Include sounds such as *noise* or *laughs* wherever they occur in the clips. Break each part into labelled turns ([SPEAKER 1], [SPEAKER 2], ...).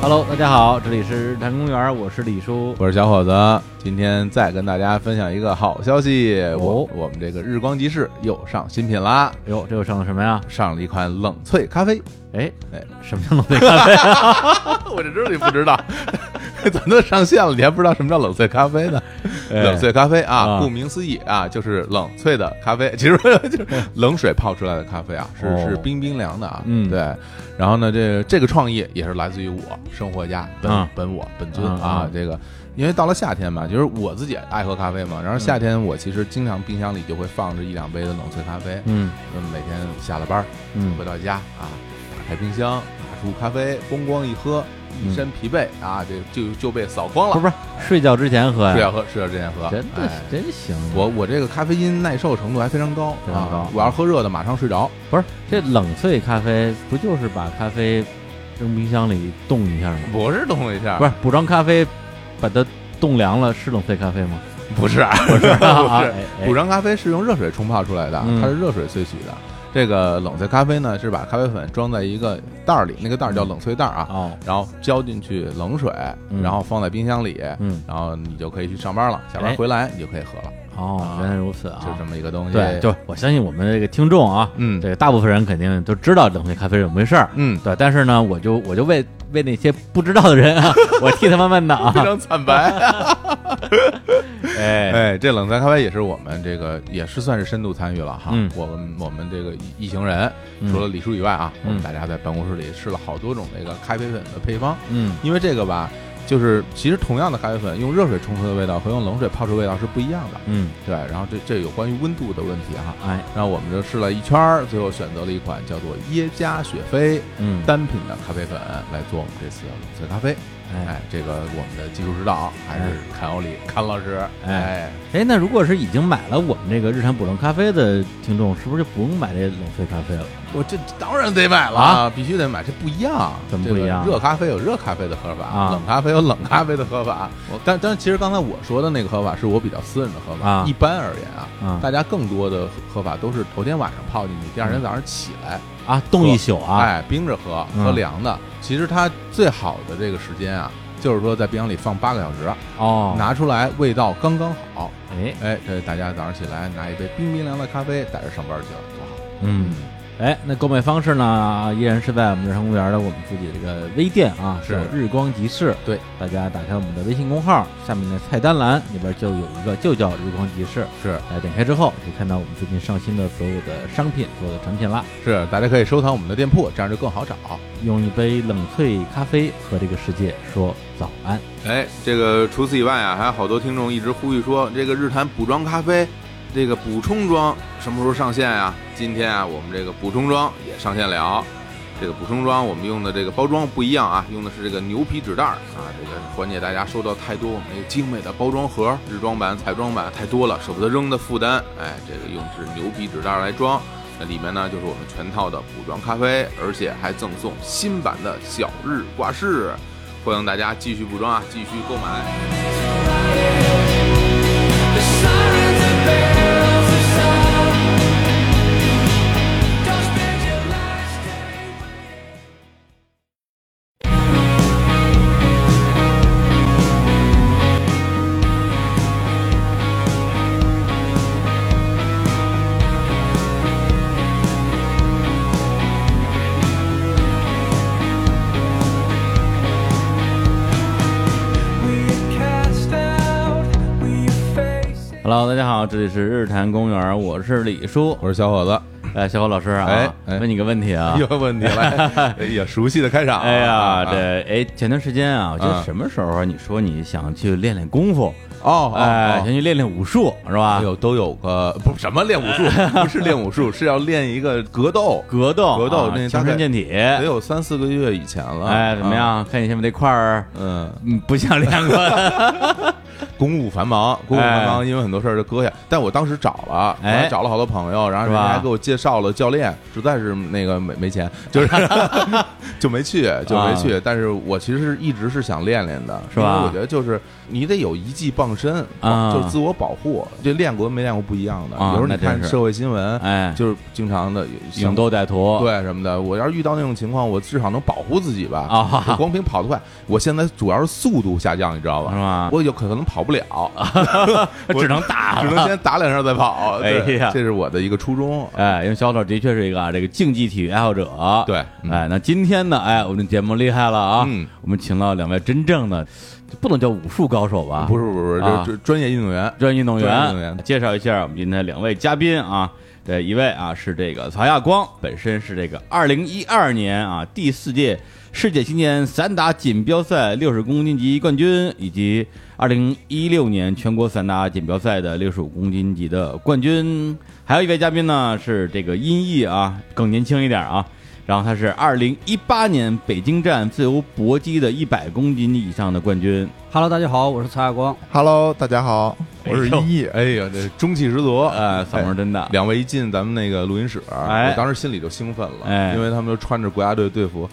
[SPEAKER 1] Hello，大家好，这里是日坛公园，我是李叔。
[SPEAKER 2] 我是小伙子，今天再跟大家分享一个好消息，我、
[SPEAKER 1] 哦
[SPEAKER 2] 我们这个日光集市又上新品啦，
[SPEAKER 1] 哎呦，这又上了什么呀？
[SPEAKER 2] 上了一款冷萃咖啡。
[SPEAKER 1] 哎
[SPEAKER 2] 哎，
[SPEAKER 1] 什么样冷萃
[SPEAKER 2] *laughs*
[SPEAKER 1] 咖啡？
[SPEAKER 2] 我这知道你不知道， *laughs* 咱都上线了，你还不知道什么叫冷萃咖啡呢？
[SPEAKER 1] 哎
[SPEAKER 2] 冷萃咖啡
[SPEAKER 1] 啊
[SPEAKER 2] 啊，顾名思义啊，就是冷萃的咖啡， *laughs* 其实就是冷水泡出来的咖啡啊，是
[SPEAKER 1] 哦
[SPEAKER 2] 是冰冰凉的啊。
[SPEAKER 1] 嗯
[SPEAKER 2] 对。然后呢，这这个创意也是来自于我生活家本
[SPEAKER 1] 啊
[SPEAKER 2] 本我本尊
[SPEAKER 1] 啊
[SPEAKER 2] 啊
[SPEAKER 1] 啊，
[SPEAKER 2] 这个。因为到了夏天嘛，就是我自己爱喝咖啡嘛，
[SPEAKER 1] 嗯
[SPEAKER 2] 然后夏天我其实经常冰箱里就会放着一两杯的冷萃咖啡，
[SPEAKER 1] 嗯
[SPEAKER 2] 那么每天下了班儿
[SPEAKER 1] 嗯
[SPEAKER 2] 回到家啊，打开冰箱，拿出咖啡，咣咣一喝，一身疲惫啊，这就就被扫光
[SPEAKER 1] 嗯不是
[SPEAKER 2] 了。
[SPEAKER 1] 不是，睡觉之前喝
[SPEAKER 2] 睡觉
[SPEAKER 1] 呀？
[SPEAKER 2] 喝，睡觉之前喝，
[SPEAKER 1] 真的
[SPEAKER 2] 哎
[SPEAKER 1] 真行。啊
[SPEAKER 2] 我我这个咖啡因耐受程度还非常高，
[SPEAKER 1] 非常高
[SPEAKER 2] 啊我要是喝热的，马上睡着。
[SPEAKER 1] 不是这冷萃咖啡不就是把咖啡扔冰箱里冻一下吗？
[SPEAKER 2] 不是动一下，
[SPEAKER 1] 不是啊补装咖啡，把它冻凉了是冷萃咖啡吗？
[SPEAKER 2] 不是啊 *laughs* 不是
[SPEAKER 1] 啊
[SPEAKER 2] 不
[SPEAKER 1] 哎哎
[SPEAKER 2] 是，古装咖啡是用热水冲泡出来的
[SPEAKER 1] 嗯，
[SPEAKER 2] 它是热水萃取的。这个冷萃咖啡呢，是把咖啡粉装在一个袋儿里，那个袋儿叫冷萃袋儿啊，
[SPEAKER 1] 哦，
[SPEAKER 2] 然后浇进去冷水，
[SPEAKER 1] 嗯
[SPEAKER 2] 然后放在冰箱里，
[SPEAKER 1] 嗯，
[SPEAKER 2] 然后你就可以去上班了，下班
[SPEAKER 1] 哎
[SPEAKER 2] 回来你就可以喝了，
[SPEAKER 1] 哦，原来如此啊。
[SPEAKER 2] 就这么一个东西。
[SPEAKER 1] 对，就是我相信我们这个听众啊，
[SPEAKER 2] 嗯
[SPEAKER 1] 这个大部分人肯定都知道冷萃咖啡是怎么回事儿。
[SPEAKER 2] 嗯，
[SPEAKER 1] 对，但是呢，我就我就为为那些不知道的人啊， *laughs* 我替他们问的
[SPEAKER 2] *laughs*
[SPEAKER 1] 啊
[SPEAKER 2] 非。常惨白。
[SPEAKER 1] 哎，
[SPEAKER 2] 哎，这冷萃咖啡也是我们这个也是算是深度参与了哈。
[SPEAKER 1] 嗯
[SPEAKER 2] 我们我们这个一一行人
[SPEAKER 1] 嗯
[SPEAKER 2] 除了李叔以外啊，
[SPEAKER 1] 嗯
[SPEAKER 2] 我们大家在办公室里试了好多种那个咖啡粉的配方，
[SPEAKER 1] 嗯，
[SPEAKER 2] 因为这个吧，就是其实同样的咖啡粉，用热水冲出的味道和用冷水泡出的味道是不一样的。
[SPEAKER 1] 嗯，
[SPEAKER 2] 对，然后这这有关于温度的问题哈。
[SPEAKER 1] 哎，
[SPEAKER 2] 然后我们就试了一圈儿，最后选择了一款叫做耶加雪菲
[SPEAKER 1] 嗯，
[SPEAKER 2] 单品的咖啡粉来做我们这次的冷萃咖啡。
[SPEAKER 1] 哎，
[SPEAKER 2] 哎，这个我们的技术指导啊还是阚欧里阚老师，
[SPEAKER 1] 哎
[SPEAKER 2] 哎，
[SPEAKER 1] 哎，那如果是已经买了我们这个日产补充咖啡的听众，是不是就不用买这冷萃咖啡了？
[SPEAKER 2] 我这当然得买了
[SPEAKER 1] 啊，
[SPEAKER 2] 必须得买，这不一样，啊
[SPEAKER 1] 怎么不一样
[SPEAKER 2] 这个热咖啡有热咖啡的喝
[SPEAKER 1] 啊
[SPEAKER 2] 法，冷咖啡有冷咖啡的喝法。但但其实刚才我说的那个喝法是我比较私人的喝
[SPEAKER 1] 啊
[SPEAKER 2] 法，一般而言
[SPEAKER 1] 啊
[SPEAKER 2] 啊，大家更多的喝法都是头天晚上泡进去，第二天早上起来，
[SPEAKER 1] 啊，冻一宿嗯啊，
[SPEAKER 2] 哎，冰着喝，
[SPEAKER 1] 嗯
[SPEAKER 2] 喝凉的。其实它最好的这个时间啊，就是说在冰箱里放八个小时，
[SPEAKER 1] 哦，
[SPEAKER 2] 拿出来味道刚刚好。
[SPEAKER 1] 哎，
[SPEAKER 2] 哎，这大家早上起来拿一杯冰冰凉的咖啡，带着上班去了，多好！
[SPEAKER 1] 嗯，哎，那购买方式呢，依然是在我们日常公园的我们自己这个微店啊，
[SPEAKER 2] 是
[SPEAKER 1] 叫日光集市。
[SPEAKER 2] 对，
[SPEAKER 1] 大家打开我们的微信公号，下面的菜单栏里边就有一个，就叫日光集市。
[SPEAKER 2] 是
[SPEAKER 1] 哎，点开之后可以看到我们最近上新的所有的商品、所有的产品啦。
[SPEAKER 2] 是，大家可以收藏我们的店铺，这样就更好找。
[SPEAKER 1] 用一杯冷萃咖啡和这个世界说早安。
[SPEAKER 2] 哎，这个除此以外啊，还有好多听众一直呼吁说，这个日坛补装咖啡，这个补充装什么时候上线呀、今天啊，我们这个补充装也上线了。这个补充装我们用的这个包装不一样啊，用的是这个牛皮纸袋儿啊，这个缓解大家收到太多我们那个精美的包装盒，日装版、彩妆版太多了，舍不得扔的负担。哎，这个用是牛皮纸袋儿来装。那里面呢，就是我们全套的补装咖啡，而且还赠送新版的小日挂饰。欢迎大家继续补装啊，继续购买。
[SPEAKER 3] The sirens and bells of sound. Don't spend your last day.
[SPEAKER 1] h e 大家好，这里是日坛公园，我是李叔，
[SPEAKER 2] 我是小伙子，
[SPEAKER 1] 哎，小侯老师啊，
[SPEAKER 2] 哎哎
[SPEAKER 1] 问你个问题啊。
[SPEAKER 2] 又问题 *laughs* 了，哎呀，熟悉的开场啊。
[SPEAKER 1] 哎呀，
[SPEAKER 2] 啊
[SPEAKER 1] 这哎，前段时间啊，我记得
[SPEAKER 2] 啊
[SPEAKER 1] 什么时候啊你说你想去练练功夫，
[SPEAKER 2] 哦，
[SPEAKER 1] 哎，
[SPEAKER 2] 哎
[SPEAKER 1] 想，去练练武术是吧
[SPEAKER 2] 哎？呦，都有个不是什么练武术，不是练武术，是要练一个格斗，
[SPEAKER 1] 格斗啊，
[SPEAKER 2] 格斗那
[SPEAKER 1] 强
[SPEAKER 2] 大
[SPEAKER 1] 身
[SPEAKER 2] 概
[SPEAKER 1] 健体，
[SPEAKER 2] 得有三四个月以前了。
[SPEAKER 1] 哎，怎么
[SPEAKER 2] 啊？
[SPEAKER 1] 样？看你现在这块儿，
[SPEAKER 2] 嗯， *laughs*
[SPEAKER 1] 嗯，不像练过，
[SPEAKER 2] 公务繁忙，公务繁忙，因为很多事儿就搁下。但我当时找了，
[SPEAKER 1] 哎
[SPEAKER 2] 我还找了好多朋友，然后
[SPEAKER 1] 是
[SPEAKER 2] 人家
[SPEAKER 1] 吧
[SPEAKER 2] 还给我介绍了教练，实在是那个没没钱， *laughs* 就是
[SPEAKER 1] *laughs*
[SPEAKER 2] 就没去，就没去。但是我其实一直是想练练的，
[SPEAKER 1] 啊是吧
[SPEAKER 2] 因为我觉得就是你得有一技傍身
[SPEAKER 1] 啊
[SPEAKER 2] 就是自我保护。这练过跟没练过不一样的。
[SPEAKER 1] 啊
[SPEAKER 2] 有时候你
[SPEAKER 1] 那真
[SPEAKER 2] 看
[SPEAKER 1] 是
[SPEAKER 2] 社会新闻，
[SPEAKER 1] 哎，
[SPEAKER 2] 就是经常的
[SPEAKER 1] 勇斗歹徒，
[SPEAKER 2] 对什么的，我要是遇到那种情况，我至少能保护自己吧。
[SPEAKER 1] 啊 *laughs*
[SPEAKER 2] 我光凭跑得快，我现在主要是速度下降，你知道吧？
[SPEAKER 1] 是吗啊
[SPEAKER 2] 我有可能跑不了，我
[SPEAKER 1] *laughs* 只能打
[SPEAKER 2] 只
[SPEAKER 1] 了
[SPEAKER 2] 能先打两下再跑。
[SPEAKER 1] *laughs*
[SPEAKER 2] 对
[SPEAKER 1] 哎呀
[SPEAKER 2] 这是我的一个初衷。
[SPEAKER 1] 哎，因为小老的确是一个啊，这个竞技体育爱好者。
[SPEAKER 2] 对嗯
[SPEAKER 1] 哎，那今天呢，哎，我们的节目厉害了啊，
[SPEAKER 2] 嗯
[SPEAKER 1] 我们请到两位真正的，就不能叫武术高手吧？
[SPEAKER 2] 不是不是，
[SPEAKER 1] 啊
[SPEAKER 2] 就是专业运动员。
[SPEAKER 1] 专业运动
[SPEAKER 2] 专业
[SPEAKER 1] 员。
[SPEAKER 2] 运动员
[SPEAKER 1] 介绍一下我们今天两位嘉宾啊，对，一位啊是这个曹亚光，本身是这个二零一二年啊第四届世界青年散打锦标赛六十公斤级冠军，以及二零一六年全国散打锦标赛的六十五公斤级的冠军。还有一位嘉宾呢是这个音译啊，更年轻一点啊。然后他是二零一八年北京站自由搏击的一百公斤以上的冠军，
[SPEAKER 4] Hello，大家好，我是曹亚光。
[SPEAKER 2] Hello，大家好，我是
[SPEAKER 1] 哎呦
[SPEAKER 2] 一毅。哎呀，这中气十足，哎
[SPEAKER 1] 呃，嗓门真大，
[SPEAKER 2] 两位一进咱们那个录音室，
[SPEAKER 1] 哎
[SPEAKER 2] 我当时心里就兴奋了，
[SPEAKER 1] 哎
[SPEAKER 2] 因为他们都穿着国家队队服，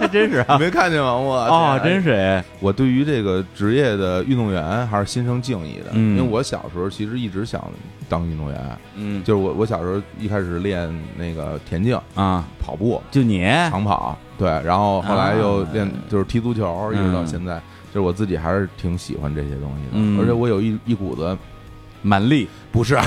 [SPEAKER 1] 还 *laughs* 真是啊
[SPEAKER 2] 你，没看见吗？我
[SPEAKER 1] 哦，
[SPEAKER 2] 天啊
[SPEAKER 1] 真是哎，
[SPEAKER 2] 我对于这个职业的运动员还是心生敬意的，
[SPEAKER 1] 嗯
[SPEAKER 2] 因为我小时候其实一直想当运动员，
[SPEAKER 1] 嗯
[SPEAKER 2] 就是我我小时候一开始练那个田径、
[SPEAKER 1] 啊，
[SPEAKER 2] 跑步、
[SPEAKER 1] 就你
[SPEAKER 2] 长跑，对，然后后来又
[SPEAKER 1] 哎啊
[SPEAKER 2] 练就是踢足球，一直到
[SPEAKER 1] 嗯
[SPEAKER 2] 现在，就是我自己还是挺喜欢这些东西的，
[SPEAKER 1] 嗯
[SPEAKER 2] 而且我有一一股子
[SPEAKER 1] 蛮力 *laughs*
[SPEAKER 2] 不是，啊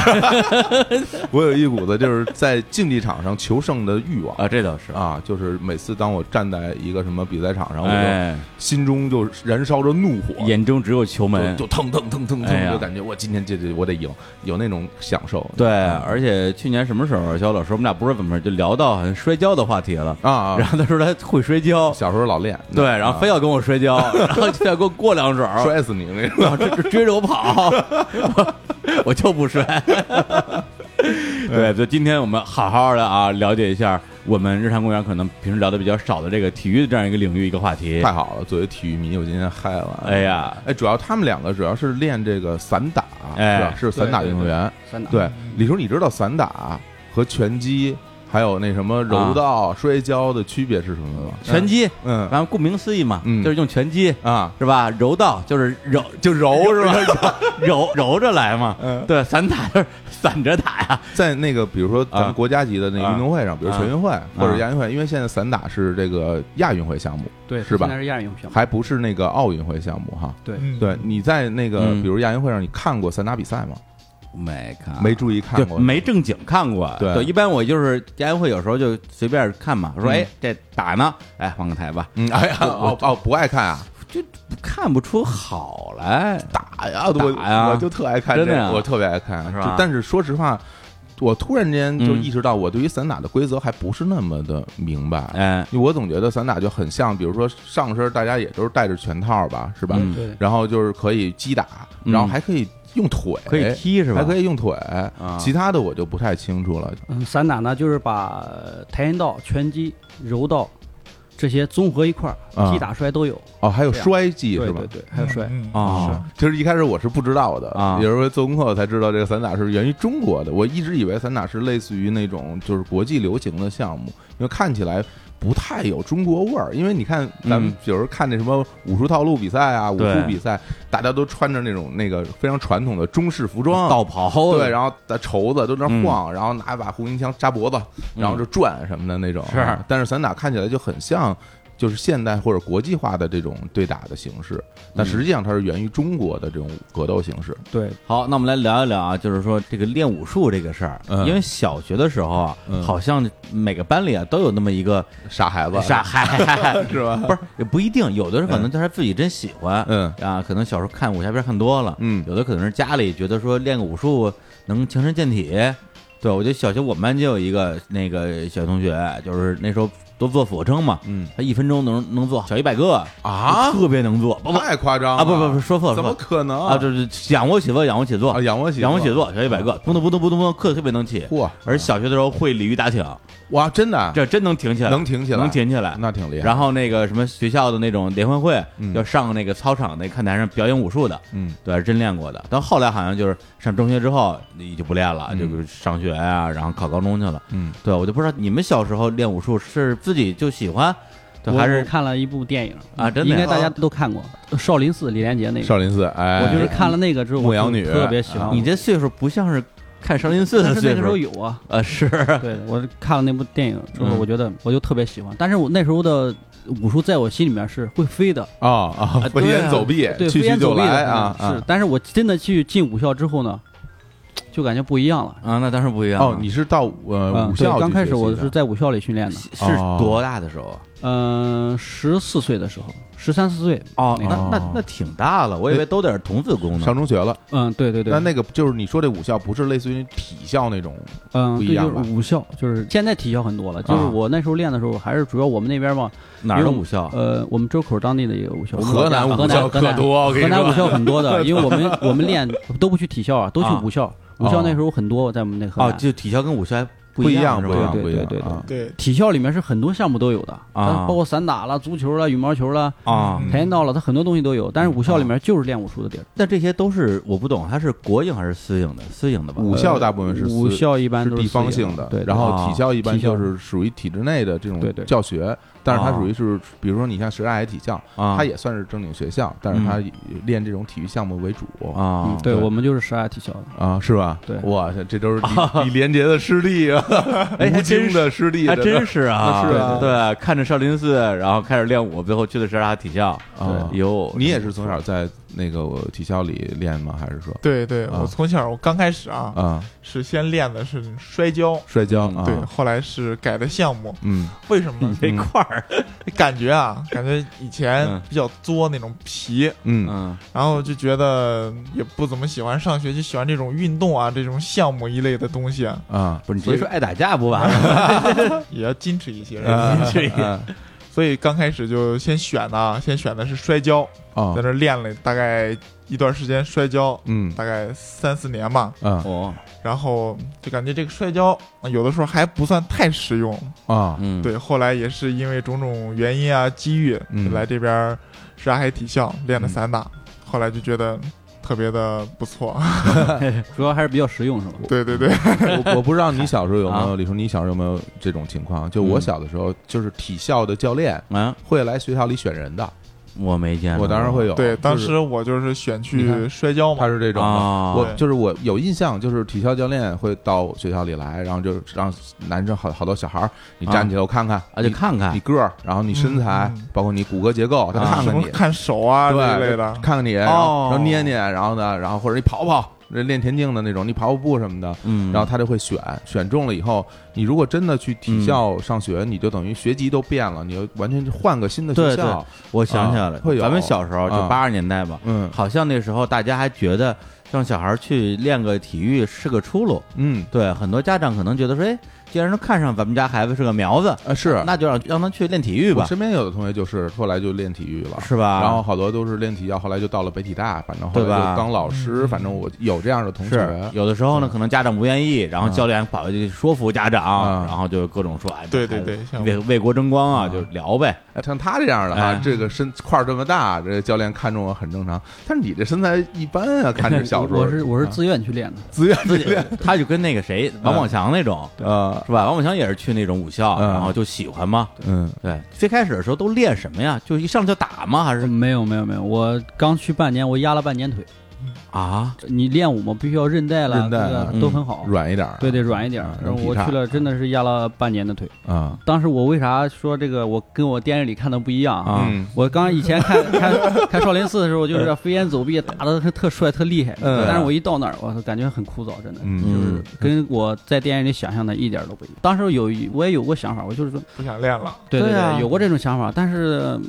[SPEAKER 2] 我有一股子就是在竞技场上求胜的欲望。
[SPEAKER 1] 啊，这倒是，
[SPEAKER 2] 啊，就是每次当我站在一个什么比赛场上，我就
[SPEAKER 1] 哎，
[SPEAKER 2] 心中就燃烧着怒火，
[SPEAKER 1] 眼中只有球门，
[SPEAKER 2] 就就腾腾腾腾
[SPEAKER 1] 哎呀
[SPEAKER 2] 腾，就感觉我今天这这我得赢，有那种享受。啊
[SPEAKER 1] 对，而且去年什么时候，啊小老师我们俩不知道怎么回事就聊到好像摔跤的话题了，
[SPEAKER 2] 啊啊，
[SPEAKER 1] 然后他说他会摔跤，
[SPEAKER 2] 小时候老练，
[SPEAKER 1] 对，然后非要跟我摔 *laughs* 跤，然后非要给我过两手，
[SPEAKER 2] 啊摔死你那种。
[SPEAKER 1] 然后追追着我 *laughs* 跑，我我就不 *laughs* 摔。对，所以今天我们好好的啊，了解一下我们日常公园可能平时聊的比较少的这个体育这样一个领域一个话题
[SPEAKER 2] 太。好了，作为体育迷，我今天嗨了。
[SPEAKER 1] 哎，呀，
[SPEAKER 2] 哎，主要他们两个主要是练这个散打，
[SPEAKER 1] 哎
[SPEAKER 2] 是吧？是散打
[SPEAKER 4] 对对
[SPEAKER 2] 运动员。
[SPEAKER 4] 三打，
[SPEAKER 2] 对，李叔，你知道散打和拳击还有那什么柔
[SPEAKER 1] 啊
[SPEAKER 2] 道、摔跤的区别是什么吗？
[SPEAKER 1] 拳击，
[SPEAKER 2] 嗯
[SPEAKER 1] 然后顾名思义嘛，
[SPEAKER 2] 嗯
[SPEAKER 1] 就是用拳击
[SPEAKER 2] 啊，
[SPEAKER 1] 是吧？柔道就是揉就揉是吧？揉 *laughs* 揉着来嘛。
[SPEAKER 2] 嗯
[SPEAKER 1] 对，散打就是散着打呀。
[SPEAKER 2] 在那个比如说咱
[SPEAKER 1] 啊
[SPEAKER 2] 们国家级的那个
[SPEAKER 1] 啊
[SPEAKER 2] 运动会上，比如全运会或者
[SPEAKER 1] 啊
[SPEAKER 2] 亚运会，因为现在散打是这个亚运会项目，
[SPEAKER 4] 对，
[SPEAKER 2] 是吧
[SPEAKER 4] 现在是亚运会项目。
[SPEAKER 2] 还不是那个奥运会项目哈。
[SPEAKER 4] 对，
[SPEAKER 2] 对，你在那个
[SPEAKER 1] 嗯
[SPEAKER 2] 比如亚运会上，你看过散打比赛吗？
[SPEAKER 1] 没看
[SPEAKER 2] 没注意看
[SPEAKER 1] 就
[SPEAKER 2] 过，
[SPEAKER 1] 没正经看过。
[SPEAKER 2] 对
[SPEAKER 1] 一般我就是家宴会有时候就随便看嘛，说
[SPEAKER 2] 嗯
[SPEAKER 1] 哎这打呢，哎换个台吧，
[SPEAKER 2] 嗯，
[SPEAKER 1] *laughs*
[SPEAKER 2] 哎呀，哦哦，不爱看啊，
[SPEAKER 1] 就看不出好来。
[SPEAKER 2] 打呀，我
[SPEAKER 1] 打呀
[SPEAKER 2] 我就特爱看这
[SPEAKER 1] 真的呀
[SPEAKER 2] 个，我特别爱看，
[SPEAKER 1] 是吧
[SPEAKER 2] 就但是说实话，我突然间就
[SPEAKER 1] 嗯
[SPEAKER 2] 意识到，我对于散打的规则还不是那么的明白。
[SPEAKER 1] 哎，
[SPEAKER 2] 我总觉得散打就很像，比如说上身大家也都是戴着拳套吧，是吧？
[SPEAKER 1] 嗯
[SPEAKER 4] 对，
[SPEAKER 2] 然后就是可以击打，
[SPEAKER 1] 嗯
[SPEAKER 2] 然后还可以用腿，
[SPEAKER 1] 可以踢是吧？
[SPEAKER 2] 还哎可以用腿，
[SPEAKER 1] 啊
[SPEAKER 2] 其他的我就不太清楚了。
[SPEAKER 4] 嗯，散打呢就是把呃跆拳道、拳击、柔道这些综合一块
[SPEAKER 2] 啊
[SPEAKER 4] 儿，踢打摔都有。
[SPEAKER 2] 哦，还有
[SPEAKER 4] 对啊
[SPEAKER 2] 摔技
[SPEAKER 4] 对
[SPEAKER 2] 是吧
[SPEAKER 4] 对？对，还有摔。
[SPEAKER 1] 啊，
[SPEAKER 2] 其实一开始我是不知道的
[SPEAKER 1] 啊
[SPEAKER 2] 也就是说做功课我才知道这个散打是源于中国的。我一直以为散打是类似于那种就是国际流行的项目，因为看起来不太有中国味儿。因为你看咱们
[SPEAKER 1] 嗯
[SPEAKER 2] 有时候看那什么武术套路比赛啊、武术
[SPEAKER 1] 对
[SPEAKER 2] 比赛，大家都穿着那种那个非常传统的中式服装，啊
[SPEAKER 1] 道袍
[SPEAKER 2] 对，然后在绸子都在那晃，然后拿一把红缨枪扎脖子，然后就转什么的那种。
[SPEAKER 1] 嗯
[SPEAKER 2] 嗯
[SPEAKER 1] 是
[SPEAKER 2] 但是散打看起来就很像。就是现代或者国际化的这种对打的形式，
[SPEAKER 1] 嗯
[SPEAKER 2] 但实际上它是源于中国的这种格斗形式。
[SPEAKER 4] 对，
[SPEAKER 1] 好，那我们来聊一聊啊，就是说这个练武术这个事儿，
[SPEAKER 2] 嗯
[SPEAKER 1] 因为小学的时候啊，
[SPEAKER 2] 嗯
[SPEAKER 1] 好像每个班里啊都有那么一个
[SPEAKER 2] 傻孩子，
[SPEAKER 1] 傻孩
[SPEAKER 2] *laughs* 是吧？
[SPEAKER 1] 不是也不一定，有的人可能就是自己真喜欢，
[SPEAKER 2] 嗯
[SPEAKER 1] 啊，可能小时候看武侠片看多了，
[SPEAKER 2] 嗯
[SPEAKER 1] 有的可能是家里觉得说练个武术能强身健体，对我觉得小学我们班就有一个那个小同学，就是那时候都做俯卧撑嘛，
[SPEAKER 2] 嗯
[SPEAKER 1] 他一分钟能能做小一百个
[SPEAKER 2] 啊
[SPEAKER 1] 特别能做，包括
[SPEAKER 2] 太夸张了
[SPEAKER 1] 啊不不不说错了
[SPEAKER 2] 怎么
[SPEAKER 1] 说错
[SPEAKER 2] 可能
[SPEAKER 1] 啊，就是仰卧起坐，仰卧起坐
[SPEAKER 2] 啊，仰卧起
[SPEAKER 1] 仰卧起坐，小一百
[SPEAKER 4] 嗯
[SPEAKER 1] 个，扑通扑通扑通扑通，课特别能起。
[SPEAKER 2] 嚯
[SPEAKER 1] 而小学的时候会鲤鱼打挺，
[SPEAKER 2] 哇，真的啊
[SPEAKER 1] 这真能挺起来，
[SPEAKER 2] 能挺起来
[SPEAKER 1] 能挺起来，
[SPEAKER 2] 那挺厉害
[SPEAKER 1] 然后那个什么学校的那种联欢会
[SPEAKER 2] 嗯，
[SPEAKER 1] 要上那个操场那看台上表演武术的，
[SPEAKER 2] 嗯
[SPEAKER 1] 对，真练过的。但后来好像就是上中学之后你就不练了，
[SPEAKER 2] 嗯
[SPEAKER 1] 就是上学啊，然后考高中去了。
[SPEAKER 2] 嗯
[SPEAKER 1] 对，我就不知道你们小时候练武术是自己就喜欢，对，
[SPEAKER 4] 我
[SPEAKER 1] 还
[SPEAKER 4] 我
[SPEAKER 1] 是
[SPEAKER 4] 看了一部电影
[SPEAKER 1] 啊真的呀
[SPEAKER 4] 应该大家都看过《少林寺》李连杰那个。
[SPEAKER 2] 少林寺哎，
[SPEAKER 4] 我就是看了那个之后，
[SPEAKER 2] 牧羊
[SPEAKER 4] 我就
[SPEAKER 2] 女
[SPEAKER 4] 特别喜欢
[SPEAKER 2] 啊
[SPEAKER 4] 我。
[SPEAKER 1] 你这岁数不像是看少林寺
[SPEAKER 4] 但
[SPEAKER 1] 的
[SPEAKER 4] 是那
[SPEAKER 1] 岁
[SPEAKER 4] 个时候
[SPEAKER 1] 数
[SPEAKER 4] 有啊，
[SPEAKER 1] 啊，是
[SPEAKER 4] 对我看了那部电影之后，
[SPEAKER 1] 嗯
[SPEAKER 4] 我觉得我就特别喜欢。但是我那时候的武术在我心里面是会飞的，
[SPEAKER 2] 啊
[SPEAKER 1] 啊，
[SPEAKER 2] 啊飞
[SPEAKER 1] 对
[SPEAKER 2] 檐
[SPEAKER 1] 啊
[SPEAKER 2] 走壁，
[SPEAKER 4] 对，飞
[SPEAKER 2] 去去
[SPEAKER 4] 檐
[SPEAKER 2] 哎就
[SPEAKER 4] 走壁
[SPEAKER 2] 来
[SPEAKER 4] 的
[SPEAKER 2] 啊
[SPEAKER 4] 嗯是
[SPEAKER 2] 啊。。
[SPEAKER 4] 但是我真的去进武校之后呢，就感觉不一样了。
[SPEAKER 1] 啊，那当然不一样了
[SPEAKER 2] 哦，你是到呃
[SPEAKER 4] 嗯
[SPEAKER 2] 武
[SPEAKER 4] 对
[SPEAKER 2] 校去
[SPEAKER 4] 刚开始
[SPEAKER 2] 学习
[SPEAKER 4] 我
[SPEAKER 2] 的
[SPEAKER 4] 是在武校里训练的，
[SPEAKER 1] 是
[SPEAKER 2] 哦
[SPEAKER 1] 多大的时候啊？
[SPEAKER 4] 嗯，十四岁的时候，十三四岁，
[SPEAKER 1] 哦那
[SPEAKER 2] 哦
[SPEAKER 1] 那那挺大了，我以为都得是童子功呢
[SPEAKER 2] 上。中学了，
[SPEAKER 4] 嗯，对对对，
[SPEAKER 2] 那那个就是你说这武校不是类似于体校那种
[SPEAKER 4] 嗯，
[SPEAKER 2] 不一
[SPEAKER 4] 对，
[SPEAKER 2] 样
[SPEAKER 4] 就
[SPEAKER 2] 吧
[SPEAKER 4] 是武校，就是现在体校很多了，就是
[SPEAKER 2] 啊
[SPEAKER 4] 我那时候练的时候，还是主要我们那边嘛，
[SPEAKER 1] 哪儿的武校？
[SPEAKER 4] 呃，我们周口当地的一个武校，
[SPEAKER 2] 河南
[SPEAKER 4] 河
[SPEAKER 2] 武
[SPEAKER 4] 南
[SPEAKER 2] 校
[SPEAKER 4] 河
[SPEAKER 2] 可
[SPEAKER 4] 南
[SPEAKER 2] 多，我跟
[SPEAKER 4] 河
[SPEAKER 2] 你
[SPEAKER 4] 南武
[SPEAKER 2] 说，
[SPEAKER 4] 校很多
[SPEAKER 2] *laughs*
[SPEAKER 4] 的，因为我们我们练都不去体校啊，都去
[SPEAKER 1] 啊
[SPEAKER 4] 武校，
[SPEAKER 2] 哦
[SPEAKER 4] 武校那时候很多，在我们那河
[SPEAKER 1] 哦，
[SPEAKER 2] 啊
[SPEAKER 4] 南，
[SPEAKER 1] 就体校跟武校还
[SPEAKER 2] 不
[SPEAKER 1] 一
[SPEAKER 2] 一样，
[SPEAKER 1] 是
[SPEAKER 2] 不一
[SPEAKER 1] 吧
[SPEAKER 2] 样，
[SPEAKER 4] 对
[SPEAKER 2] 不一样，
[SPEAKER 4] 对对对
[SPEAKER 2] 啊
[SPEAKER 3] 对，
[SPEAKER 4] 体校里面是很多项目都有的
[SPEAKER 1] 啊
[SPEAKER 4] 包括散打啦、足球啦、羽毛球啦、
[SPEAKER 2] 嗯
[SPEAKER 1] 啊？
[SPEAKER 4] 跆拳道啦，它很多东西都有，但是武校里
[SPEAKER 2] 啊
[SPEAKER 4] 面就是练武术的地儿。
[SPEAKER 1] 那这些都是我不懂，它是国营还是私营的？私营的吧？
[SPEAKER 2] 武校大部嗯分是
[SPEAKER 4] 呃武
[SPEAKER 2] 私
[SPEAKER 4] 校一般
[SPEAKER 2] 是
[SPEAKER 4] 都
[SPEAKER 2] 地
[SPEAKER 4] 私营
[SPEAKER 2] 方性的，
[SPEAKER 4] 对，
[SPEAKER 2] 然后
[SPEAKER 1] 啊
[SPEAKER 2] 体校一般
[SPEAKER 4] 体校
[SPEAKER 2] 就是属于体制内的这种
[SPEAKER 4] 对对
[SPEAKER 2] 教学，但是它
[SPEAKER 1] 啊
[SPEAKER 2] 属于是，比如说你像什刹海体校，
[SPEAKER 1] 啊，
[SPEAKER 2] 它也算是正经学校，但是它以练这种体育项目为主
[SPEAKER 1] 啊
[SPEAKER 4] 嗯，，对
[SPEAKER 2] 对
[SPEAKER 4] 我们就是十二体校的。
[SPEAKER 2] 啊，是吧？
[SPEAKER 4] 对
[SPEAKER 2] 哇塞，这都是
[SPEAKER 4] *laughs*
[SPEAKER 2] 李李连杰的师弟啊， *laughs*
[SPEAKER 1] 哎还
[SPEAKER 2] 吴
[SPEAKER 1] 真是
[SPEAKER 2] 京的师弟，
[SPEAKER 1] 还真是
[SPEAKER 2] *laughs*
[SPEAKER 1] 啊，
[SPEAKER 2] 是啊
[SPEAKER 1] 对，看着少林寺，然后开始练武，最后去的是啥体校？
[SPEAKER 2] 啊
[SPEAKER 1] 有嗯
[SPEAKER 2] 你也是从小在那个我体校里练吗？还是说
[SPEAKER 3] 对对，
[SPEAKER 2] 啊
[SPEAKER 3] 我从小我刚开始啊，
[SPEAKER 2] 啊
[SPEAKER 3] 是先练的是摔跤，
[SPEAKER 2] 摔跤
[SPEAKER 1] 嗯
[SPEAKER 2] 啊？
[SPEAKER 3] 对，后来是改的项目。
[SPEAKER 2] 嗯
[SPEAKER 3] 为什么呢？
[SPEAKER 1] *laughs* 这块儿，
[SPEAKER 3] 感觉啊，感觉以前
[SPEAKER 1] 嗯
[SPEAKER 3] 比较作那种皮，
[SPEAKER 2] 嗯
[SPEAKER 1] 嗯
[SPEAKER 3] 然后就觉得也不怎么喜欢上学，就喜欢这种运动啊，这种项目一类的东西，
[SPEAKER 2] 啊，
[SPEAKER 1] 不是你直接说爱打架不完啊
[SPEAKER 2] *laughs*
[SPEAKER 1] 了吗？
[SPEAKER 3] 也要矜持一些。
[SPEAKER 1] *laughs* 这个
[SPEAKER 2] 啊
[SPEAKER 3] *laughs* 所以刚开始就先选的啊，先选的是摔跤，
[SPEAKER 2] 哦
[SPEAKER 3] 在那练了大概一段时间摔跤，
[SPEAKER 2] 嗯
[SPEAKER 3] 大概三四年吧。
[SPEAKER 2] 啊
[SPEAKER 1] 哦，
[SPEAKER 3] 然后就感觉这个摔跤呃有的时候还不算太实用，
[SPEAKER 2] 啊
[SPEAKER 1] 嗯，
[SPEAKER 3] 对。后来也是因为种种原因啊、机遇，
[SPEAKER 2] 嗯
[SPEAKER 3] 就来这边沙海体校练的散打，后来就觉得特别的不错。 *laughs*
[SPEAKER 4] *laughs* 主要还是比较实用，是吧？
[SPEAKER 3] 对对对，
[SPEAKER 2] *laughs* 我我不知道你小时候有没有，
[SPEAKER 1] 嗯啊
[SPEAKER 2] 李叔，你小时候有没有这种情况？就我
[SPEAKER 1] 嗯
[SPEAKER 2] 小的时候，就是体校的教练
[SPEAKER 1] 啊，
[SPEAKER 2] 会来学校里选人的，
[SPEAKER 1] 我没见过，
[SPEAKER 2] 我当然会有。
[SPEAKER 3] 对，当
[SPEAKER 2] 就是
[SPEAKER 3] 时我就是选
[SPEAKER 2] 你
[SPEAKER 3] 去
[SPEAKER 2] 看
[SPEAKER 3] 摔跤
[SPEAKER 2] 他
[SPEAKER 3] 嘛，
[SPEAKER 2] 是这种的。
[SPEAKER 1] 啊，
[SPEAKER 2] 我
[SPEAKER 3] 对
[SPEAKER 2] 就是我有印象，就是体校教练会到学校里来，然后就让男生好好多小孩儿，你站起来我看看，
[SPEAKER 1] 啊就
[SPEAKER 2] 你
[SPEAKER 1] 看看
[SPEAKER 2] 你个儿，然后你身材
[SPEAKER 3] 嗯嗯，
[SPEAKER 2] 包括你骨骼结构，他
[SPEAKER 1] 啊
[SPEAKER 2] 看
[SPEAKER 3] 什
[SPEAKER 2] 看
[SPEAKER 3] 么
[SPEAKER 2] 你，
[SPEAKER 3] 看手啊
[SPEAKER 2] 对，
[SPEAKER 3] 这类的。
[SPEAKER 2] 看看你，然后
[SPEAKER 1] 哦
[SPEAKER 2] 然后捏捏，然后呢，然后或者你跑跑，练田径的那种，你跑跑步什么的，
[SPEAKER 1] 嗯，
[SPEAKER 2] 然后他就会选，选中了以后，你如果真的去体校上学，你就等于学籍都变了，你就完全换个新的学校。
[SPEAKER 1] 我想起来了，
[SPEAKER 2] 啊会有
[SPEAKER 1] 咱们小时候
[SPEAKER 2] 啊
[SPEAKER 1] 就八十年代吧，
[SPEAKER 2] 嗯
[SPEAKER 1] 好像那时候大家还觉得让小孩去练个体育是个出路，
[SPEAKER 2] 嗯
[SPEAKER 1] 对，很多家长可能觉得说，哎，既然都看上咱们家孩子是个苗子，
[SPEAKER 2] 啊是，
[SPEAKER 1] 那就让让他去练体育
[SPEAKER 2] 我
[SPEAKER 1] 吧，
[SPEAKER 2] 身边有的同学就是后来就练体育了。
[SPEAKER 1] 是吧？
[SPEAKER 2] 然后好多都是练体校，后来就到了北体大，反正后
[SPEAKER 1] 对
[SPEAKER 2] 来
[SPEAKER 1] 吧嗯
[SPEAKER 2] 就当老师，反正我有这样的同
[SPEAKER 1] 是
[SPEAKER 2] 学。
[SPEAKER 1] 有的时候呢，可能家长不愿意，然后
[SPEAKER 2] 嗯
[SPEAKER 1] 教练跑去说服家
[SPEAKER 2] 啊
[SPEAKER 1] 长，然后就各种说，哎，
[SPEAKER 3] 对对
[SPEAKER 1] 孩子
[SPEAKER 3] 对像
[SPEAKER 1] 为为国争光啊，
[SPEAKER 2] 啊
[SPEAKER 1] 就聊
[SPEAKER 2] *laughs*
[SPEAKER 1] 呗。
[SPEAKER 2] 哎像他这样的哈
[SPEAKER 1] 哎，
[SPEAKER 2] 这个身块儿这么大，这教练看中我很正常。但是你这身材一般啊，看
[SPEAKER 4] *laughs*
[SPEAKER 2] 着小时候。
[SPEAKER 4] 我是我是
[SPEAKER 2] 啊
[SPEAKER 4] 自愿去练的，
[SPEAKER 2] 自愿
[SPEAKER 1] 自己他就跟那个谁
[SPEAKER 2] 嗯
[SPEAKER 1] 王宝强那种
[SPEAKER 2] 啊，
[SPEAKER 1] 是吧？王宝强也是去那种武校，
[SPEAKER 2] 嗯
[SPEAKER 1] 然后就喜欢嘛。
[SPEAKER 2] 嗯
[SPEAKER 1] 对，最开始的时候都练什么呀？就一上来就打吗？还是
[SPEAKER 4] 没有没有没有，我刚去半年，我压了半年腿。
[SPEAKER 1] 啊？
[SPEAKER 4] 你练武嘛，必须要韧带啦，
[SPEAKER 2] 韧带啊
[SPEAKER 4] 这个都很好，
[SPEAKER 2] 软一点儿，
[SPEAKER 4] 对对，软一点儿
[SPEAKER 2] 啊。
[SPEAKER 4] 然后
[SPEAKER 2] 能劈
[SPEAKER 4] 我
[SPEAKER 2] 叉
[SPEAKER 4] 去了，真的是压了半年的腿。
[SPEAKER 2] 啊，
[SPEAKER 4] 当时我为啥说这个，我跟我电视里看的不一样
[SPEAKER 1] 啊
[SPEAKER 2] 嗯
[SPEAKER 4] 我刚以
[SPEAKER 2] *laughs*
[SPEAKER 4] 前看看看少林寺的时候，就是飞檐走壁，打的特帅特厉害。
[SPEAKER 2] 嗯
[SPEAKER 4] 但是我一到那儿，我操感觉很枯燥，真的。
[SPEAKER 2] 嗯
[SPEAKER 1] 嗯，
[SPEAKER 4] 跟我在电影里想象的一点儿都不一样。当时有一我也有过想法，我就是说，
[SPEAKER 3] 不想练了。
[SPEAKER 4] 对
[SPEAKER 1] 对啊
[SPEAKER 4] 对，有过这种想法，但是嗯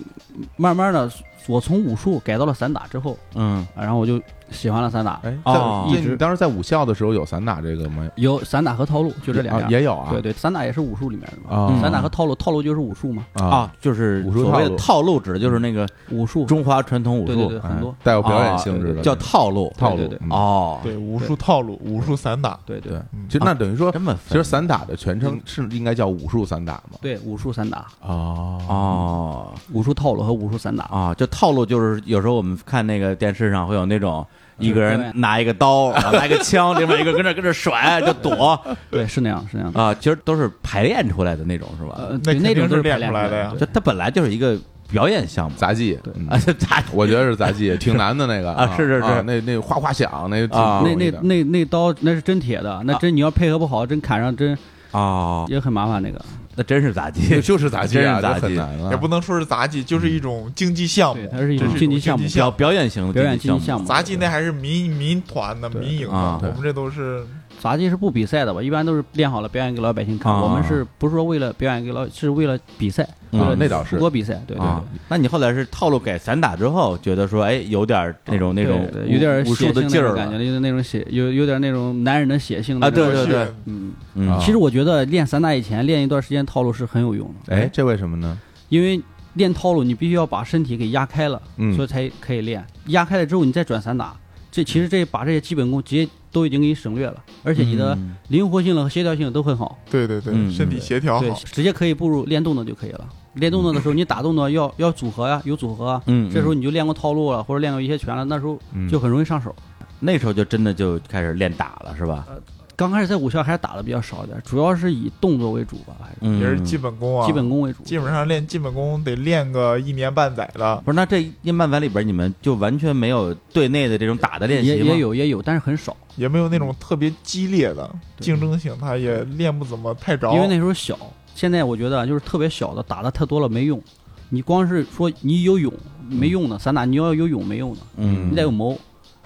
[SPEAKER 4] 慢慢的我从武术改到了散打之后，
[SPEAKER 1] 嗯，
[SPEAKER 4] 啊然后我就喜欢了散打，
[SPEAKER 3] 哎，
[SPEAKER 1] 哦
[SPEAKER 2] 在
[SPEAKER 4] 一
[SPEAKER 2] 对
[SPEAKER 4] 直
[SPEAKER 2] 你当时在武校的时候有散打这个吗？
[SPEAKER 4] 有散打和套路，就这两
[SPEAKER 2] 啊
[SPEAKER 4] 样。
[SPEAKER 2] 也有啊，
[SPEAKER 4] 对对，散打也是武术里面的嘛。
[SPEAKER 2] 啊，
[SPEAKER 1] 嗯
[SPEAKER 4] 散打和套路，套路就是武术嘛，
[SPEAKER 2] 啊，
[SPEAKER 1] 啊，就是
[SPEAKER 2] 武术
[SPEAKER 1] 所谓的
[SPEAKER 2] 套
[SPEAKER 1] 套
[SPEAKER 2] 路
[SPEAKER 1] 路，指的就是那个
[SPEAKER 4] 武术
[SPEAKER 1] 中华传统武术，
[SPEAKER 4] 对对对，
[SPEAKER 2] 哎
[SPEAKER 4] 很多，
[SPEAKER 2] 带有表演性质的
[SPEAKER 1] 啊叫套路，
[SPEAKER 2] 套
[SPEAKER 4] 对
[SPEAKER 2] 路
[SPEAKER 4] 对对
[SPEAKER 2] 嗯
[SPEAKER 1] 哦，
[SPEAKER 3] 对武术套路、武术散打，
[SPEAKER 4] 对对
[SPEAKER 2] 对，其实
[SPEAKER 4] 啊
[SPEAKER 2] 那等于说
[SPEAKER 1] 这，么
[SPEAKER 2] 其实散打的全称是应该叫武术散打嘛？
[SPEAKER 4] 嗯对啊武术散打，
[SPEAKER 2] 哦，
[SPEAKER 1] 哦
[SPEAKER 4] 武术套路和武术散打，
[SPEAKER 1] 啊，这套路就是有时候我们看那个电视上会有那种一个人
[SPEAKER 4] 嗯对
[SPEAKER 1] 拿一个刀，然后拿一个枪，另外一个跟这跟这甩就躲
[SPEAKER 4] 对，是那样是那样的。
[SPEAKER 1] 啊，其实都是排练出来的那种是吧？
[SPEAKER 4] 呃，
[SPEAKER 3] 那
[SPEAKER 4] 对，那
[SPEAKER 3] 肯定
[SPEAKER 4] 种都
[SPEAKER 3] 是
[SPEAKER 4] 是
[SPEAKER 3] 练
[SPEAKER 4] 排练
[SPEAKER 3] 出来的呀
[SPEAKER 4] 对
[SPEAKER 1] 就它本来就是一个表演项
[SPEAKER 2] *laughs*
[SPEAKER 1] 目
[SPEAKER 2] 杂技，
[SPEAKER 4] 对
[SPEAKER 2] 嗯
[SPEAKER 1] 啊，这咋
[SPEAKER 2] 我觉得是杂技，挺难的那个
[SPEAKER 1] 啊是是是
[SPEAKER 2] 啊那那哗哗响，那挺
[SPEAKER 1] 啊
[SPEAKER 2] 不
[SPEAKER 4] 那
[SPEAKER 2] 容易
[SPEAKER 4] 那
[SPEAKER 2] 的
[SPEAKER 4] 那那刀那是真铁的，那真你要配合不好，真砍上真
[SPEAKER 1] 哦，
[SPEAKER 4] 也很麻烦。那个
[SPEAKER 1] 那真是杂
[SPEAKER 2] 就
[SPEAKER 1] 技，
[SPEAKER 2] 就是杂技啊，
[SPEAKER 1] 真
[SPEAKER 2] 就是
[SPEAKER 1] 杂技
[SPEAKER 2] 很难了，
[SPEAKER 3] 也不能说是杂技，就是一种竞技项目
[SPEAKER 4] 对，它是一
[SPEAKER 3] 这
[SPEAKER 4] 种
[SPEAKER 3] 是
[SPEAKER 4] 竞技项目
[SPEAKER 3] 竞技
[SPEAKER 1] 表表演型的
[SPEAKER 4] 表演
[SPEAKER 1] 竞
[SPEAKER 4] 竞
[SPEAKER 1] 技
[SPEAKER 4] 技
[SPEAKER 1] 项
[SPEAKER 4] 项
[SPEAKER 1] 目
[SPEAKER 4] 目，
[SPEAKER 3] 杂技那还是民民团的、民营
[SPEAKER 1] 啊
[SPEAKER 3] 的，我们这都是
[SPEAKER 4] 杂技是不比赛的吧？一般都是练好了表演给老百姓看。
[SPEAKER 1] 啊
[SPEAKER 4] 我们是不是说为了表演给老，是为了比赛，为
[SPEAKER 1] 啊
[SPEAKER 4] 了
[SPEAKER 2] 那倒是
[SPEAKER 4] 出国比赛？对对对
[SPEAKER 1] 啊。那你后来是套路改散打之后，觉得说哎有点儿那种那种
[SPEAKER 4] 对对有点
[SPEAKER 1] 武
[SPEAKER 4] 血
[SPEAKER 1] 术
[SPEAKER 4] 腥
[SPEAKER 1] 的
[SPEAKER 4] 那
[SPEAKER 1] 劲儿
[SPEAKER 4] 种感觉，
[SPEAKER 1] 了
[SPEAKER 4] 有点那种血，有有点那种男人的血性的
[SPEAKER 1] 啊对
[SPEAKER 4] 那种
[SPEAKER 1] 对对
[SPEAKER 3] 是
[SPEAKER 4] 嗯，
[SPEAKER 1] 嗯
[SPEAKER 2] 啊
[SPEAKER 4] 其实我觉得练散打以前练一段时间套路是很有用的，
[SPEAKER 2] 哎，这为什么呢？
[SPEAKER 4] 因为练套路你必须要把身体给压开了，
[SPEAKER 2] 嗯
[SPEAKER 4] 所以才可以练。压开了之后你再转散打，这其实这把这些基本功直接都已经给你省略了，而且你的
[SPEAKER 1] 嗯
[SPEAKER 4] 灵活性了和协调性都很好，
[SPEAKER 3] 对对对，
[SPEAKER 1] 嗯
[SPEAKER 3] 身体协调
[SPEAKER 4] 对，
[SPEAKER 3] 好，
[SPEAKER 4] 直接可以步入练动作就可以了。练动作的时候你打动作要要组合呀、有组合啊。
[SPEAKER 1] 嗯，
[SPEAKER 4] 这时候你就练过套路了，或者练过一些拳了，那时候
[SPEAKER 2] 嗯
[SPEAKER 4] 就很容易上手。
[SPEAKER 1] 那时候就真的就开始练打了是吧？
[SPEAKER 4] 刚开始在武校还是打的比较少一点，主要是以动作为主吧，还是
[SPEAKER 1] 嗯，
[SPEAKER 3] 也是基本功啊，
[SPEAKER 4] 基本功为主。
[SPEAKER 3] 基本上练基本功得练个一年半载的，
[SPEAKER 1] 不是，那这一年半载里边，你们就完全没有对内的这种打的练习
[SPEAKER 4] 也
[SPEAKER 1] 吗？
[SPEAKER 4] 也有也有，但是很少，
[SPEAKER 3] 也没有那种特别激烈的
[SPEAKER 4] 对
[SPEAKER 3] 竞争性，他也练不怎么太着。
[SPEAKER 4] 因为那时候小。现在我觉得啊就是特别小的打的太多了没用，你光是说你有勇没用的，散打你要有勇没用的，
[SPEAKER 1] 嗯，
[SPEAKER 4] 你得有谋，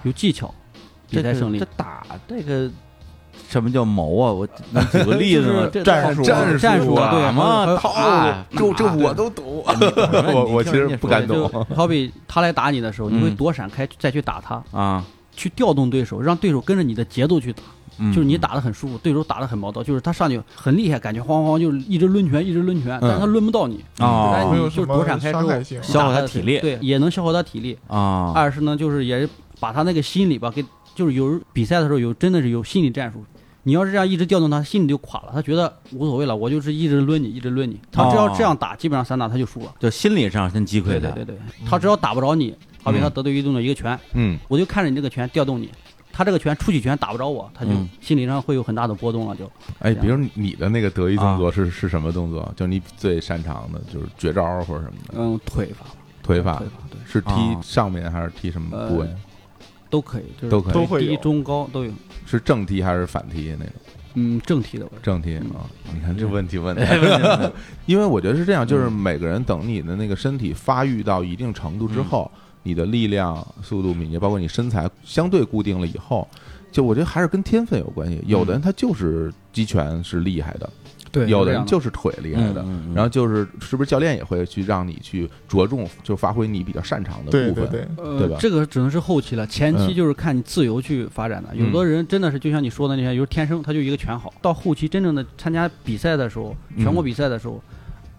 [SPEAKER 4] 有技巧，比
[SPEAKER 1] 这
[SPEAKER 4] 赛
[SPEAKER 1] 个
[SPEAKER 4] 胜利
[SPEAKER 1] 这。打这个什么叫谋啊？我能举个例子吗？
[SPEAKER 4] 就是这
[SPEAKER 3] 战术
[SPEAKER 2] 战术
[SPEAKER 4] 战术
[SPEAKER 2] 啊
[SPEAKER 4] 对，
[SPEAKER 1] 嘛
[SPEAKER 4] 还有
[SPEAKER 1] 套
[SPEAKER 4] 还
[SPEAKER 1] 路
[SPEAKER 2] 这这我都懂，
[SPEAKER 1] 你
[SPEAKER 2] *laughs* 我我
[SPEAKER 1] 听
[SPEAKER 2] 其
[SPEAKER 1] 人
[SPEAKER 2] 实
[SPEAKER 1] 家
[SPEAKER 2] 不
[SPEAKER 1] 说
[SPEAKER 2] 敢
[SPEAKER 4] 有就
[SPEAKER 1] *laughs*
[SPEAKER 2] 懂。
[SPEAKER 4] 好比他来打你的时候，你会
[SPEAKER 1] 嗯
[SPEAKER 4] 躲闪开再去打他，
[SPEAKER 1] 啊，
[SPEAKER 4] 去调动对手，让对手跟着你的节奏去打。
[SPEAKER 1] 嗯
[SPEAKER 4] 就是你打得很舒服，对手打得很毛躁，就是他上去很厉害，感觉晃晃就是一直抡拳，一直抡拳，但是他抡不到你，
[SPEAKER 1] 嗯哦
[SPEAKER 4] 但是
[SPEAKER 3] 没有
[SPEAKER 4] 你
[SPEAKER 3] 什
[SPEAKER 4] 就是
[SPEAKER 3] 么
[SPEAKER 4] 躲
[SPEAKER 3] 伤
[SPEAKER 4] 闪开之后，
[SPEAKER 3] 害性，
[SPEAKER 1] 消耗他体力
[SPEAKER 4] 对，也能消耗他体力。
[SPEAKER 1] 啊
[SPEAKER 4] 二是呢，就是也是把他那个心理吧，给就是有时比赛的时候有真的是有心理战术。你要是这样一直调动他，心里就垮了，他觉得无所谓了，我就是一直抡你，一直抡你。他只
[SPEAKER 1] 哦
[SPEAKER 4] 要这样打，基本上散打他就输了。
[SPEAKER 1] 就心理上先击
[SPEAKER 4] 对
[SPEAKER 1] 溃
[SPEAKER 4] 对
[SPEAKER 1] 他。
[SPEAKER 4] 对对，他只要打不着你，好比他得对运动的一个拳，
[SPEAKER 2] 嗯，
[SPEAKER 4] 我就看着你这个拳调动你，他这个拳出去拳打不着我，他就
[SPEAKER 1] 嗯
[SPEAKER 4] 心理上会有很大的波动了，就。
[SPEAKER 2] 哎，比如你的那个得意
[SPEAKER 1] 啊
[SPEAKER 2] 动作是是什么动作？就你最擅长的，就是绝招或者什么的，
[SPEAKER 4] 嗯，腿法，
[SPEAKER 2] 腿法
[SPEAKER 4] 腿法，对，
[SPEAKER 2] 是踢
[SPEAKER 1] 啊呃
[SPEAKER 2] 上面还是踢什么部位？
[SPEAKER 4] 都可以，就是
[SPEAKER 2] 都可以
[SPEAKER 3] 都会有
[SPEAKER 4] 低中高都有，
[SPEAKER 2] 是正踢还是反踢那种？
[SPEAKER 4] 嗯，正踢的我是
[SPEAKER 2] 正题
[SPEAKER 4] 嗯
[SPEAKER 2] 啊，你看这问题问
[SPEAKER 1] 哎问题问
[SPEAKER 2] 的， *laughs* 因为我觉得是这样，就是每个人等你的那个身体发育到一定程度之后，你的力量、速度、敏捷，包括你身材相对固定了以后，就我觉得还是跟天分有关系。有的人他就是击拳是厉害的，
[SPEAKER 4] 对
[SPEAKER 2] 有的人就是腿厉害的。
[SPEAKER 1] 嗯嗯嗯
[SPEAKER 2] 然后就是，是不是教练也会去让你去着重就发挥你比较擅长的
[SPEAKER 3] 对
[SPEAKER 2] 部
[SPEAKER 3] 对
[SPEAKER 2] 分？
[SPEAKER 3] 对，
[SPEAKER 2] 对
[SPEAKER 4] 呃
[SPEAKER 2] 吧，
[SPEAKER 4] 这个只能是后期了，前
[SPEAKER 2] 嗯
[SPEAKER 4] 期就是看你自由去发展的。有的人真的是就像你说的那些，有时候天生他就一个拳好，嗯到后期真正的参加比赛的时候，
[SPEAKER 2] 嗯
[SPEAKER 4] 全国比赛的时候，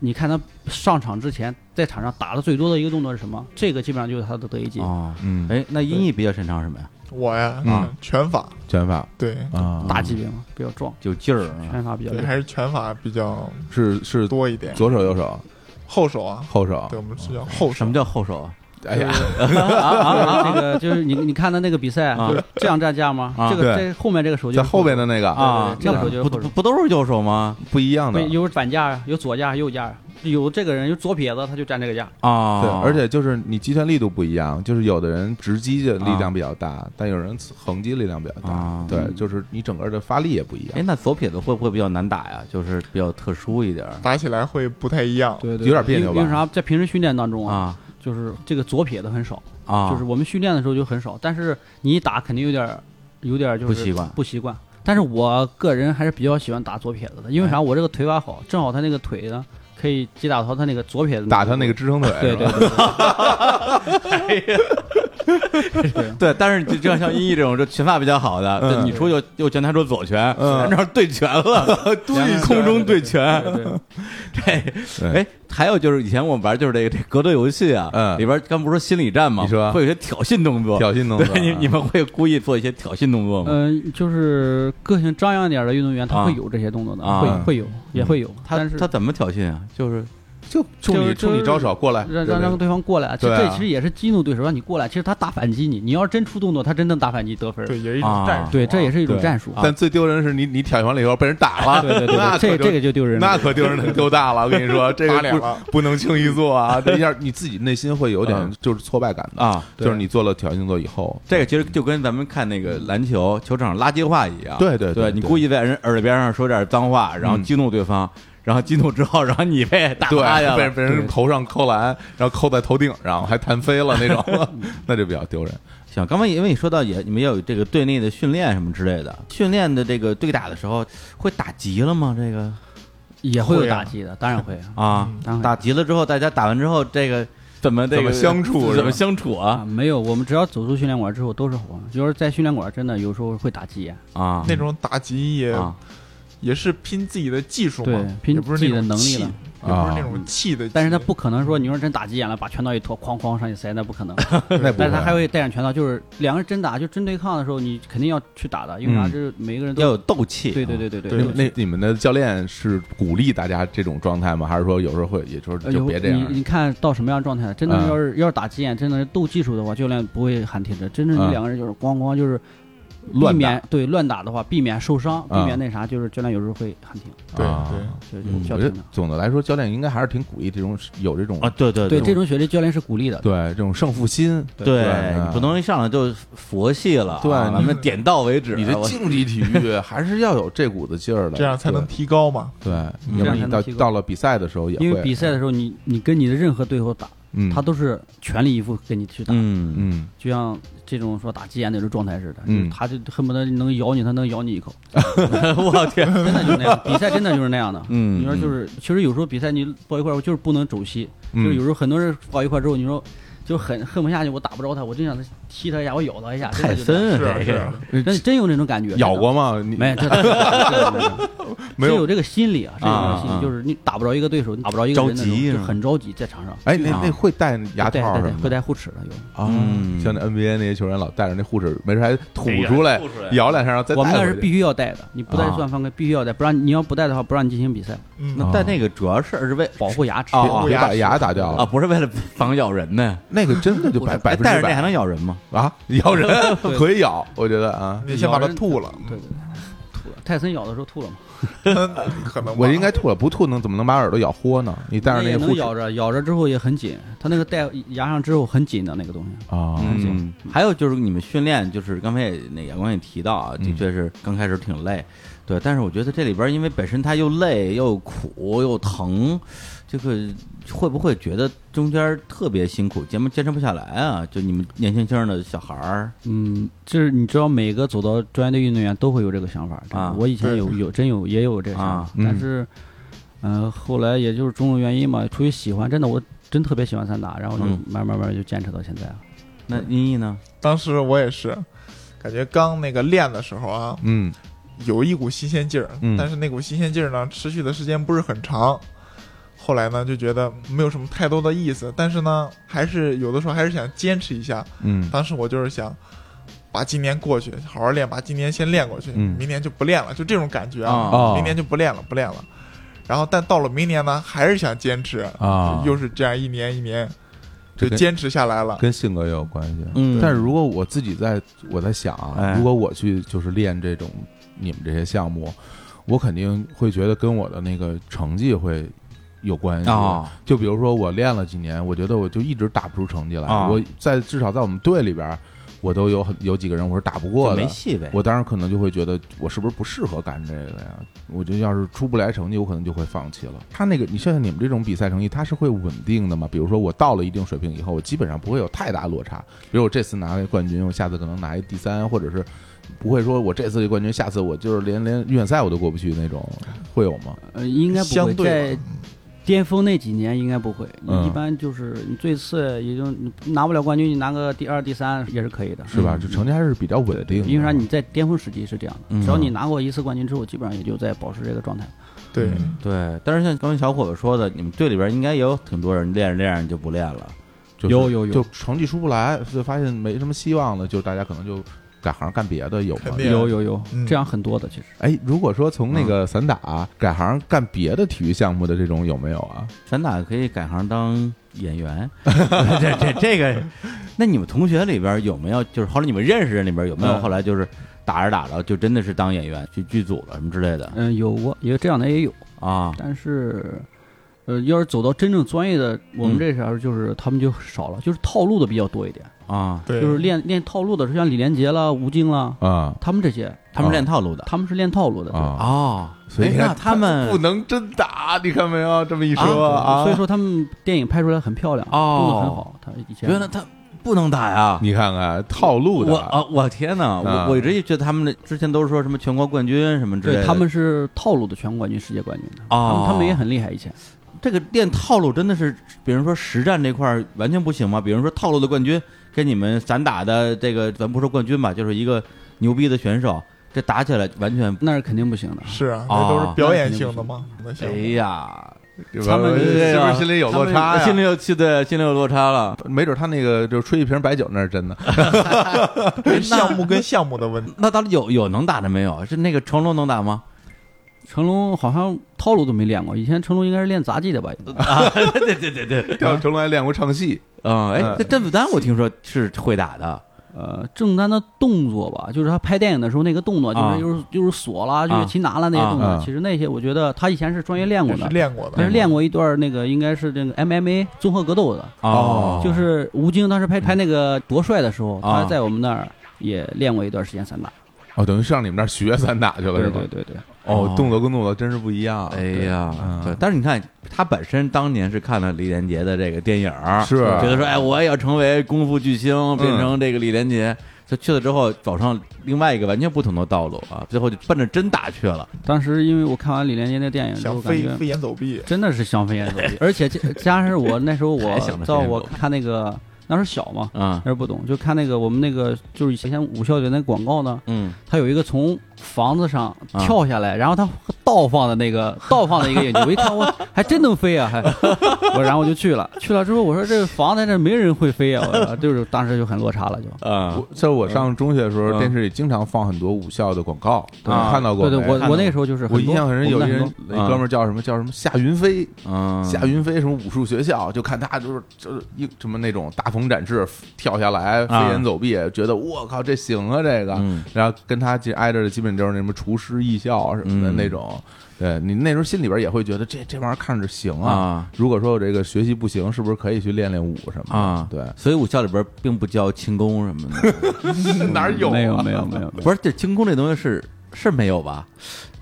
[SPEAKER 4] 你看他上场之前在场上打的最多的一个动作是什么？这个基本上就是他的得意技，
[SPEAKER 1] 哦，
[SPEAKER 2] 嗯，
[SPEAKER 1] 哎，那音译比较擅长什么呀？
[SPEAKER 3] 我呀
[SPEAKER 4] 啊
[SPEAKER 2] 嗯，
[SPEAKER 3] 拳法
[SPEAKER 2] 拳法
[SPEAKER 3] 对
[SPEAKER 2] 啊，
[SPEAKER 4] 大级别嘛，比较壮，
[SPEAKER 1] 有劲儿啊
[SPEAKER 4] 拳法比较
[SPEAKER 3] 对，
[SPEAKER 4] 厉
[SPEAKER 3] 还
[SPEAKER 4] 害。
[SPEAKER 3] 是拳法比较
[SPEAKER 2] 是是
[SPEAKER 3] 多一点，
[SPEAKER 2] 左手右手
[SPEAKER 3] 后手啊，
[SPEAKER 2] 后手
[SPEAKER 3] 对，，我们是叫后
[SPEAKER 1] 什
[SPEAKER 3] 手
[SPEAKER 1] 么，叫后手啊？
[SPEAKER 2] 哎呀， *laughs*
[SPEAKER 4] 啊，这个就是你你看他那个比赛
[SPEAKER 1] 啊，
[SPEAKER 4] 就是这样站架吗？
[SPEAKER 1] 啊
[SPEAKER 4] 这个
[SPEAKER 2] 对
[SPEAKER 4] 在后面这个手就
[SPEAKER 2] 在
[SPEAKER 4] 是
[SPEAKER 2] 后边的那个
[SPEAKER 1] 啊，
[SPEAKER 4] 对对对这个
[SPEAKER 1] 那
[SPEAKER 4] 时候就是
[SPEAKER 1] 不
[SPEAKER 4] 后手
[SPEAKER 1] 不不都是右手吗？
[SPEAKER 2] 不一样的
[SPEAKER 4] 会，有反架呀，有左架，右架，有这个人有左撇子，他就站这个架。
[SPEAKER 1] 啊，
[SPEAKER 2] 对，而且就是你击拳力度不一样，就是有的人直击的力量比较大，但有人横击力量比较大。
[SPEAKER 1] 啊
[SPEAKER 2] 对，就是你整个的发力也不一
[SPEAKER 1] 哎，
[SPEAKER 2] 样，
[SPEAKER 1] 那左撇子会不会比较难打呀？就是比较特殊一点儿
[SPEAKER 3] 打起来会不太一样。
[SPEAKER 4] 对
[SPEAKER 2] 对有点别扭吧
[SPEAKER 4] 因为因为啥？在平时训练当中啊，
[SPEAKER 1] 啊
[SPEAKER 4] 就是这个左撇子很少，
[SPEAKER 1] 啊，
[SPEAKER 4] 就是我们训练的时候就很少，但是你一打肯定有点儿，有点儿就是
[SPEAKER 1] 不习惯
[SPEAKER 4] 不习惯。
[SPEAKER 2] 哎
[SPEAKER 4] 但是我个人还是比较喜欢打左撇子的，因为啥？我这个腿法好，正好他那个腿呢，可以击打到他那个左撇子，
[SPEAKER 2] 打他那个支撑腿，
[SPEAKER 4] 对对
[SPEAKER 2] 是吧
[SPEAKER 4] 对对对，
[SPEAKER 1] *laughs* 对，但是就就像音译这种，就拳法比较好的，
[SPEAKER 3] 嗯
[SPEAKER 1] 就你出右右拳，他出左拳，
[SPEAKER 3] 嗯
[SPEAKER 1] 咱这儿对拳 *laughs* 了，嗯对空中对拳， *laughs* 这哎，还有就是以前我们玩就是这个这格斗游戏啊，
[SPEAKER 2] 嗯
[SPEAKER 1] 里边刚不是说心理战嘛，
[SPEAKER 2] 你说
[SPEAKER 1] 会有些挑衅动作，嗯
[SPEAKER 2] *laughs* 挑衅动作
[SPEAKER 1] 对你
[SPEAKER 2] 啊
[SPEAKER 1] 你们会故意做一些挑衅动作吗？
[SPEAKER 4] 嗯、就是个性张扬一点的运动员，
[SPEAKER 1] 啊
[SPEAKER 4] 他会有这些动作的，
[SPEAKER 1] 啊
[SPEAKER 4] 会会有
[SPEAKER 2] 嗯
[SPEAKER 4] 也会有，但是
[SPEAKER 1] 他怎么挑衅啊？就是
[SPEAKER 2] 就冲你
[SPEAKER 4] 就
[SPEAKER 2] 冲你
[SPEAKER 4] 就
[SPEAKER 2] 招手过来，
[SPEAKER 4] 让
[SPEAKER 2] 就
[SPEAKER 4] 让
[SPEAKER 2] 那
[SPEAKER 4] 让
[SPEAKER 2] 个
[SPEAKER 4] 对方过来，这
[SPEAKER 2] 对啊
[SPEAKER 4] 这其实也是激怒对手，让你过来。其实他打反击你，你要是真出动作，他真能打反击得分。
[SPEAKER 3] 对，也是一
[SPEAKER 1] 啊
[SPEAKER 3] 种战术啊，
[SPEAKER 4] 对这也是一种
[SPEAKER 2] 对
[SPEAKER 4] 战术。
[SPEAKER 2] 但最丢人的是你你挑完了以后被人打了，
[SPEAKER 4] 对对对
[SPEAKER 2] 那可
[SPEAKER 4] 对，
[SPEAKER 2] 就
[SPEAKER 4] 这这个就丢人
[SPEAKER 2] 那
[SPEAKER 4] 了。
[SPEAKER 2] 可丢人丢大了，我跟你
[SPEAKER 4] *laughs*
[SPEAKER 2] 说，这
[SPEAKER 3] 打脸
[SPEAKER 2] 个
[SPEAKER 3] 了
[SPEAKER 2] 不不能轻易做 *laughs* 啊！这一下你自己内心会有点
[SPEAKER 1] 嗯
[SPEAKER 2] 就是挫败感的，
[SPEAKER 1] 啊，
[SPEAKER 2] 就是你做了挑衅作以后，
[SPEAKER 1] 这个其实就跟咱们看那个篮球球场垃圾话一样，
[SPEAKER 2] 对对
[SPEAKER 1] 对
[SPEAKER 2] 对
[SPEAKER 1] 你
[SPEAKER 2] 对
[SPEAKER 1] 故意在人耳朵边上说点脏话，然后
[SPEAKER 2] 嗯
[SPEAKER 1] 激怒对方，然后激怒之 *laughs* 后，然后你被打
[SPEAKER 2] 对
[SPEAKER 1] 趴下，
[SPEAKER 2] 被
[SPEAKER 1] 了。
[SPEAKER 2] 被人头上扣篮，然后扣在头顶，然后还弹飞了那
[SPEAKER 4] *laughs*
[SPEAKER 2] 种， *laughs* 那就比较丢人。
[SPEAKER 1] 行，刚才因为你说到也你们要有这个队内的训练什么之类的，训练的这个对打的时候会打急了吗？这个
[SPEAKER 4] 也会有
[SPEAKER 3] 会啊
[SPEAKER 4] 打击的，当然会啊
[SPEAKER 1] 啊，
[SPEAKER 4] 当然会
[SPEAKER 1] 打急了之后，大家打完之后，这个怎么这个
[SPEAKER 2] 怎么相处是吧
[SPEAKER 1] 怎么相处
[SPEAKER 4] 啊。
[SPEAKER 1] 啊
[SPEAKER 4] 没有，我们只要走出训练馆之后都是好玩。就是在训练馆真的有时候会打急眼，
[SPEAKER 1] 啊
[SPEAKER 3] 那种打击也
[SPEAKER 1] 啊
[SPEAKER 3] 也是拼自己的技术
[SPEAKER 4] 对
[SPEAKER 3] 嘛，
[SPEAKER 4] 拼
[SPEAKER 3] 也不是那种
[SPEAKER 4] 自己
[SPEAKER 3] 气
[SPEAKER 4] 的
[SPEAKER 3] 也
[SPEAKER 4] 能力
[SPEAKER 3] 不是那
[SPEAKER 2] 啊
[SPEAKER 3] 种气的气，
[SPEAKER 4] 但是他不可能说你说真打急眼了，把拳套一脱，哐哐上去塞，那不可能。
[SPEAKER 2] *laughs* 那不
[SPEAKER 4] 但是他
[SPEAKER 2] 会
[SPEAKER 4] 还会带上拳套，就是两个人真打，就真对抗的时候，你肯定要去打的，因为啥？
[SPEAKER 1] 嗯
[SPEAKER 4] 就是每个人都
[SPEAKER 1] 要有斗气，
[SPEAKER 4] 对对对对
[SPEAKER 2] 嗯对，那你们的教练是鼓励大家这种状态吗？还是说有时候会，也就是
[SPEAKER 4] 呃
[SPEAKER 2] 就
[SPEAKER 4] 有
[SPEAKER 2] 别这样
[SPEAKER 4] 你你看到什么样的状态？真的
[SPEAKER 2] 嗯
[SPEAKER 4] 要是、要是打急眼，真的是斗技术的话，教练不会喊停止。真正
[SPEAKER 2] 嗯
[SPEAKER 4] 你两个人就是咣咣就是避
[SPEAKER 2] 乱打
[SPEAKER 4] 免对乱打的话，避免受伤，避
[SPEAKER 2] 嗯
[SPEAKER 4] 免那啥，就是教练有时候会喊停，
[SPEAKER 3] 对
[SPEAKER 2] 啊
[SPEAKER 3] 对
[SPEAKER 4] 就
[SPEAKER 1] 嗯
[SPEAKER 4] 就需
[SPEAKER 2] 我
[SPEAKER 4] 要
[SPEAKER 2] 觉
[SPEAKER 4] 停
[SPEAKER 2] 得
[SPEAKER 4] 的。
[SPEAKER 2] 总的来说，教练应该还是挺鼓励这种有这种
[SPEAKER 1] 啊，对对
[SPEAKER 4] 对这种学历，教练是鼓励的。
[SPEAKER 2] 对这种胜负心，
[SPEAKER 1] 对
[SPEAKER 2] 对
[SPEAKER 1] 你不能一上来就佛系了啊，
[SPEAKER 2] 对
[SPEAKER 1] 咱
[SPEAKER 2] 你
[SPEAKER 1] 们点到为止。
[SPEAKER 4] 啊
[SPEAKER 1] 啊
[SPEAKER 2] 你的
[SPEAKER 1] 我
[SPEAKER 2] 竞技体
[SPEAKER 4] *laughs*
[SPEAKER 2] 育还是要有这股子劲儿的，
[SPEAKER 3] 这样才能提高嘛。
[SPEAKER 2] 对，
[SPEAKER 1] 嗯
[SPEAKER 2] 要不
[SPEAKER 4] 这
[SPEAKER 2] 然
[SPEAKER 4] 样才
[SPEAKER 2] 你
[SPEAKER 4] 能
[SPEAKER 2] 到
[SPEAKER 4] 提高
[SPEAKER 2] 到了比赛的时候也会，
[SPEAKER 4] 因为比赛的时候，你你跟你的任何对手打，
[SPEAKER 2] 嗯，
[SPEAKER 4] 他都是全力以赴跟你去打，
[SPEAKER 1] 嗯
[SPEAKER 2] 嗯，
[SPEAKER 4] 就像这种说打急眼那种状态似的，
[SPEAKER 2] 嗯
[SPEAKER 4] 就是他就恨不得能咬你，他能咬你
[SPEAKER 2] *laughs*
[SPEAKER 4] 一口，
[SPEAKER 1] 嗯，我天，
[SPEAKER 4] 真的就是那样。比赛真的就是那样的。
[SPEAKER 1] 嗯
[SPEAKER 4] 你说就是，其实有时候比赛你抱一块儿，我就是不能肘膝，
[SPEAKER 2] 嗯
[SPEAKER 4] 就是有时候很多人抱一块儿之后，你说就很恨不下去，我打不着他，我真想踢他一下，我咬他一下，
[SPEAKER 1] 泰
[SPEAKER 4] 真的
[SPEAKER 1] 森
[SPEAKER 3] 是啊
[SPEAKER 1] 这
[SPEAKER 3] 是
[SPEAKER 1] 个
[SPEAKER 3] 啊，
[SPEAKER 4] 就这样真真有那种感觉。
[SPEAKER 2] 嗯咬过吗？你
[SPEAKER 4] 真的？没，这这没有
[SPEAKER 2] *laughs* 没
[SPEAKER 4] 这
[SPEAKER 2] 有
[SPEAKER 4] 有这个心理啊，这有这个心
[SPEAKER 1] 啊啊
[SPEAKER 4] 理，就是你打不着一个对手，你打不着一个人的时
[SPEAKER 1] 着
[SPEAKER 4] 候，
[SPEAKER 1] 急是
[SPEAKER 4] 就
[SPEAKER 1] 吗
[SPEAKER 4] 很着急在场上。
[SPEAKER 2] 哎，那
[SPEAKER 1] 啊
[SPEAKER 2] 那会戴牙
[SPEAKER 4] 对
[SPEAKER 2] 套
[SPEAKER 4] 对
[SPEAKER 2] 什
[SPEAKER 4] 对，
[SPEAKER 2] 么的
[SPEAKER 4] 会戴护齿的有。
[SPEAKER 2] 啊
[SPEAKER 1] 嗯
[SPEAKER 2] 像那 NBA 那些球员老戴着那护齿，没事还吐
[SPEAKER 1] 哎呀
[SPEAKER 2] 出来
[SPEAKER 1] 吐出来，
[SPEAKER 2] 咬两下，然后再
[SPEAKER 4] 我们
[SPEAKER 2] 戴
[SPEAKER 4] 那是
[SPEAKER 2] 回去
[SPEAKER 4] 必须要戴的，你不戴
[SPEAKER 1] 啊
[SPEAKER 4] 算犯规，必须要戴，不然你要不戴的话，不让你进行比赛，
[SPEAKER 3] 嗯，
[SPEAKER 1] 那但那个主要是是为
[SPEAKER 4] 保护牙齿。
[SPEAKER 1] 哦
[SPEAKER 2] 别把
[SPEAKER 3] 牙齿
[SPEAKER 2] 牙打掉
[SPEAKER 1] 啊，
[SPEAKER 2] 了，
[SPEAKER 1] 不是为了防咬人呢。
[SPEAKER 2] 那个真的就百百
[SPEAKER 1] 哎
[SPEAKER 2] 分
[SPEAKER 1] 戴
[SPEAKER 2] 之
[SPEAKER 1] 着那还
[SPEAKER 2] 百
[SPEAKER 1] 能咬人吗？
[SPEAKER 2] 啊， *laughs* 咬人
[SPEAKER 4] 对
[SPEAKER 2] 可以咬，我觉得
[SPEAKER 1] *laughs*
[SPEAKER 2] 啊，
[SPEAKER 3] 你先把它
[SPEAKER 4] 咬人
[SPEAKER 3] 吐了，
[SPEAKER 4] 对对对，吐了。泰森咬的时候吐了嘛？
[SPEAKER 3] *laughs* 可能吧
[SPEAKER 2] 我应该吐了，不吐能怎么能把耳朵咬豁呢？你戴上那
[SPEAKER 4] 那也
[SPEAKER 2] 个护
[SPEAKER 4] 能
[SPEAKER 2] 齿
[SPEAKER 4] 咬着，咬着之后也很紧，它那个带牙上之后很紧的那个东西。
[SPEAKER 2] 啊，
[SPEAKER 1] 嗯，还有就是你们训练，就是刚才也那个阳光也提到啊，的
[SPEAKER 2] 嗯
[SPEAKER 1] 确是刚开始挺累，对，但是我觉得这里边因为本身它又累又苦又疼，这个会不会觉得中间特别辛苦，坚不坚持不下来啊？就你们年轻轻的小孩儿，
[SPEAKER 4] 嗯，就是你知道，每个走到专业的运动员都会有这个想法。
[SPEAKER 1] 啊
[SPEAKER 4] 我以前有有真有也有这个想法，
[SPEAKER 1] 啊
[SPEAKER 2] 嗯
[SPEAKER 4] 但是，呃，后来也就是种种原因嘛，出于喜欢，真的我真特别喜欢散打，然后就
[SPEAKER 1] 嗯
[SPEAKER 4] 慢慢慢就坚持到现在了。
[SPEAKER 1] 那音译呢？
[SPEAKER 3] 当时我也是，感觉刚那个练的时候啊，
[SPEAKER 2] 嗯
[SPEAKER 3] 有一股新鲜劲儿，
[SPEAKER 2] 嗯
[SPEAKER 3] 但是那股新鲜劲儿呢，持续的时间不是很长。后来呢，就觉得没有什么太多的意思，但是呢，还是有的时候还是想坚持一下。
[SPEAKER 2] 嗯
[SPEAKER 3] 当时我就是想，把今年过去，好好练，把今年先练过去，
[SPEAKER 2] 嗯
[SPEAKER 3] 明年就不练了，就这种感觉啊，
[SPEAKER 1] 啊
[SPEAKER 3] 明年就不练了，不练了。然后，但到了明年呢，还是想坚持，
[SPEAKER 2] 啊，
[SPEAKER 3] 又是这样一年一年，
[SPEAKER 2] 这
[SPEAKER 3] 就
[SPEAKER 2] 跟
[SPEAKER 3] 坚持下来了。
[SPEAKER 2] 跟性格也有关系。
[SPEAKER 1] 嗯
[SPEAKER 2] 但是如果我自己在我在想啊
[SPEAKER 1] 哎，
[SPEAKER 2] 如果我去就是练这种你们这些项目，我肯定会觉得跟我的那个成绩会有关系。
[SPEAKER 1] 啊
[SPEAKER 2] 就比如说我练了几年，我觉得我就一直打不出成绩来。
[SPEAKER 1] 啊
[SPEAKER 2] 我在至少在我们队里边，我都有很有几个人我是打不过
[SPEAKER 1] 就
[SPEAKER 2] 的
[SPEAKER 1] 没。戏呗。
[SPEAKER 2] 我当时可能就会觉得我是不是不适合干这个呀？我就要是出不来成绩，我可能就会放弃了。他那个，你像你们这种比赛成绩，它是会稳定的嘛？比如说我到了一定水平以后，我基本上不会有太大落差。比如我这次拿了冠军，我下次可能拿一第三，或者是不会说我这次的冠军，下次我就是连连预选赛我都过不去那种，会有吗？
[SPEAKER 4] 呃，应该不
[SPEAKER 3] 相
[SPEAKER 4] 会
[SPEAKER 3] 对
[SPEAKER 4] 在
[SPEAKER 3] 吧
[SPEAKER 4] 巅峰那几年应该不会，
[SPEAKER 1] 嗯
[SPEAKER 4] 你一般就是你最次也就你拿不了冠军，你拿个第二、第三也是可以的，
[SPEAKER 2] 是吧？就成绩还是比较稳定的。
[SPEAKER 4] 因为啥？你在巅峰时期是这样的，
[SPEAKER 1] 嗯
[SPEAKER 4] 只要你拿过一次冠军之后，基本上也就在保持这个状态。
[SPEAKER 3] 对，
[SPEAKER 2] 嗯
[SPEAKER 1] 对，但是像刚才小伙子说的，你们队里边应该也有挺多人练着练着就不练了。
[SPEAKER 2] 就是
[SPEAKER 4] 有有有
[SPEAKER 2] 就成绩出不来，就发现没什么希望了，就大家可能就改行干别的，有吗
[SPEAKER 3] 肯？定对
[SPEAKER 4] 有有有
[SPEAKER 3] 嗯，
[SPEAKER 4] 这样很多的其实。
[SPEAKER 2] 哎，如果说从那个散打、改行干别的体育项目的这种有没有啊？
[SPEAKER 1] 散打可以改行当演 *laughs* 员，这这这个，那你们同学里边有没有就是后来你们认识人里边有没有
[SPEAKER 2] 嗯
[SPEAKER 1] 后来就是打着打着就真的是当演员去剧组了什么之类的
[SPEAKER 4] 嗯，有过，也这样的也有，
[SPEAKER 1] 啊？
[SPEAKER 4] 但是，呃，要是走到真正专业的，我
[SPEAKER 1] 嗯
[SPEAKER 4] 们这时候就是、他们就少了，就是套路的比较多一点，
[SPEAKER 1] 啊，
[SPEAKER 3] 对，
[SPEAKER 4] 就是练练套路的，是像李连杰啦、吴京啦，
[SPEAKER 2] 啊、
[SPEAKER 4] 他们这些，
[SPEAKER 1] 他们练套路的
[SPEAKER 4] 他们是练套路的。
[SPEAKER 2] 啊、
[SPEAKER 1] 哦，
[SPEAKER 2] 所以
[SPEAKER 1] 哎
[SPEAKER 2] 你看
[SPEAKER 1] 那他们
[SPEAKER 2] 不能真打，你看没有？这么一说
[SPEAKER 4] 对
[SPEAKER 2] 啊，
[SPEAKER 4] 所以说他们电影拍出来很漂亮，
[SPEAKER 1] 呃哦
[SPEAKER 4] 动作很好。他以前
[SPEAKER 1] 原来他不能打呀。
[SPEAKER 2] 你看看套路的
[SPEAKER 1] 我啊，我天哪！
[SPEAKER 2] 啊
[SPEAKER 1] 我我一直觉得他们的之前都是说什么全国冠军什么之类
[SPEAKER 4] 对
[SPEAKER 1] 的，
[SPEAKER 4] 他们是套路的全国冠军、世界冠军的，他
[SPEAKER 1] 哦
[SPEAKER 4] 们，他们也很厉害。以前
[SPEAKER 1] 这个练套路真的是，比如说实战这块儿完全不行吗？比如说套路的冠军跟你们散打的这个，咱不说冠军吧，就是一个牛逼的选手，这打起来完全，
[SPEAKER 4] 那是肯定不行的。
[SPEAKER 3] 是啊，
[SPEAKER 1] 啊
[SPEAKER 3] 那都是表演性的嘛，那
[SPEAKER 1] 哎
[SPEAKER 3] 行，
[SPEAKER 1] 呀，
[SPEAKER 2] 是哎
[SPEAKER 1] 他们这
[SPEAKER 2] 是不
[SPEAKER 1] 个
[SPEAKER 2] 是心里有落差呀？
[SPEAKER 1] 心里有去对，心里有落差了。
[SPEAKER 2] 没准他那个就吹一瓶白酒那是真的，
[SPEAKER 4] 哎
[SPEAKER 3] 跟项目跟项目的问题，
[SPEAKER 1] 哎那到底有有能打的没有？是那个成龙能打吗？
[SPEAKER 4] 成龙好像套路都没练过，以前成龙应该是练杂技的吧？
[SPEAKER 1] 啊，对对对对， *laughs*
[SPEAKER 3] 啊
[SPEAKER 2] 叫成龙还练过唱戏，
[SPEAKER 1] 嗯，哎
[SPEAKER 2] 嗯，
[SPEAKER 1] 这甄子丹我听说是会打的，
[SPEAKER 4] 呃，郑丹的动作吧，就是他拍电影的时候那个动作，就
[SPEAKER 1] 啊
[SPEAKER 4] 是就是就是锁啦，就
[SPEAKER 1] 啊
[SPEAKER 4] 是擒拿啦那些动
[SPEAKER 2] 啊啊
[SPEAKER 4] 作。其实那些我觉得他以前是专业练过
[SPEAKER 3] 是
[SPEAKER 4] 的，
[SPEAKER 3] 练过
[SPEAKER 4] 他是
[SPEAKER 3] 的，
[SPEAKER 4] 练过一段那个应该是这个 MMA 综合格斗的。
[SPEAKER 2] 哦
[SPEAKER 4] 就是吴京当时拍拍那个《夺帅》的时候，
[SPEAKER 1] 嗯啊
[SPEAKER 4] 他在我们那儿也练过一段时间散打。
[SPEAKER 2] 哦，等于上你们那儿学散打去了是吧？
[SPEAKER 4] 对对，
[SPEAKER 2] 哦，动作跟动作真是不一样。
[SPEAKER 1] 哎呀，对
[SPEAKER 2] 啊嗯，
[SPEAKER 1] 但是你看，他本身当年是看了李连杰的这个电影儿，
[SPEAKER 2] 是嗯
[SPEAKER 1] 觉得说，哎，我也要成为功夫巨星，变成这个李连杰。他去了之后，走上另外一个完全不同的道路啊，最后就奔着真打去了。
[SPEAKER 4] 当时因为我看完李连杰那电影之
[SPEAKER 3] 想
[SPEAKER 4] 后，感
[SPEAKER 3] 飞
[SPEAKER 4] 觉
[SPEAKER 3] 飞檐走壁，
[SPEAKER 4] 真的是想飞
[SPEAKER 3] *laughs*
[SPEAKER 4] 檐走壁，而且加加上我那时候
[SPEAKER 1] 还
[SPEAKER 4] 我
[SPEAKER 1] 想着
[SPEAKER 4] 到
[SPEAKER 1] 飞檐
[SPEAKER 4] 我
[SPEAKER 1] 走壁
[SPEAKER 4] 看那个那时候小嘛，
[SPEAKER 2] *laughs*
[SPEAKER 1] 嗯
[SPEAKER 4] 那时候不懂，就看那个我们那个就是以前武校的那广告呢，
[SPEAKER 1] 嗯，
[SPEAKER 4] 他有一个从房子上
[SPEAKER 2] 啊
[SPEAKER 4] 跳下来，然后他倒放的那个倒放的一个眼睛，我一看我还真能飞啊，还我然后我就去了，去了之后我说这个房子在这没人会飞啊，我就是当时就很落差了
[SPEAKER 2] *laughs*
[SPEAKER 4] 就。
[SPEAKER 1] 啊
[SPEAKER 2] 我在我上中学的时
[SPEAKER 1] 嗯
[SPEAKER 2] 候，电视里经常放很多武校的广告，
[SPEAKER 1] 对
[SPEAKER 2] 你看到过
[SPEAKER 4] 对
[SPEAKER 2] 没？
[SPEAKER 4] 对，我我那个时候就是
[SPEAKER 2] 我
[SPEAKER 4] 很多
[SPEAKER 2] 印象很深，有
[SPEAKER 4] 我
[SPEAKER 2] 一
[SPEAKER 4] 们
[SPEAKER 2] 人
[SPEAKER 4] 那很多
[SPEAKER 2] 那哥们儿叫什么叫什么夏云飞，
[SPEAKER 1] 嗯，
[SPEAKER 2] 夏云飞什么武术学校，就看他就是就是一什么那种大鹏展翅跳下来飞
[SPEAKER 1] 啊
[SPEAKER 2] 檐走壁，觉得我靠这行啊这个，
[SPEAKER 1] 嗯
[SPEAKER 2] 然后跟他这挨着的基本就是那什么厨师艺校啊什么的
[SPEAKER 1] 嗯
[SPEAKER 2] 那种。对你那时候心里边也会觉得这这玩意儿看着行啊。
[SPEAKER 1] 啊
[SPEAKER 2] 如果说我这个学习不行，是不是可以去练练武什么的？
[SPEAKER 1] 啊， *laughs*
[SPEAKER 2] 对，
[SPEAKER 1] 所以武校里边并不教轻功什么
[SPEAKER 2] *laughs*
[SPEAKER 1] 的，
[SPEAKER 2] 哪有啊
[SPEAKER 4] 没有啊没有没有，
[SPEAKER 1] 不是这轻功这东西是是没有吧？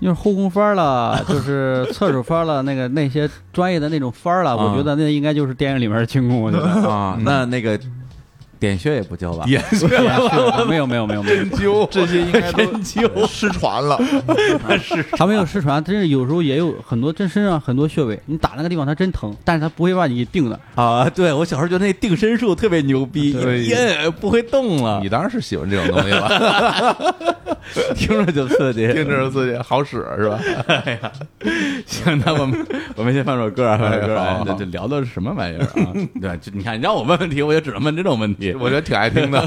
[SPEAKER 4] 就是后空翻儿了，就是侧手翻儿了，那个那些专业的那种翻儿了，
[SPEAKER 1] 啊
[SPEAKER 4] 我觉得那应该就是电影里面的轻功，我觉得。
[SPEAKER 2] *laughs* 嗯
[SPEAKER 1] 啊，那那个点穴也不教吧？
[SPEAKER 2] 也是
[SPEAKER 4] 没有没有没有没有，
[SPEAKER 2] 究这些应该
[SPEAKER 3] 真就 *laughs* 失传了，
[SPEAKER 4] 他没有失传，真是有时候也有很多，真身上很多穴位，你打那个地方它真疼，但是它不会把你给定的。
[SPEAKER 1] *laughs* 啊，对我小时候觉得那定身术特别牛逼，
[SPEAKER 2] 对
[SPEAKER 1] 一摁不会动了
[SPEAKER 2] 你，当然是喜欢这种东西了，
[SPEAKER 1] *laughs* 听着就刺激。
[SPEAKER 2] 听着自己好使是吧？
[SPEAKER 1] 行，那我
[SPEAKER 2] *laughs*
[SPEAKER 1] 们我们先放首歌啊，放首歌
[SPEAKER 2] 哎好
[SPEAKER 1] 啊
[SPEAKER 2] 好，
[SPEAKER 1] 这这聊的是什么玩意儿 *laughs*
[SPEAKER 2] *laughs*
[SPEAKER 1] 啊？对，就你看，你让我问问题，我就只能问这种问题。
[SPEAKER 2] 我觉得挺爱听的。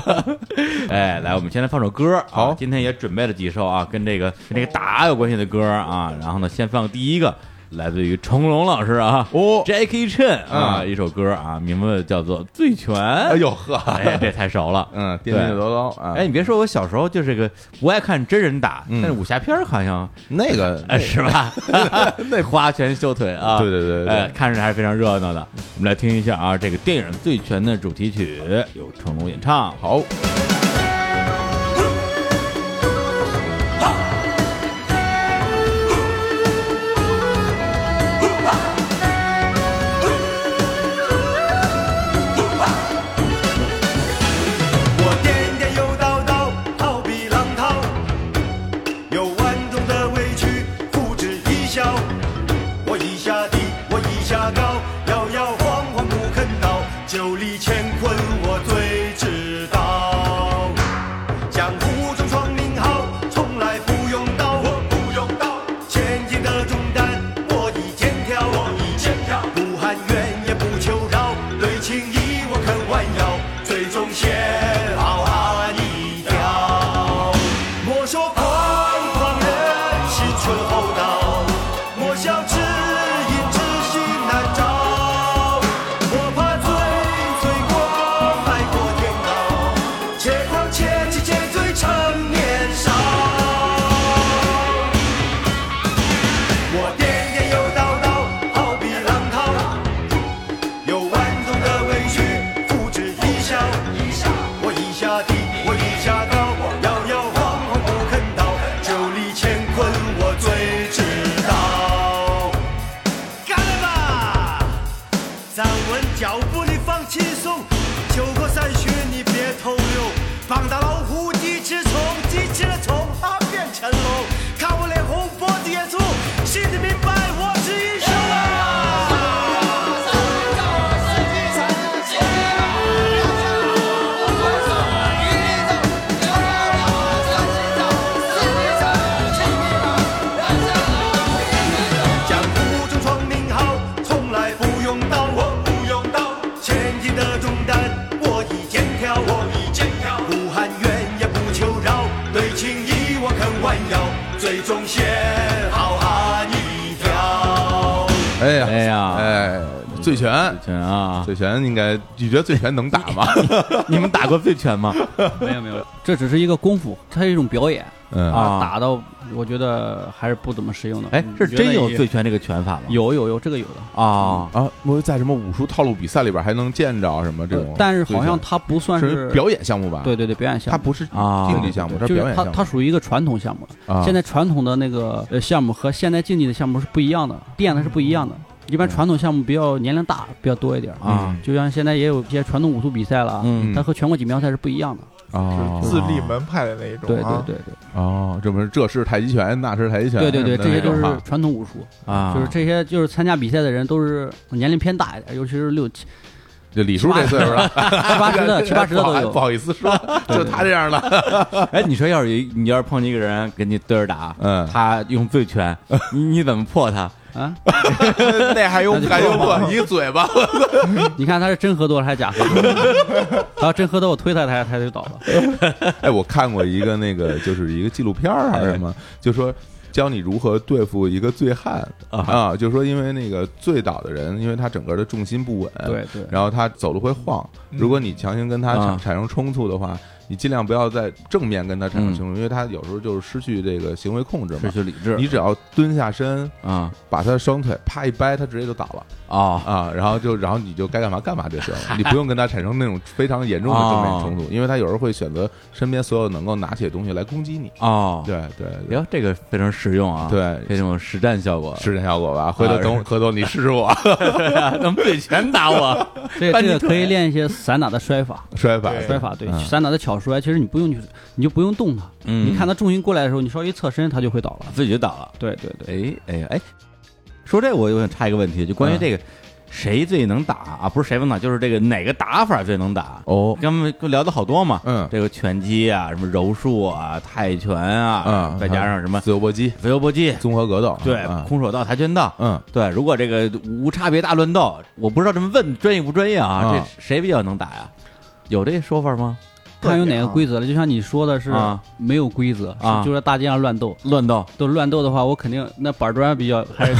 [SPEAKER 1] 哎，来，我们先来放首歌啊。
[SPEAKER 2] 好
[SPEAKER 1] 今天也准备了几首啊，跟这个跟这个打有关系的歌啊。然后呢，先放第一个，来自于成龙老师啊
[SPEAKER 2] 哦
[SPEAKER 1] ，Jackie Chan 啊，
[SPEAKER 2] 嗯
[SPEAKER 1] 一首歌啊，名字叫做《醉拳》。
[SPEAKER 2] *laughs* 哎呦呵，
[SPEAKER 1] 哎，这太熟了。
[SPEAKER 2] 嗯，电竞多高啊？
[SPEAKER 1] 哎，，你别说，我小时候就是个不爱看真人打，
[SPEAKER 2] 嗯
[SPEAKER 1] 但是武侠片儿好像，
[SPEAKER 2] 那个
[SPEAKER 1] 哎，是吧？ *laughs* 那花拳绣腿啊，
[SPEAKER 2] 对对对对对
[SPEAKER 1] 哎，看着还是非常热闹的。我们来听一下啊，这个电影《醉拳》的主题曲由成龙演唱。
[SPEAKER 2] 好，
[SPEAKER 5] 我颠颠又倒倒，好比浪涛，有万种的委屈，呼之一笑。我一下低，我一下高，下地，我一下刀，摇摇晃晃不肯倒，九里乾坤我最知道。干了吧！站稳脚步，你放轻松。酒过三巡，你别偷溜。膀大老虎，鸡吃虫，鸡吃了虫，它变成龙。看我脸红，脖子也粗，心里明白我是英雄啊！江湖中闯名号，从来不用刀，我不用刀。前进的重担，我一肩挑，我一肩挑。不喊冤也不求饶，对情义我肯弯腰，最终写好汉一条。
[SPEAKER 2] 哎呀，
[SPEAKER 1] 哎呀
[SPEAKER 2] 哎，醉拳，
[SPEAKER 1] 拳啊，
[SPEAKER 2] 醉拳应该，你觉得醉拳能打吗？ *laughs*
[SPEAKER 1] 你们打过醉拳吗？
[SPEAKER 4] 没有没有，这只是一个功夫，它是一种表演
[SPEAKER 2] 嗯
[SPEAKER 1] 啊
[SPEAKER 4] 打到我觉得还是不怎么实用的。
[SPEAKER 1] 哎
[SPEAKER 4] 嗯，
[SPEAKER 1] 是真有？
[SPEAKER 4] 觉得
[SPEAKER 1] 醉
[SPEAKER 4] 也
[SPEAKER 1] 拳这个拳法吗？
[SPEAKER 4] 有有有，这个有的。
[SPEAKER 1] 啊，
[SPEAKER 2] 啊，我在什么武术套路比赛里边还能见着什么这种醉
[SPEAKER 4] 呃
[SPEAKER 2] 拳？
[SPEAKER 4] 但是好像它不算
[SPEAKER 2] 是表演项目吧？
[SPEAKER 4] 对，对对，表演项
[SPEAKER 2] 它
[SPEAKER 4] 目。
[SPEAKER 2] 不是
[SPEAKER 1] 啊
[SPEAKER 2] 竞技项目，它
[SPEAKER 4] 就
[SPEAKER 2] 表
[SPEAKER 4] 是
[SPEAKER 2] 演
[SPEAKER 4] 它
[SPEAKER 2] 项目。
[SPEAKER 4] 它属于一个传统项目了。
[SPEAKER 2] 啊
[SPEAKER 4] 现在传统的那个呃项目和现代竞技的项目是不一样的，练的是不一样的。
[SPEAKER 2] 嗯
[SPEAKER 4] 一般传统项目比较年龄大比较多一点嗯
[SPEAKER 1] 啊，
[SPEAKER 4] 就像现在也有一些传统武术比赛了啊，
[SPEAKER 1] 嗯
[SPEAKER 4] 它和全国锦标赛是不一样的。
[SPEAKER 2] 哦
[SPEAKER 3] 自立门派的那一种
[SPEAKER 4] 对对
[SPEAKER 3] 啊，
[SPEAKER 4] 对
[SPEAKER 2] 哦，这不是这是太极拳，那是太极拳，
[SPEAKER 4] 对对对
[SPEAKER 2] 什
[SPEAKER 4] 对，
[SPEAKER 2] 么的
[SPEAKER 4] 这些都是
[SPEAKER 2] 那种哈
[SPEAKER 4] 传统武术，
[SPEAKER 1] 啊，
[SPEAKER 4] 就是这些就是参加比赛的人都是年龄偏大一点，尤其是六
[SPEAKER 2] *laughs*
[SPEAKER 4] 七
[SPEAKER 2] 这李叔这岁数了，
[SPEAKER 4] 七八
[SPEAKER 2] *laughs*
[SPEAKER 4] 十的七八十的都
[SPEAKER 2] 不
[SPEAKER 4] 有。
[SPEAKER 2] 好意思说，就他这样的，
[SPEAKER 1] 哎，你说要是一你要是碰见一个人跟你对着打，
[SPEAKER 2] 嗯
[SPEAKER 1] 他用醉拳，你你怎么破他？
[SPEAKER 4] 啊，
[SPEAKER 2] *laughs* 那还用还用不一个嘴巴？
[SPEAKER 4] 你看他是真喝多了还是假喝多了？
[SPEAKER 2] *laughs*
[SPEAKER 4] 他要真喝多，我推他，他他就倒了。
[SPEAKER 2] *laughs* 哎，我看过一个那个，就是一个纪录片儿还是什么，就说教你如何对付一个醉汉啊，就说因为那个醉倒的人，因为他整个的重心不稳，
[SPEAKER 4] 对对
[SPEAKER 2] 然后他走路会晃。如果你强行跟他产
[SPEAKER 1] 啊
[SPEAKER 2] 产生冲突的话，你尽量不要在正面跟他产生冲突，因为他有时候就是失去这个行为控制嘛。
[SPEAKER 1] 去理智
[SPEAKER 2] 你只要蹲下身，
[SPEAKER 1] 啊
[SPEAKER 2] 把他的双腿啪一掰，他直接就倒了
[SPEAKER 1] 啊
[SPEAKER 2] 啊！然后就，然后你就该干嘛干嘛就行
[SPEAKER 1] *laughs*
[SPEAKER 2] 了，你不用跟他产生那种非常严重的正面冲
[SPEAKER 1] 哦
[SPEAKER 2] 突，因为他有时候会选择身边所有能够拿起的东西来攻击你。
[SPEAKER 1] 哦，
[SPEAKER 2] 对对对，
[SPEAKER 1] 哟，这个非常实用啊，
[SPEAKER 2] 对
[SPEAKER 1] 这种实战效
[SPEAKER 2] *laughs*
[SPEAKER 1] 果， *laughs*
[SPEAKER 2] 是这效果吧？回头
[SPEAKER 1] 啊
[SPEAKER 2] 等我，回头你试试我
[SPEAKER 1] 能醉拳打我， *laughs*
[SPEAKER 4] 这
[SPEAKER 1] 搬
[SPEAKER 4] 个
[SPEAKER 1] 你
[SPEAKER 4] 这个
[SPEAKER 1] 腿
[SPEAKER 4] 可以练一些散打的摔法，
[SPEAKER 2] 摔法
[SPEAKER 3] 对
[SPEAKER 4] 摔法对
[SPEAKER 2] 嗯，
[SPEAKER 4] 散打的巧摔，其实你不用去，你就不用动它，
[SPEAKER 1] 嗯
[SPEAKER 4] 你看它重心过来的时候，你稍微一侧身，它就会倒了。
[SPEAKER 1] 自己就倒了。
[SPEAKER 4] 对对对，
[SPEAKER 1] 哎哎呀哎，说这我又想插一个问题，就关于这个谁最能打啊？不是谁能打，就是这个哪个打法最能打？
[SPEAKER 2] 哦，
[SPEAKER 1] 咱们聊的好多嘛，
[SPEAKER 2] 嗯
[SPEAKER 1] 这个拳击啊，什么柔术啊，泰拳啊，
[SPEAKER 2] 嗯，
[SPEAKER 1] 再加上什么
[SPEAKER 2] 自由搏击、
[SPEAKER 1] 自由搏击，
[SPEAKER 2] 综合格斗，
[SPEAKER 1] 对，
[SPEAKER 2] 嗯
[SPEAKER 1] 空手道、跆拳道， *laughs*
[SPEAKER 2] 嗯，
[SPEAKER 1] 对，如果这个无差别大乱斗，我不知道这么问专业不专业啊？
[SPEAKER 2] 啊
[SPEAKER 1] 这谁比较能打呀？有这说法吗？
[SPEAKER 4] 看有哪个规则了。就像你说的是
[SPEAKER 1] 啊
[SPEAKER 4] 没有规则，
[SPEAKER 1] 啊
[SPEAKER 4] 是就是大街上乱斗。
[SPEAKER 1] 乱斗
[SPEAKER 4] 都乱斗的话，我肯定那板砖比较还是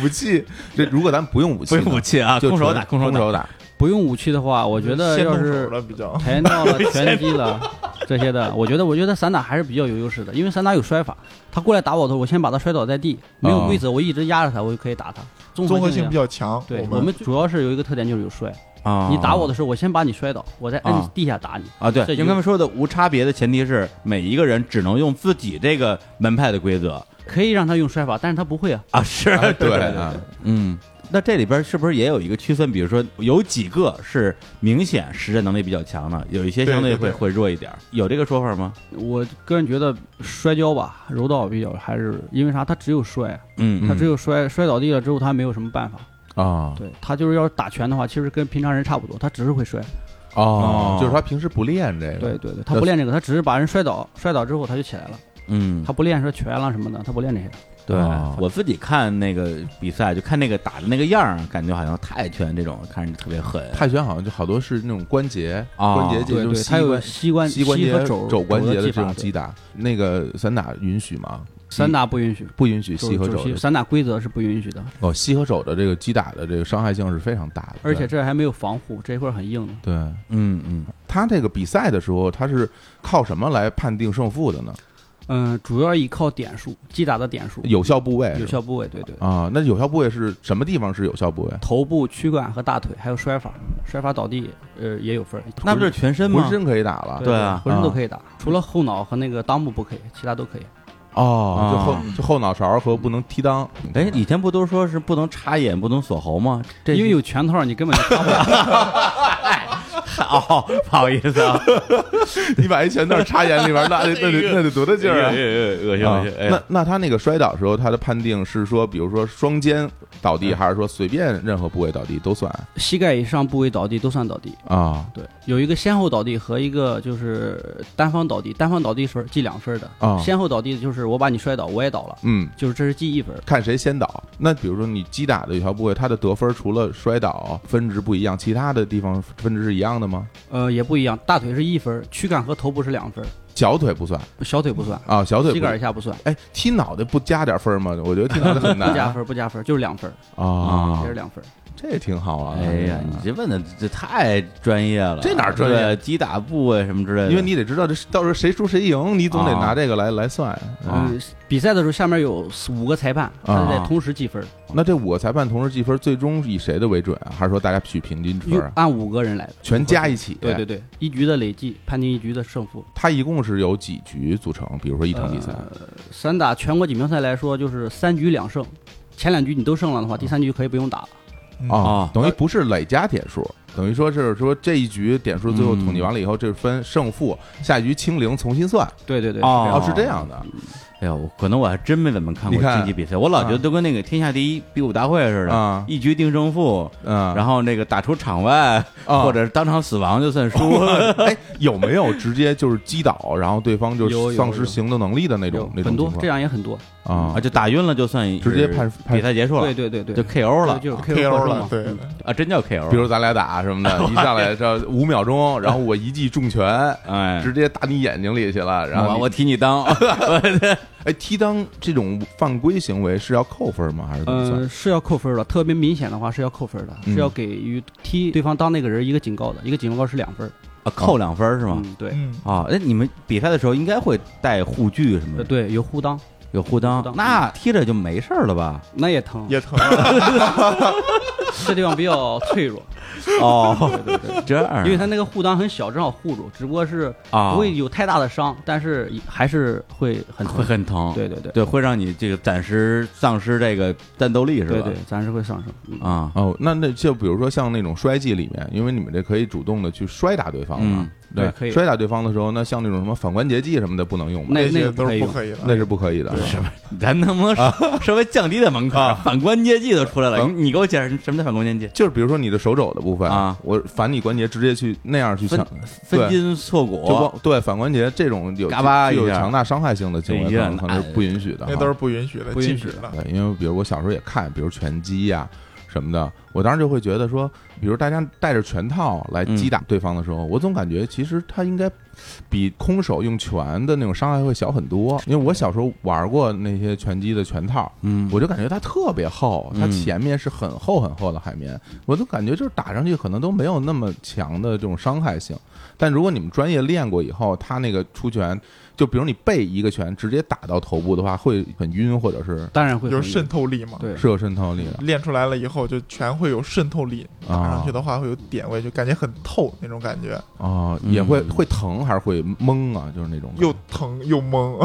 [SPEAKER 2] 武器，这如果咱不用武器
[SPEAKER 1] 不
[SPEAKER 2] 呢，
[SPEAKER 1] 用武器啊，
[SPEAKER 2] 就
[SPEAKER 1] 空手
[SPEAKER 2] 纯
[SPEAKER 1] 打，
[SPEAKER 2] 空
[SPEAKER 1] 空手打， *laughs*
[SPEAKER 2] 打，
[SPEAKER 4] 不用武器的话，我觉得
[SPEAKER 3] 先
[SPEAKER 4] 要
[SPEAKER 3] 动
[SPEAKER 4] 是
[SPEAKER 3] 手 *laughs* 了比较。
[SPEAKER 4] 跆拳道了、拳击了这些的，我觉得我 *laughs* 觉得散打还是比较有优势的，因为散打有摔法，他过来打我的时候，我先把他摔倒在地，没有规则，我一直压着他，我就可以打他。综
[SPEAKER 3] 综合性
[SPEAKER 4] 性
[SPEAKER 3] 比
[SPEAKER 4] 较。
[SPEAKER 3] 较强，
[SPEAKER 4] 对
[SPEAKER 3] 我
[SPEAKER 4] 们主要是有一个特点就是有摔，
[SPEAKER 1] 啊，
[SPEAKER 4] 你打我的时候，我先把你摔倒，我再摁
[SPEAKER 1] 啊
[SPEAKER 4] 地下打你。
[SPEAKER 1] 啊，对，
[SPEAKER 4] 这
[SPEAKER 1] 因为他们说的无差别的前提是每一个人只能用自己这个门派的规则
[SPEAKER 4] 可以让他用摔法，但是他不会啊。
[SPEAKER 1] 啊，是
[SPEAKER 2] 啊对啊
[SPEAKER 1] 啊，嗯。那这里边是不是也有一个区分？比如说，有几个是明显实战能力比较强的，有一些相对会
[SPEAKER 3] 对对对
[SPEAKER 1] 会弱一点儿，有这个说法吗？
[SPEAKER 4] 我个人觉得摔跤吧，柔道比较还是因为啥？他只有摔，啊
[SPEAKER 1] 嗯
[SPEAKER 4] 他只有摔，摔倒地了之后他没有什么办法。
[SPEAKER 2] 啊
[SPEAKER 4] 对他就是要是打拳的话，其实跟平常人差不多，他只是会摔。
[SPEAKER 2] 哦，就是他平时不练这个，
[SPEAKER 4] 对对对，他不练这个，他只是把人摔倒，摔倒之后他就起来了，
[SPEAKER 1] 嗯，
[SPEAKER 4] 他不练说拳了什么的，他不练这些。
[SPEAKER 1] 对
[SPEAKER 2] 哦
[SPEAKER 1] 我自己看那个比赛，就看那个打的那个样儿，感觉好像泰拳这种看着特别狠
[SPEAKER 2] 泰拳好像就好多是那种关节，
[SPEAKER 1] 啊
[SPEAKER 2] 关节
[SPEAKER 4] 对
[SPEAKER 2] 就
[SPEAKER 4] 对，
[SPEAKER 2] 是
[SPEAKER 4] 他有膝关
[SPEAKER 2] 膝关节
[SPEAKER 4] 和、肘
[SPEAKER 2] 肘关节
[SPEAKER 4] 的
[SPEAKER 2] 的这
[SPEAKER 4] 技法
[SPEAKER 2] 种击打，那个散打允许吗？
[SPEAKER 4] 散打不允许，
[SPEAKER 2] 不允许
[SPEAKER 4] 肘
[SPEAKER 2] 膝和
[SPEAKER 4] 肘
[SPEAKER 2] 肘
[SPEAKER 4] 膝
[SPEAKER 2] 的
[SPEAKER 4] 散打规则是不允许的，
[SPEAKER 2] 哦，膝和肘的这个击打的这个伤害性是非常大的，
[SPEAKER 4] 而且
[SPEAKER 2] 对
[SPEAKER 4] 这还没有防护，这一块很硬的。
[SPEAKER 2] 对
[SPEAKER 1] 嗯嗯，
[SPEAKER 2] 他这个比赛的时候，他是靠什么来判定胜负的呢？
[SPEAKER 4] 嗯，主要依靠点数，击打的点数，
[SPEAKER 2] 有效部位是
[SPEAKER 4] 有
[SPEAKER 2] 吧
[SPEAKER 4] 效部位，对对，
[SPEAKER 2] 啊？那有效部位是什么地方是有效部位？
[SPEAKER 4] 头部、躯干和大腿，还有摔法，摔法倒地，呃，也有分儿。
[SPEAKER 1] 那不就是全身
[SPEAKER 2] 浑
[SPEAKER 1] 吗？
[SPEAKER 2] 身可以打了，
[SPEAKER 1] 对啊
[SPEAKER 4] 浑身都
[SPEAKER 2] 啊
[SPEAKER 4] 可以打，除了后脑和那个裆部不可以，其他都可以。
[SPEAKER 2] 哦，就后
[SPEAKER 1] 啊
[SPEAKER 4] 嗯
[SPEAKER 2] 就后脑勺和不能踢裆，
[SPEAKER 1] 哎，以前不都说是不能插眼、不能锁喉吗？这 *laughs*
[SPEAKER 4] 因为有拳套，你根本就打不 *laughs* 了。
[SPEAKER 1] 好，不好意思啊，
[SPEAKER 2] *laughs* 你把一拳头插眼里边，那
[SPEAKER 4] *laughs*
[SPEAKER 2] 得那得那得多大劲儿啊！
[SPEAKER 1] 恶心
[SPEAKER 2] 啊
[SPEAKER 1] 恶心！哎呀
[SPEAKER 2] 那那他那个摔倒的时候，他的判定是说，比如说双肩倒
[SPEAKER 1] 嗯
[SPEAKER 2] 地，还是说随便任何部位倒地都算
[SPEAKER 4] 膝盖以上部位倒地都算倒地。
[SPEAKER 2] 啊
[SPEAKER 4] 对，有一个先后倒地和一个就是单方倒地，单方倒地是记两分的。
[SPEAKER 2] 啊
[SPEAKER 4] 先后倒地就是我把你摔倒，我也倒了，
[SPEAKER 2] 嗯，
[SPEAKER 4] 就是这是记一分。
[SPEAKER 2] 看谁先倒。那比如说你击打的有效部位，它的得分除了摔倒分值不一样，其他的地方分值是一样的吗？
[SPEAKER 4] 呃，也不一样，大腿是一分，躯干和头部是两分，
[SPEAKER 2] 小腿不算
[SPEAKER 4] 小腿不算，
[SPEAKER 2] 啊，小腿
[SPEAKER 4] 膝
[SPEAKER 2] 不
[SPEAKER 4] 盖以。下不算，
[SPEAKER 2] 哎，踢脑袋不加点分吗？我觉得踢脑袋很
[SPEAKER 4] 不
[SPEAKER 2] 难
[SPEAKER 4] 加分嗯不加分，就是两分，
[SPEAKER 2] 啊
[SPEAKER 4] 也是，两分。
[SPEAKER 2] 这挺好啊。
[SPEAKER 1] 哎呀，你这问的这太专业了，
[SPEAKER 2] 这哪儿专业
[SPEAKER 1] 对？击打部位什么之类的，
[SPEAKER 2] 因为你得知道这是到时候谁输谁赢，你总得
[SPEAKER 1] 啊
[SPEAKER 2] 拿这个来来算。
[SPEAKER 1] 啊
[SPEAKER 4] 嗯，比赛的时候下面有四五个裁判，他在
[SPEAKER 1] 啊
[SPEAKER 4] 同时计分，
[SPEAKER 2] 那这五个裁判同时计分，最终以谁的为准啊？还是说大家取平均分啊？
[SPEAKER 4] 按五个人来的，
[SPEAKER 2] 全加一哎起？
[SPEAKER 4] 对对对，一局的累计判定一局的胜负。
[SPEAKER 2] 它一共是有几局组成？比如说一场比赛，
[SPEAKER 4] 呃散打全国锦标赛来说，就是三局两胜，前两局你都胜了的
[SPEAKER 2] 嗯
[SPEAKER 4] 话，第三局可以不用打了。
[SPEAKER 2] 啊
[SPEAKER 1] 哦，
[SPEAKER 2] 等于
[SPEAKER 4] 呃
[SPEAKER 2] 不是累加点数，等于说是说这一局点数最后统计
[SPEAKER 4] 嗯
[SPEAKER 2] 完了以后，这是分胜负，下一局清零重新算。
[SPEAKER 4] 对对对，
[SPEAKER 1] 哦
[SPEAKER 2] 哦，是这样
[SPEAKER 4] 啊
[SPEAKER 2] 的
[SPEAKER 1] 哎呦，我可能我还真没怎么看过
[SPEAKER 2] 你看
[SPEAKER 1] 竞技比赛，我老觉得都跟那个天下第一比武大会似的，
[SPEAKER 2] 啊，
[SPEAKER 1] 一局定胜负，
[SPEAKER 2] 嗯，
[SPEAKER 1] 然后那个打出场外
[SPEAKER 2] 啊
[SPEAKER 1] 或者是当场死亡就算输。
[SPEAKER 2] 哎，有没有直接就是击倒，然后对方
[SPEAKER 4] 有
[SPEAKER 2] 就
[SPEAKER 4] 有
[SPEAKER 2] 丧
[SPEAKER 4] 有
[SPEAKER 2] 失行动能力的那
[SPEAKER 4] 有
[SPEAKER 2] 种那种
[SPEAKER 4] 很
[SPEAKER 2] 情
[SPEAKER 4] 多
[SPEAKER 2] 况
[SPEAKER 4] 这样也很多。
[SPEAKER 2] *laughs* 啊
[SPEAKER 1] 啊，？就打晕了就算
[SPEAKER 2] 直接判
[SPEAKER 1] 是
[SPEAKER 2] 判
[SPEAKER 1] 比赛结束了，
[SPEAKER 4] 对对对对，
[SPEAKER 1] 就 KO 了
[SPEAKER 4] 就是
[SPEAKER 3] KO
[SPEAKER 4] 了
[SPEAKER 3] 了，
[SPEAKER 4] 嘛
[SPEAKER 3] 对，
[SPEAKER 4] 嗯
[SPEAKER 1] 啊，真叫 KO。
[SPEAKER 2] 比如咱俩打什么
[SPEAKER 4] *laughs*
[SPEAKER 2] 的，一上来这五秒钟，然后我一记重拳，
[SPEAKER 1] 哎，
[SPEAKER 2] 直接打你眼睛里去了，然后
[SPEAKER 1] 我
[SPEAKER 2] 你
[SPEAKER 1] 我提你
[SPEAKER 2] *laughs*
[SPEAKER 1] 当，
[SPEAKER 2] 哎踢裆这种犯规行为是要扣分吗？还是怎么嗯算
[SPEAKER 4] 呃，？是要扣分的，特别明显的话是要扣分的，
[SPEAKER 2] 嗯
[SPEAKER 4] 是要给予踢对方当那个人一个警告的，一个警告是两分儿。
[SPEAKER 1] 啊扣两分是吗？
[SPEAKER 4] 嗯，对，
[SPEAKER 3] 嗯，
[SPEAKER 1] 啊，哎，你们比赛的时候应该会带护具什么的，
[SPEAKER 4] 呃对，有护裆，
[SPEAKER 1] 有护裆
[SPEAKER 4] 护裆，
[SPEAKER 1] 那踢着就没事儿了吧？
[SPEAKER 4] 那也疼，
[SPEAKER 3] 也疼啊，
[SPEAKER 4] 这地方比较脆弱，
[SPEAKER 1] 哦， *laughs* 这样，
[SPEAKER 4] 因为他那个护裆很小，正好护住，只不过是
[SPEAKER 1] 啊
[SPEAKER 2] 哦
[SPEAKER 4] 不会有太大的伤，但是还是会很
[SPEAKER 1] 会
[SPEAKER 4] 疼。
[SPEAKER 1] 很疼，
[SPEAKER 4] 对对对
[SPEAKER 1] 对，会让你这个暂时丧失这个战斗力是吧？
[SPEAKER 4] 对对，咱是会上升。嗯
[SPEAKER 1] 啊，
[SPEAKER 2] 哦，那那就比如说像那种摔技里面，因为你们这可以主动的去摔打对方嘛，
[SPEAKER 1] 嗯
[SPEAKER 4] 对可以
[SPEAKER 2] 摔打对方的时候，那像那种什么反关节技什么的不能用吧？
[SPEAKER 4] 那
[SPEAKER 3] 这
[SPEAKER 4] 那
[SPEAKER 3] 些
[SPEAKER 4] 个
[SPEAKER 3] 都是
[SPEAKER 4] 以
[SPEAKER 3] 不
[SPEAKER 4] 用，
[SPEAKER 3] 可以的，
[SPEAKER 2] 那是不可以的，
[SPEAKER 3] 对
[SPEAKER 1] 咱能不能稍稍微降低点门槛？反关节技都出来了，
[SPEAKER 2] 啊
[SPEAKER 1] 你你给我解释什么叫反关节技？
[SPEAKER 2] *laughs* 就是比如说你的手肘的部分
[SPEAKER 1] 啊
[SPEAKER 2] 我反你关节直接去那样去
[SPEAKER 1] 分
[SPEAKER 2] 抢，
[SPEAKER 1] 分筋错骨，
[SPEAKER 2] 就光对反关节这种有
[SPEAKER 1] 嘎巴
[SPEAKER 2] 具
[SPEAKER 1] 一
[SPEAKER 2] 有
[SPEAKER 1] 下
[SPEAKER 2] 强大伤害性的行为，
[SPEAKER 1] 哎
[SPEAKER 2] 可
[SPEAKER 1] 呀
[SPEAKER 2] 能可能是不允许的哈，
[SPEAKER 3] 那都是不允许的，
[SPEAKER 4] 不
[SPEAKER 3] 禁
[SPEAKER 4] 允许
[SPEAKER 3] 止
[SPEAKER 4] 的
[SPEAKER 3] 的。
[SPEAKER 2] 对，因为比如我小时候也看，比如拳击呀、什么的，我当时就会觉得说，比如大家带着拳套来
[SPEAKER 1] 嗯
[SPEAKER 2] 击打对方的时候，我总感觉其实他应该比空手用拳的那种伤害会小很多。因为我小时候玩过那些拳击的拳套，
[SPEAKER 1] 嗯，
[SPEAKER 2] 我就感觉它特别厚，它
[SPEAKER 1] 嗯
[SPEAKER 2] 前面是很厚很厚的海绵，我都感觉就是打上去可能都没有那么强的这种伤害性。但如果你们专业练过以后，他那个出拳，就比如你背一个拳直接打到头部的话，会很晕或者是
[SPEAKER 4] 当然会
[SPEAKER 3] 有
[SPEAKER 4] 很
[SPEAKER 3] 渗透力嘛，
[SPEAKER 4] 对
[SPEAKER 2] 是有渗透力的
[SPEAKER 3] 练出来了以后就全会有渗透力，
[SPEAKER 4] 啊
[SPEAKER 3] 打上去的话会有点位，就感觉很透那种感觉，
[SPEAKER 2] 哦，
[SPEAKER 1] 嗯
[SPEAKER 2] 也会会疼还是会懵啊？就是那种
[SPEAKER 3] 又疼又懵，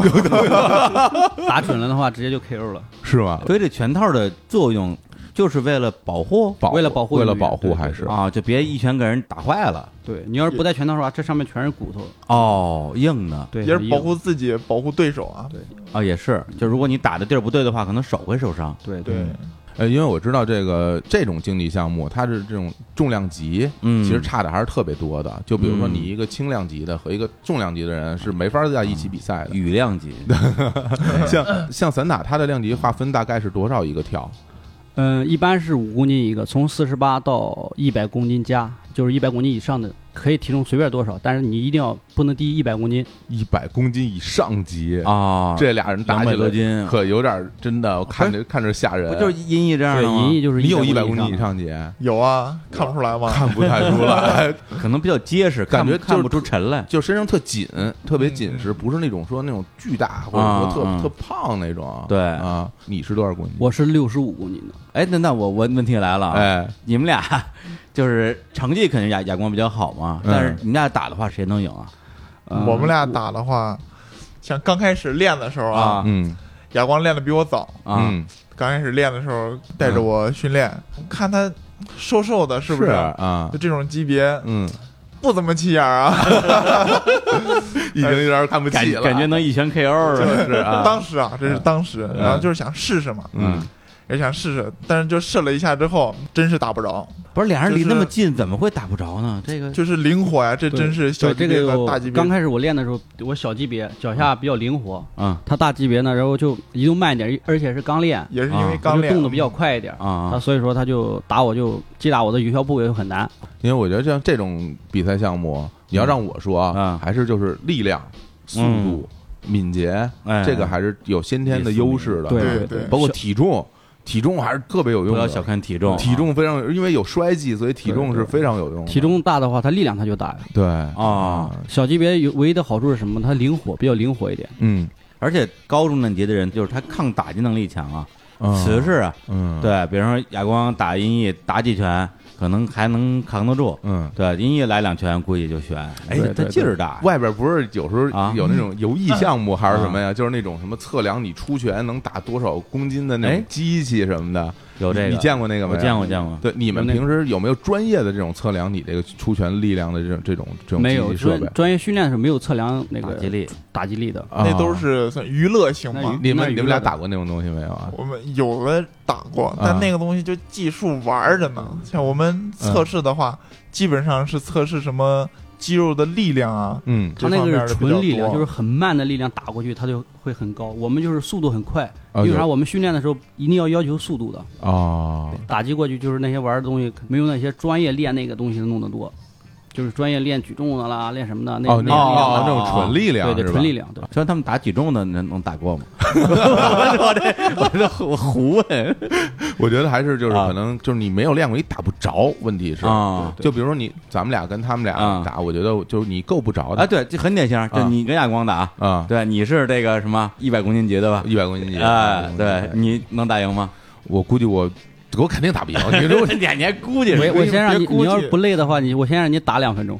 [SPEAKER 4] 打准了的话，直接就 KO 了。
[SPEAKER 2] 是吧？
[SPEAKER 1] 所以这拳套的作用就是为了保护
[SPEAKER 2] 保
[SPEAKER 4] 为了保护
[SPEAKER 2] 为了
[SPEAKER 4] 女人
[SPEAKER 2] 保护
[SPEAKER 4] 对
[SPEAKER 2] 还
[SPEAKER 4] 对
[SPEAKER 2] 是
[SPEAKER 1] 啊，就别一拳给人打坏了
[SPEAKER 4] 对你要是不带拳套的话，这上面全是骨头，
[SPEAKER 1] 哦，硬的
[SPEAKER 4] 对，
[SPEAKER 3] 也
[SPEAKER 4] 很
[SPEAKER 3] 是
[SPEAKER 4] 硬
[SPEAKER 3] 保护自己，保护对手啊。
[SPEAKER 1] 啊，也是，就如果你打的地儿不对的话，可能手会受伤，
[SPEAKER 4] 对
[SPEAKER 3] 对，
[SPEAKER 2] 呃，因为我知道这个这种竞技项目，它是这种重量级，
[SPEAKER 1] 嗯
[SPEAKER 2] 其实差的还是特别多的。就比如说
[SPEAKER 1] 嗯
[SPEAKER 2] 你一个轻量级的和一个重量级的人是没法在一起比赛的。
[SPEAKER 1] 羽量级，
[SPEAKER 2] 像像散打，它的量级划分大概是多少一个跳？
[SPEAKER 4] 嗯，一般是五公斤一个，从四十八到一百公斤加，就是一百公斤以上的可以体重随便多少，但是你一定要不能低于一百公斤。
[SPEAKER 2] 一百公斤以上级，
[SPEAKER 1] 啊，
[SPEAKER 2] 这俩人打起
[SPEAKER 1] 200多
[SPEAKER 2] 来
[SPEAKER 1] 斤啊
[SPEAKER 2] 可有点儿真的，我看
[SPEAKER 3] 不
[SPEAKER 2] 着看着吓人。
[SPEAKER 1] 不就是音译这样
[SPEAKER 4] 呃对，
[SPEAKER 1] 的吗？
[SPEAKER 4] 银翼就是
[SPEAKER 2] 你有一百
[SPEAKER 4] 公
[SPEAKER 2] 公斤以
[SPEAKER 4] 上，
[SPEAKER 2] 上级？
[SPEAKER 3] 有啊，看不出来吗？
[SPEAKER 2] 看不太出来，
[SPEAKER 1] 可能比较结实，看
[SPEAKER 2] 感
[SPEAKER 1] 不
[SPEAKER 2] 觉就是
[SPEAKER 1] 看不出沉来。
[SPEAKER 2] 就身上特紧，特别
[SPEAKER 3] 嗯
[SPEAKER 2] 紧
[SPEAKER 3] 嗯
[SPEAKER 2] 实，不是那种说那种巨大或
[SPEAKER 1] 啊
[SPEAKER 2] 者说
[SPEAKER 1] 嗯
[SPEAKER 2] 特特胖那种。
[SPEAKER 1] 对
[SPEAKER 2] 啊，你是多少公斤？
[SPEAKER 4] 我是六十五公斤的，
[SPEAKER 1] 哎，那那我我问题来了，，啊
[SPEAKER 2] 哎，
[SPEAKER 1] 你们俩就是成绩肯定亚亚光比较好嘛，
[SPEAKER 2] 嗯
[SPEAKER 1] 但是你们俩打的话，谁能赢啊？
[SPEAKER 4] 呃
[SPEAKER 3] 我们俩打的话，像刚开始练的时候啊，
[SPEAKER 1] 啊
[SPEAKER 2] 嗯
[SPEAKER 3] 哑光练的比我早。
[SPEAKER 1] 啊，
[SPEAKER 2] 嗯
[SPEAKER 3] 刚开始练的时候带
[SPEAKER 4] 嗯
[SPEAKER 3] 着我训练，看他瘦瘦的，是不
[SPEAKER 2] 是
[SPEAKER 3] 是？
[SPEAKER 2] 啊
[SPEAKER 3] 就？这种级别
[SPEAKER 2] 嗯，
[SPEAKER 3] 不怎么起眼儿啊。
[SPEAKER 2] *laughs* 已经有点看不
[SPEAKER 1] 感
[SPEAKER 2] 起了，
[SPEAKER 1] 感觉能一拳 KO
[SPEAKER 3] 就
[SPEAKER 1] 了，
[SPEAKER 2] 是啊
[SPEAKER 3] *laughs* 当时啊，这是当时，
[SPEAKER 2] 嗯
[SPEAKER 3] 然后就是想试试嘛，
[SPEAKER 2] 嗯，
[SPEAKER 3] 也想试试，但是就试了一下之后，真是打不着，
[SPEAKER 1] 不是俩人离
[SPEAKER 3] 就是
[SPEAKER 1] 那么近，怎么会打不着呢？这个
[SPEAKER 3] 就是灵活呀，这
[SPEAKER 4] 对
[SPEAKER 3] 真是小
[SPEAKER 4] 对
[SPEAKER 3] 级
[SPEAKER 4] 这
[SPEAKER 3] 别
[SPEAKER 4] 个
[SPEAKER 3] 和
[SPEAKER 4] 我
[SPEAKER 3] 大级别。
[SPEAKER 4] 刚开始我练的时候，我小级别脚下比较灵活，
[SPEAKER 1] 啊
[SPEAKER 4] 他大级别呢，然后就移动慢一点，而且是刚练，
[SPEAKER 3] 也是因为
[SPEAKER 1] 啊
[SPEAKER 3] 刚
[SPEAKER 4] 我就
[SPEAKER 3] 练，嗯
[SPEAKER 4] 动的比较快一点。他
[SPEAKER 1] 啊
[SPEAKER 4] 所以说他就打我就击打我的有效部位就很难，
[SPEAKER 2] 因为我觉得像这种比赛项目，你要让我说
[SPEAKER 1] 啊
[SPEAKER 2] 还是就是力量、速度、敏捷，
[SPEAKER 1] 哎
[SPEAKER 2] 这个还是有先天的优势的。
[SPEAKER 4] 对
[SPEAKER 3] 对
[SPEAKER 4] 对
[SPEAKER 3] 对
[SPEAKER 2] 包括体重，体重还是特别有
[SPEAKER 1] 不
[SPEAKER 2] 用
[SPEAKER 1] 要
[SPEAKER 2] 的。
[SPEAKER 1] 小看体重，啊
[SPEAKER 2] 体重非常，因为有衰技，所以体重是非常有用的。
[SPEAKER 4] 体重大的话，他力量他就大呀。
[SPEAKER 2] 对
[SPEAKER 1] 啊，
[SPEAKER 4] 小级别有唯一的好处是什么？它灵活，比较灵活一点。
[SPEAKER 2] 嗯，
[SPEAKER 1] 而且高中等级的人就是他抗打击能力强啊，
[SPEAKER 2] 嗯
[SPEAKER 1] 此事啊，
[SPEAKER 2] 嗯，，
[SPEAKER 1] 对，比方说哑光打音译打几拳，可能还能扛得住，
[SPEAKER 2] 嗯。
[SPEAKER 1] 对，音译来两拳估计就悬，哎
[SPEAKER 2] 对，
[SPEAKER 1] 他
[SPEAKER 2] 对
[SPEAKER 1] 劲儿大，
[SPEAKER 2] 外边不是有时候
[SPEAKER 1] 啊
[SPEAKER 2] 有那种游艺项目还是什么呀？就是那种什么测量你出拳能打多少公斤的那
[SPEAKER 1] 哎
[SPEAKER 2] 种机器什么的，
[SPEAKER 1] 有这个
[SPEAKER 2] 你你见过那个没？
[SPEAKER 1] 我见过见过，
[SPEAKER 2] 对，你们
[SPEAKER 4] 有那
[SPEAKER 2] 平时有没有专业的这种测量你这个出拳力量的这种这种这种
[SPEAKER 4] 没
[SPEAKER 2] 机
[SPEAKER 4] 有
[SPEAKER 2] 器设备
[SPEAKER 4] 专？专业训练是没有测量那
[SPEAKER 1] 打
[SPEAKER 4] 个
[SPEAKER 1] 击力，
[SPEAKER 4] 打击力的。
[SPEAKER 2] 啊
[SPEAKER 3] 那都是算娱乐型
[SPEAKER 4] 那
[SPEAKER 3] 嘛
[SPEAKER 4] 娱。
[SPEAKER 2] 你们
[SPEAKER 4] 那
[SPEAKER 2] 你们俩
[SPEAKER 4] 娱乐的
[SPEAKER 2] 打过那种东西没有啊？
[SPEAKER 3] 我们有的打过，但那个东西就技术玩儿着
[SPEAKER 2] 嗯
[SPEAKER 3] 呢。像我们测试的话，基本上是测试什么肌肉的力量啊，
[SPEAKER 2] 嗯
[SPEAKER 4] 他那
[SPEAKER 3] 这方面
[SPEAKER 4] 个
[SPEAKER 3] 儿
[SPEAKER 4] 是
[SPEAKER 3] 的比
[SPEAKER 4] 纯
[SPEAKER 3] 较
[SPEAKER 4] 力量，
[SPEAKER 3] 多
[SPEAKER 4] 就是很慢的力量打过去，它就会很高。我们就是速度很快，
[SPEAKER 2] 啊
[SPEAKER 4] 因为
[SPEAKER 2] 有
[SPEAKER 4] 啥？我们训练的时候一定要要求速度的。
[SPEAKER 2] 哦，
[SPEAKER 4] 打击过去就是那些玩儿的东西，没有那些专业练那个东西的弄得多，就是专业练举重的啦，练什么的那
[SPEAKER 2] 哦，
[SPEAKER 4] 那
[SPEAKER 2] 那哦
[SPEAKER 1] 哦
[SPEAKER 2] 那
[SPEAKER 1] 哦
[SPEAKER 2] 种纯力量
[SPEAKER 4] 对对
[SPEAKER 2] 是吧
[SPEAKER 4] 纯力量对。
[SPEAKER 1] 虽然他们打举重的能能打过 *laughs* 吗？我这我这胡胡问
[SPEAKER 2] 我觉得还是就是
[SPEAKER 1] 啊
[SPEAKER 2] 可能就是你没有练过，你打不着。问题是，
[SPEAKER 1] 啊
[SPEAKER 2] 就比如说你咱们俩跟他们
[SPEAKER 1] 啊
[SPEAKER 2] 俩打，我觉得就是你够不着
[SPEAKER 1] 啊，
[SPEAKER 2] 的
[SPEAKER 1] 对，这很典型，就
[SPEAKER 2] 啊
[SPEAKER 1] 你跟亚光打，
[SPEAKER 2] 啊，
[SPEAKER 1] 对，你是这个什么一百公斤级的吧？
[SPEAKER 2] 一百公斤级
[SPEAKER 1] 哎，对，你能打赢吗？
[SPEAKER 2] 我估计我我肯定打不赢。你说我
[SPEAKER 1] 点年估计
[SPEAKER 4] 我我先让你，
[SPEAKER 3] 别估计
[SPEAKER 4] 你要是不累的话，你我先让你打两分钟。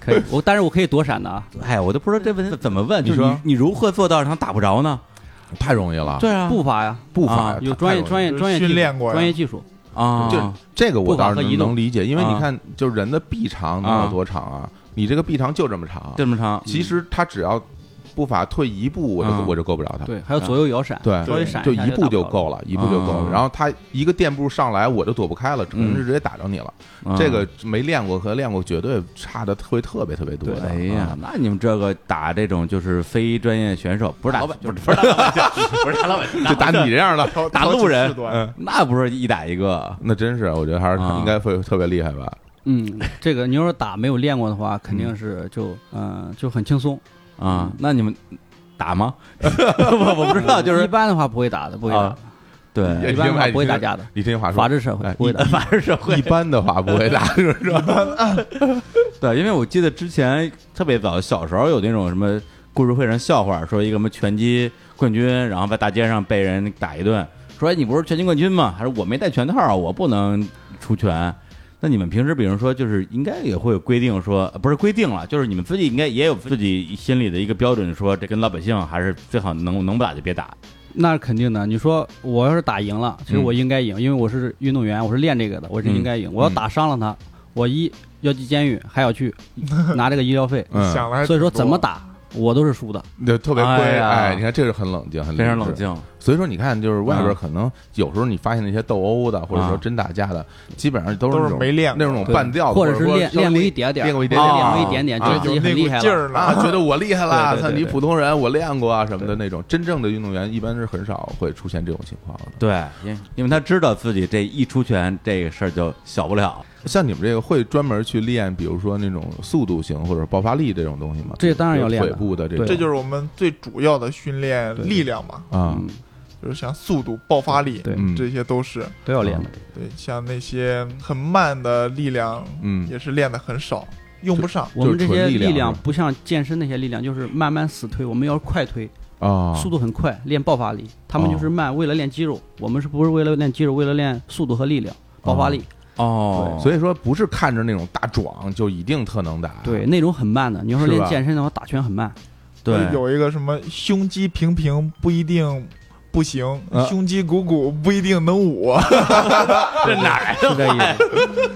[SPEAKER 4] 可以，我但是我可以躲闪的啊。
[SPEAKER 1] 哎，我都不知道这问题怎么问，就是
[SPEAKER 2] 你
[SPEAKER 1] 你
[SPEAKER 2] 说
[SPEAKER 1] 你如何做到让他打不着呢？
[SPEAKER 2] 太容易了，
[SPEAKER 1] 对啊，
[SPEAKER 4] 步伐呀，
[SPEAKER 2] 步伐
[SPEAKER 1] 啊
[SPEAKER 4] 有专业专
[SPEAKER 2] 业。
[SPEAKER 4] 业
[SPEAKER 3] 就是
[SPEAKER 4] 专业技术
[SPEAKER 3] 训练过呀
[SPEAKER 4] 专业技术。
[SPEAKER 1] 啊，
[SPEAKER 2] 就这个我
[SPEAKER 4] 步伐
[SPEAKER 2] 倒是
[SPEAKER 4] 和
[SPEAKER 2] 能
[SPEAKER 4] 移动
[SPEAKER 2] 能理解，因为你
[SPEAKER 1] 啊
[SPEAKER 2] 看，就人的臂长能
[SPEAKER 1] 啊
[SPEAKER 2] 有多长啊？你这个臂长就这么长，
[SPEAKER 1] 这么长，
[SPEAKER 2] 其实他只要步伐退一步，我就
[SPEAKER 1] 嗯
[SPEAKER 2] 我就够不着他。
[SPEAKER 4] 对，还有左右摇闪，
[SPEAKER 2] 对
[SPEAKER 4] 稍微闪
[SPEAKER 2] 就
[SPEAKER 4] 下
[SPEAKER 2] 一步就
[SPEAKER 4] 打不着了。
[SPEAKER 2] 够了，一步就够
[SPEAKER 1] 啊
[SPEAKER 4] 嗯
[SPEAKER 2] 了。然后他一个垫步上来，我就躲不开了，可能
[SPEAKER 1] 嗯
[SPEAKER 2] 是直接打着你了。
[SPEAKER 4] 嗯
[SPEAKER 1] 啊
[SPEAKER 2] 这个没练过和练过绝对差的会特别特别多
[SPEAKER 1] 对，
[SPEAKER 2] 的。
[SPEAKER 1] 哎
[SPEAKER 2] 啊
[SPEAKER 1] 呀，，那你们这个打这种就是非专业选手，不是打
[SPEAKER 2] 老板
[SPEAKER 1] 不是不是打老板， *laughs* 不是打老板，
[SPEAKER 2] 嗯就打你这样的，
[SPEAKER 3] 挑
[SPEAKER 1] *laughs* 打路人
[SPEAKER 3] 挑起事端
[SPEAKER 2] 嗯，
[SPEAKER 1] 那不是一打一个，
[SPEAKER 2] 那真是我觉得还是
[SPEAKER 1] 啊
[SPEAKER 2] 应该会特别厉害吧。
[SPEAKER 4] 嗯，这个你要是打没有练过的话，肯定是就嗯就很轻松。
[SPEAKER 1] 啊，那你们打吗？ *laughs* 我我不知啊道，就
[SPEAKER 4] 一
[SPEAKER 1] 是
[SPEAKER 4] 般的话不会打的，不会打
[SPEAKER 1] 啊
[SPEAKER 4] 的，
[SPEAKER 1] 对
[SPEAKER 4] 哎一般的话不会打架的。
[SPEAKER 2] 你听话
[SPEAKER 4] 法
[SPEAKER 2] 说，
[SPEAKER 4] 治社会
[SPEAKER 2] 哎
[SPEAKER 4] 不会打。
[SPEAKER 1] 反正是
[SPEAKER 2] 一般的话不会打，是不是？
[SPEAKER 1] 对，因为我记得之前特别早，小时候有那种什么故事会上笑话，说一个什么拳击冠军，然后在大街上被人打一顿，说哎你不是拳击冠军吗？还是我没戴拳套，我不能出拳。那你们平时，比如说，就是应该也会有规定说，呃不是规定了，就是你们自己应该也有自己心里的一个标准，说这跟老百姓还是最好能能不打就别打。
[SPEAKER 4] 那是肯定的。你说我要是打赢了，
[SPEAKER 2] 嗯
[SPEAKER 4] 其实我应该赢，因为我是运动员，我是练这个的，我是应该赢。我要打伤了
[SPEAKER 2] 嗯
[SPEAKER 4] 他，我一要进监狱，还
[SPEAKER 2] *laughs*
[SPEAKER 4] 要去拿这个医疗费。
[SPEAKER 2] 嗯，
[SPEAKER 3] 想的还
[SPEAKER 4] 所以说
[SPEAKER 3] 挺多
[SPEAKER 4] 怎么打我都是输的。
[SPEAKER 2] 就特别亏。
[SPEAKER 1] 哎呀
[SPEAKER 2] 哎，你看这是很冷静，很
[SPEAKER 1] 非常
[SPEAKER 2] 理智
[SPEAKER 1] 冷。静，
[SPEAKER 2] 所以说你看，就是
[SPEAKER 4] 嗯
[SPEAKER 2] 外边
[SPEAKER 1] 啊
[SPEAKER 2] 可能有时候你发现那些斗殴的，或者说
[SPEAKER 1] 啊
[SPEAKER 2] 真打架的，基本上都是
[SPEAKER 3] 都是
[SPEAKER 2] 那种
[SPEAKER 3] 没练
[SPEAKER 2] 那
[SPEAKER 3] 过
[SPEAKER 2] 种
[SPEAKER 4] 对
[SPEAKER 2] 半吊子，
[SPEAKER 4] 或
[SPEAKER 2] 者
[SPEAKER 4] 者是
[SPEAKER 2] 哦说
[SPEAKER 4] 练
[SPEAKER 2] 稍
[SPEAKER 4] 练过
[SPEAKER 2] 微
[SPEAKER 4] 一点点儿
[SPEAKER 2] 练过一点点
[SPEAKER 1] 啊
[SPEAKER 4] 对练过一点点，觉
[SPEAKER 3] 啊
[SPEAKER 4] 得自
[SPEAKER 3] 有
[SPEAKER 4] 己
[SPEAKER 3] 那
[SPEAKER 4] 很厉
[SPEAKER 3] 股
[SPEAKER 4] 害
[SPEAKER 3] 劲
[SPEAKER 4] 了。
[SPEAKER 3] 儿
[SPEAKER 2] 啊，
[SPEAKER 3] 了，
[SPEAKER 2] 觉得我厉害了，
[SPEAKER 1] 对对
[SPEAKER 2] 操
[SPEAKER 1] 对
[SPEAKER 2] 你
[SPEAKER 1] 对
[SPEAKER 2] 普通人，我练过啊什么的那种。真正的运动员一般是很少会出现这种情况的。
[SPEAKER 1] 对，因因为他知道自己这一出拳，这个事儿就小不了。
[SPEAKER 2] 像你们这个会专门去练，比如说那种速度型或者爆发力这种东西吗？
[SPEAKER 4] 这当然要练的
[SPEAKER 2] 腿部的这种，
[SPEAKER 3] 这就是我们最主要的训练力量嘛，
[SPEAKER 2] 啊，
[SPEAKER 4] 嗯
[SPEAKER 3] 就是像速度、爆发力，
[SPEAKER 4] 对
[SPEAKER 2] 嗯
[SPEAKER 3] 这些都是
[SPEAKER 4] 都要练的。
[SPEAKER 3] 对。像那些很慢的力量，
[SPEAKER 2] 嗯
[SPEAKER 3] 也是练的很少，用不上。
[SPEAKER 4] 我们这
[SPEAKER 2] 就是
[SPEAKER 4] 些
[SPEAKER 2] 纯力量
[SPEAKER 4] 力
[SPEAKER 2] 是吧
[SPEAKER 4] 量不像健身那些力量，就是慢慢死推，我们要快推，
[SPEAKER 2] 啊，
[SPEAKER 4] 速度很快，练爆发力。他们就是慢，为了练肌肉。我们是不是为了练肌肉，为了练速度和力量、爆发力？
[SPEAKER 1] 哦
[SPEAKER 2] 对，
[SPEAKER 1] 所以
[SPEAKER 2] 所以说不是看着那种大壮就一定特能打，
[SPEAKER 4] 对，那种很慢的。你要说
[SPEAKER 2] 啊是吧
[SPEAKER 4] 练健身的话，打拳很慢。
[SPEAKER 1] 对
[SPEAKER 3] 有一个什么胸肌平平不一定不行，
[SPEAKER 2] 啊
[SPEAKER 3] 胸肌鼓鼓不一定能舞，
[SPEAKER 1] 这哪啊 *laughs* 来
[SPEAKER 4] 是这意思。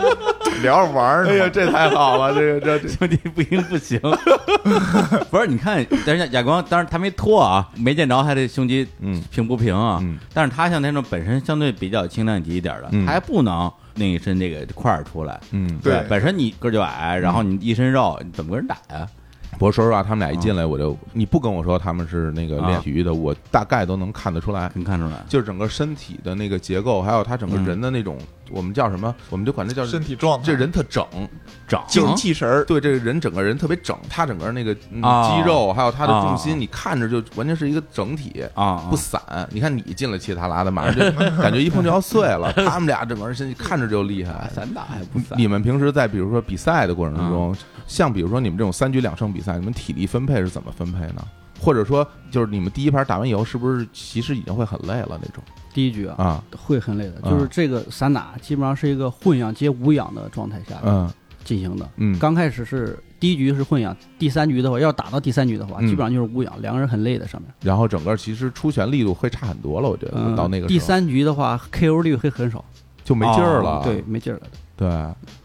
[SPEAKER 3] 聊着玩儿
[SPEAKER 2] *laughs*
[SPEAKER 3] 呢。
[SPEAKER 2] 哎呀，这太好了，这个
[SPEAKER 3] *laughs*
[SPEAKER 2] 这
[SPEAKER 1] 兄弟不行不行，不是你看，但是亚光当然他没脱啊，没见着他这胸肌
[SPEAKER 2] 嗯
[SPEAKER 1] 平不平啊，
[SPEAKER 2] 嗯
[SPEAKER 1] 但是他像那种本身相对比较轻量级一点的，
[SPEAKER 2] 嗯
[SPEAKER 1] 他还不能那一身这个块儿出来。
[SPEAKER 2] 嗯。
[SPEAKER 3] 对
[SPEAKER 1] 本身你个儿就矮，然后你一身肉，你怎么跟人打呀？
[SPEAKER 2] 不过说实话，他们俩一进来
[SPEAKER 4] 嗯
[SPEAKER 2] 我就，你不跟我说他们是那个
[SPEAKER 4] 啊
[SPEAKER 2] 练体育的，我大概都能看得出来。
[SPEAKER 1] 能看出来，
[SPEAKER 2] 就是整个身体的那个结构，还有他整个
[SPEAKER 1] 嗯
[SPEAKER 2] 人的那种，我们叫什么？我们就管这叫
[SPEAKER 3] 身体状态，
[SPEAKER 2] 这人特整，
[SPEAKER 1] 长
[SPEAKER 3] 精气神儿，
[SPEAKER 2] 对这个人整个人特别整，他整个那个、嗯
[SPEAKER 1] 啊
[SPEAKER 2] 肌肉还有他的重
[SPEAKER 1] 啊
[SPEAKER 2] 心，你看着就完全是一个整体。
[SPEAKER 1] 啊，
[SPEAKER 2] 不散，你看你进来气他拉的，马上就感觉一碰就要碎
[SPEAKER 3] *laughs*
[SPEAKER 2] 了。他们俩这玩意儿现在看着就厉害。
[SPEAKER 1] 散打还不散，
[SPEAKER 2] 你们平时在比如说比赛的过
[SPEAKER 3] 啊
[SPEAKER 2] 程中，像比如说你们这种三局两胜比赛，你们体力分配是怎么分配呢？或者说，就是你们第一盘打完以后，是不是其实已经会很累了那种
[SPEAKER 4] 第一局啊，
[SPEAKER 2] 啊？
[SPEAKER 4] 会很累的，
[SPEAKER 2] 嗯
[SPEAKER 4] 就是这个散打基本上是一个混氧接无氧的状态下
[SPEAKER 2] 嗯
[SPEAKER 4] 进行的。
[SPEAKER 2] 嗯，
[SPEAKER 4] 刚开始是第一局是混氧，第三局的话，要打到第三局的话，
[SPEAKER 2] 嗯
[SPEAKER 4] 基本上就是无氧，两个人很累的上面。
[SPEAKER 2] 然后整个其实出拳力度会差很多了，我觉得
[SPEAKER 4] 嗯，
[SPEAKER 2] 到那个时候啊
[SPEAKER 4] 第三局的话，KO 率会很少，
[SPEAKER 2] 就没劲儿
[SPEAKER 1] 哦
[SPEAKER 2] 了。
[SPEAKER 4] 对，没劲儿了。
[SPEAKER 2] 对，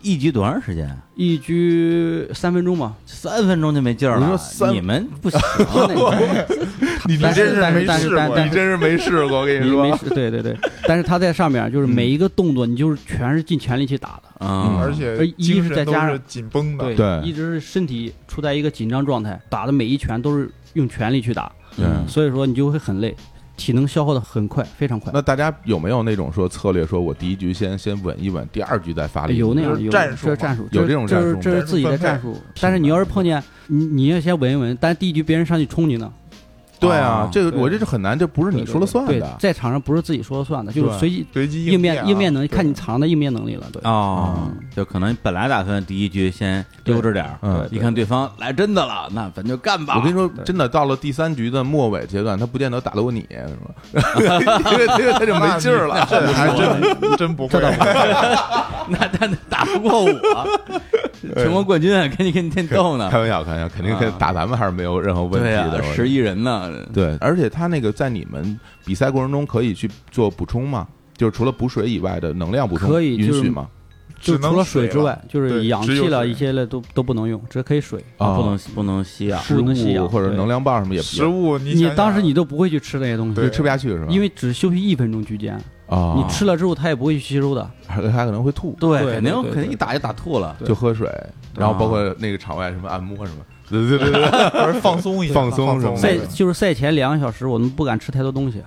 [SPEAKER 1] 一局多长时间？
[SPEAKER 4] 一局三分钟嘛，
[SPEAKER 1] 三分钟就没劲儿
[SPEAKER 2] 我说
[SPEAKER 1] 了。
[SPEAKER 2] 三
[SPEAKER 1] 你们
[SPEAKER 2] *laughs*
[SPEAKER 4] 不行，那
[SPEAKER 3] *laughs* 你
[SPEAKER 4] 但
[SPEAKER 3] 真
[SPEAKER 4] 是但
[SPEAKER 3] 没
[SPEAKER 4] 是但
[SPEAKER 3] 试
[SPEAKER 4] 是但
[SPEAKER 3] 过，
[SPEAKER 4] 但
[SPEAKER 3] 你真是没试过，我跟
[SPEAKER 4] 你没事，对对对。但是他在上面
[SPEAKER 2] 嗯
[SPEAKER 4] 就是每一个动作，你就是全是尽全力去打的，
[SPEAKER 1] 嗯
[SPEAKER 3] 而且精神都是紧绷的，
[SPEAKER 2] 对
[SPEAKER 4] 一直是身体处在一个紧张状态，打的每一拳都是用全力去打，
[SPEAKER 2] 对
[SPEAKER 1] 嗯
[SPEAKER 4] 所以说你就会很累，体能消耗的很快，非常快。
[SPEAKER 2] 那大家有没有那种说策略，说我第一局先先稳一稳，第二局再发力？
[SPEAKER 4] 哎有那样的
[SPEAKER 3] 就是
[SPEAKER 4] 有
[SPEAKER 3] 战术
[SPEAKER 4] 这
[SPEAKER 3] 嘛
[SPEAKER 4] 是战术，
[SPEAKER 2] 有
[SPEAKER 4] 这
[SPEAKER 2] 这种
[SPEAKER 4] 这
[SPEAKER 2] 战术
[SPEAKER 4] 是
[SPEAKER 2] 吗
[SPEAKER 4] 这是自己的战术。但是你要是碰见你，你要先稳一稳，但是第一局别人上去冲你呢，
[SPEAKER 2] 对啊
[SPEAKER 1] 哦，
[SPEAKER 2] 这个
[SPEAKER 4] 对
[SPEAKER 2] 我这是很难，这不是你说了算
[SPEAKER 4] 对，
[SPEAKER 2] 的。
[SPEAKER 4] 在场上不是自己说了算的，就是
[SPEAKER 2] 对
[SPEAKER 4] 随机
[SPEAKER 3] 随机
[SPEAKER 4] 应变
[SPEAKER 3] 啊
[SPEAKER 4] 应变能力，看你
[SPEAKER 3] 对啊
[SPEAKER 4] 场上的应变能力了。对，
[SPEAKER 1] 哦，就可能本来打算第一局先溜着点儿，
[SPEAKER 2] 嗯
[SPEAKER 1] 一看对方来真的了，那咱就干吧。
[SPEAKER 2] 我跟你说，
[SPEAKER 4] 对
[SPEAKER 2] 真的到了第三局的末尾阶段，他不见得打得过你，是吧？ *laughs* 因为因为他就没劲儿了。
[SPEAKER 3] 这还真真不会，
[SPEAKER 1] *laughs*
[SPEAKER 3] 啊
[SPEAKER 1] 那他打不过我，全国冠军啊，跟你跟你天斗呢
[SPEAKER 2] 开。玩笑，开玩笑，肯定跟
[SPEAKER 1] 啊
[SPEAKER 2] 打咱们还是没有任何问题
[SPEAKER 1] 对啊
[SPEAKER 2] 的。，
[SPEAKER 1] 十亿人呢，
[SPEAKER 2] 对，嗯而且他那个在你们比赛过程中可以去做补充吗？就是除了补水以外的能量补充
[SPEAKER 4] 可以
[SPEAKER 2] 允
[SPEAKER 4] 就是
[SPEAKER 2] 许吗？
[SPEAKER 4] 就
[SPEAKER 3] 只能
[SPEAKER 4] 除了水之外，就
[SPEAKER 3] 对
[SPEAKER 4] 是氧
[SPEAKER 3] 只有
[SPEAKER 4] 气了
[SPEAKER 3] 水
[SPEAKER 4] 一些了都都不能用，只可以水。
[SPEAKER 1] 啊
[SPEAKER 2] 啊
[SPEAKER 1] 不能不能吸啊。
[SPEAKER 2] 食
[SPEAKER 4] 不能吸
[SPEAKER 2] 物
[SPEAKER 4] 氧
[SPEAKER 2] 或者
[SPEAKER 4] 对
[SPEAKER 2] 能量棒什么也
[SPEAKER 3] 食
[SPEAKER 2] 不
[SPEAKER 3] 物你
[SPEAKER 4] 你
[SPEAKER 3] 想
[SPEAKER 4] 当时
[SPEAKER 3] 想啊
[SPEAKER 4] 你都不会去吃那些东
[SPEAKER 3] 对
[SPEAKER 4] 西，
[SPEAKER 2] 吃不下去是吧？
[SPEAKER 4] 因为只休息一分钟居间，
[SPEAKER 2] 啊，
[SPEAKER 4] 你吃了之后它也不会去吸收的。
[SPEAKER 2] 还还可能会吐。
[SPEAKER 1] 对，
[SPEAKER 4] 对
[SPEAKER 1] 肯定
[SPEAKER 4] 对对
[SPEAKER 1] 肯定一打就打吐了。
[SPEAKER 2] 就喝水，然后包括那个场外什么按摩什么，对对对对，
[SPEAKER 3] 不是啊放松一下，
[SPEAKER 2] 放松
[SPEAKER 3] 松
[SPEAKER 2] 什么的
[SPEAKER 4] 赛
[SPEAKER 2] 对
[SPEAKER 4] 就是赛前两个小时，我们不敢吃太多东
[SPEAKER 1] 嗯
[SPEAKER 4] 西，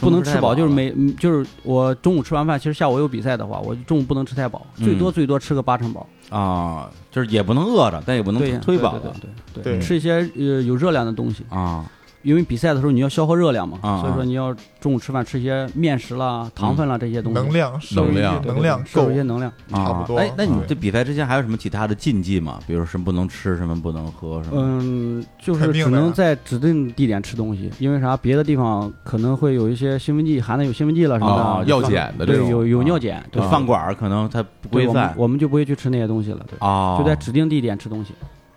[SPEAKER 4] 不能吃
[SPEAKER 1] 太饱
[SPEAKER 4] 饱。
[SPEAKER 1] 了
[SPEAKER 4] 就是每嗯就是我中午吃完饭，其实下午有比赛的话，我中午不能吃太饱，
[SPEAKER 1] 嗯
[SPEAKER 4] 最多最多吃个八成饱，
[SPEAKER 1] 啊，就是也不能饿着，但也不
[SPEAKER 4] 对
[SPEAKER 1] 能
[SPEAKER 4] 呀
[SPEAKER 1] 忒饱
[SPEAKER 4] 对
[SPEAKER 1] 了
[SPEAKER 4] 对对
[SPEAKER 3] 对
[SPEAKER 4] 吃一些呃有热量的东西，
[SPEAKER 1] 啊。
[SPEAKER 4] 因为比赛的时候你要消耗热量嘛，
[SPEAKER 1] 啊啊嗯
[SPEAKER 4] 所以说你要中午吃饭吃一些面食啦、糖分啦这些东西，
[SPEAKER 3] 能量摄入
[SPEAKER 2] 能量
[SPEAKER 4] 对对对
[SPEAKER 3] 能量
[SPEAKER 4] 摄
[SPEAKER 3] 够
[SPEAKER 4] 入一些能量。
[SPEAKER 3] 差不多
[SPEAKER 4] 嗯
[SPEAKER 1] 哎，那你
[SPEAKER 3] 对
[SPEAKER 1] 这比赛之前还有什么其他的禁忌吗？比如什么不能吃，什么不能喝，什么？
[SPEAKER 4] 嗯，就是
[SPEAKER 3] 肯定
[SPEAKER 4] 只
[SPEAKER 3] 的
[SPEAKER 4] 能
[SPEAKER 3] 呀
[SPEAKER 4] 在指定地点吃东西，因为啥？别的地方可能会有一些兴奋剂，含的有兴奋剂了什么的，
[SPEAKER 1] 啊
[SPEAKER 2] 药碱的这
[SPEAKER 4] 对，
[SPEAKER 2] 种
[SPEAKER 4] 有有尿碱，对
[SPEAKER 1] 就饭馆儿可能它啊不
[SPEAKER 4] 对
[SPEAKER 1] 规
[SPEAKER 4] 我们
[SPEAKER 1] 范
[SPEAKER 4] 我们就不会去吃那些东西了，对，
[SPEAKER 1] 啊，
[SPEAKER 4] 就在指定地点吃东西。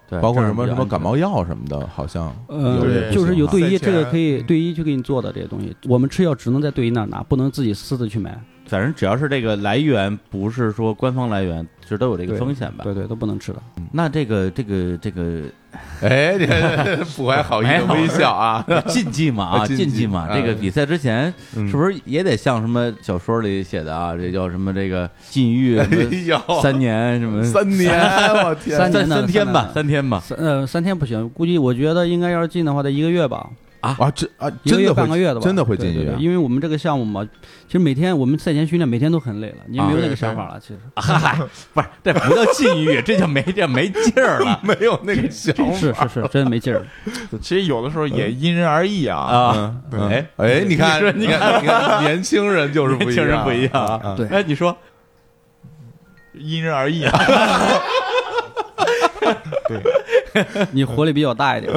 [SPEAKER 1] 对
[SPEAKER 2] 包括什么
[SPEAKER 1] 这
[SPEAKER 2] 什
[SPEAKER 1] 样
[SPEAKER 2] 么
[SPEAKER 1] 比较
[SPEAKER 2] 感冒药什么的，好像
[SPEAKER 4] 呃
[SPEAKER 2] 有
[SPEAKER 3] 对
[SPEAKER 2] 也不行
[SPEAKER 4] 就是有
[SPEAKER 2] 哈
[SPEAKER 4] 对
[SPEAKER 3] 塞
[SPEAKER 4] 一，
[SPEAKER 3] 钱
[SPEAKER 4] 这个可以
[SPEAKER 3] 嗯
[SPEAKER 4] 对一去给你做的这些东西，我们吃药只能在对一那儿拿，不能自己私自去买，
[SPEAKER 1] 反正只要是这个来源不是说官方来源，其实都有这个
[SPEAKER 4] 对
[SPEAKER 1] 风险吧。
[SPEAKER 4] 对对，都不能吃的。
[SPEAKER 1] 那这个这个这个哎
[SPEAKER 2] 哎，你
[SPEAKER 4] *laughs*
[SPEAKER 2] 看不怀好意的哦微笑啊，
[SPEAKER 1] *laughs* 禁忌嘛
[SPEAKER 2] *laughs*
[SPEAKER 1] 啊，
[SPEAKER 2] 禁
[SPEAKER 1] 禁忌
[SPEAKER 2] 忌
[SPEAKER 1] 嘛，
[SPEAKER 2] 啊
[SPEAKER 1] 这个比赛之前
[SPEAKER 2] 嗯
[SPEAKER 1] 是不是也得像什么小说里写的啊？这叫什么？这个禁
[SPEAKER 2] *laughs*
[SPEAKER 1] 欲什么
[SPEAKER 2] 哎呦
[SPEAKER 1] 三年什么
[SPEAKER 2] 三年，我天，
[SPEAKER 1] 三
[SPEAKER 4] 三年呢
[SPEAKER 1] 三天吧，
[SPEAKER 4] 三
[SPEAKER 1] 三天吧
[SPEAKER 4] 三呃三天不行，估计我觉得应该要是进的话得一个月吧，
[SPEAKER 2] 啊，这啊，
[SPEAKER 4] 一个
[SPEAKER 2] 真
[SPEAKER 4] 月
[SPEAKER 2] 的
[SPEAKER 4] 半个
[SPEAKER 2] 会
[SPEAKER 4] 月的吧，
[SPEAKER 2] 真的会进
[SPEAKER 4] 对对
[SPEAKER 2] 去
[SPEAKER 4] 对
[SPEAKER 2] 啊，。
[SPEAKER 4] 因为我们这个项目嘛，其实每天我们赛前训练每天都很累了，你也没有
[SPEAKER 1] 啊
[SPEAKER 4] 那个想法了，其实
[SPEAKER 1] 嗨，不是，这不叫禁欲，这就没这没劲儿了
[SPEAKER 2] *laughs* 没有那个想法
[SPEAKER 4] 是是是，真没劲儿。
[SPEAKER 2] *laughs*
[SPEAKER 3] 其实有的时候也因人而异啊。
[SPEAKER 1] 啊，
[SPEAKER 3] 对
[SPEAKER 1] 哎，
[SPEAKER 2] 哎，你看，
[SPEAKER 1] 你说你
[SPEAKER 2] 看，你看，年轻人就是不一样，
[SPEAKER 1] 年轻
[SPEAKER 2] 啊嗯
[SPEAKER 1] 人不一样啊。
[SPEAKER 4] 对
[SPEAKER 1] 哎，你说，
[SPEAKER 3] 因人而异啊。对，
[SPEAKER 4] 你活力比较大一点，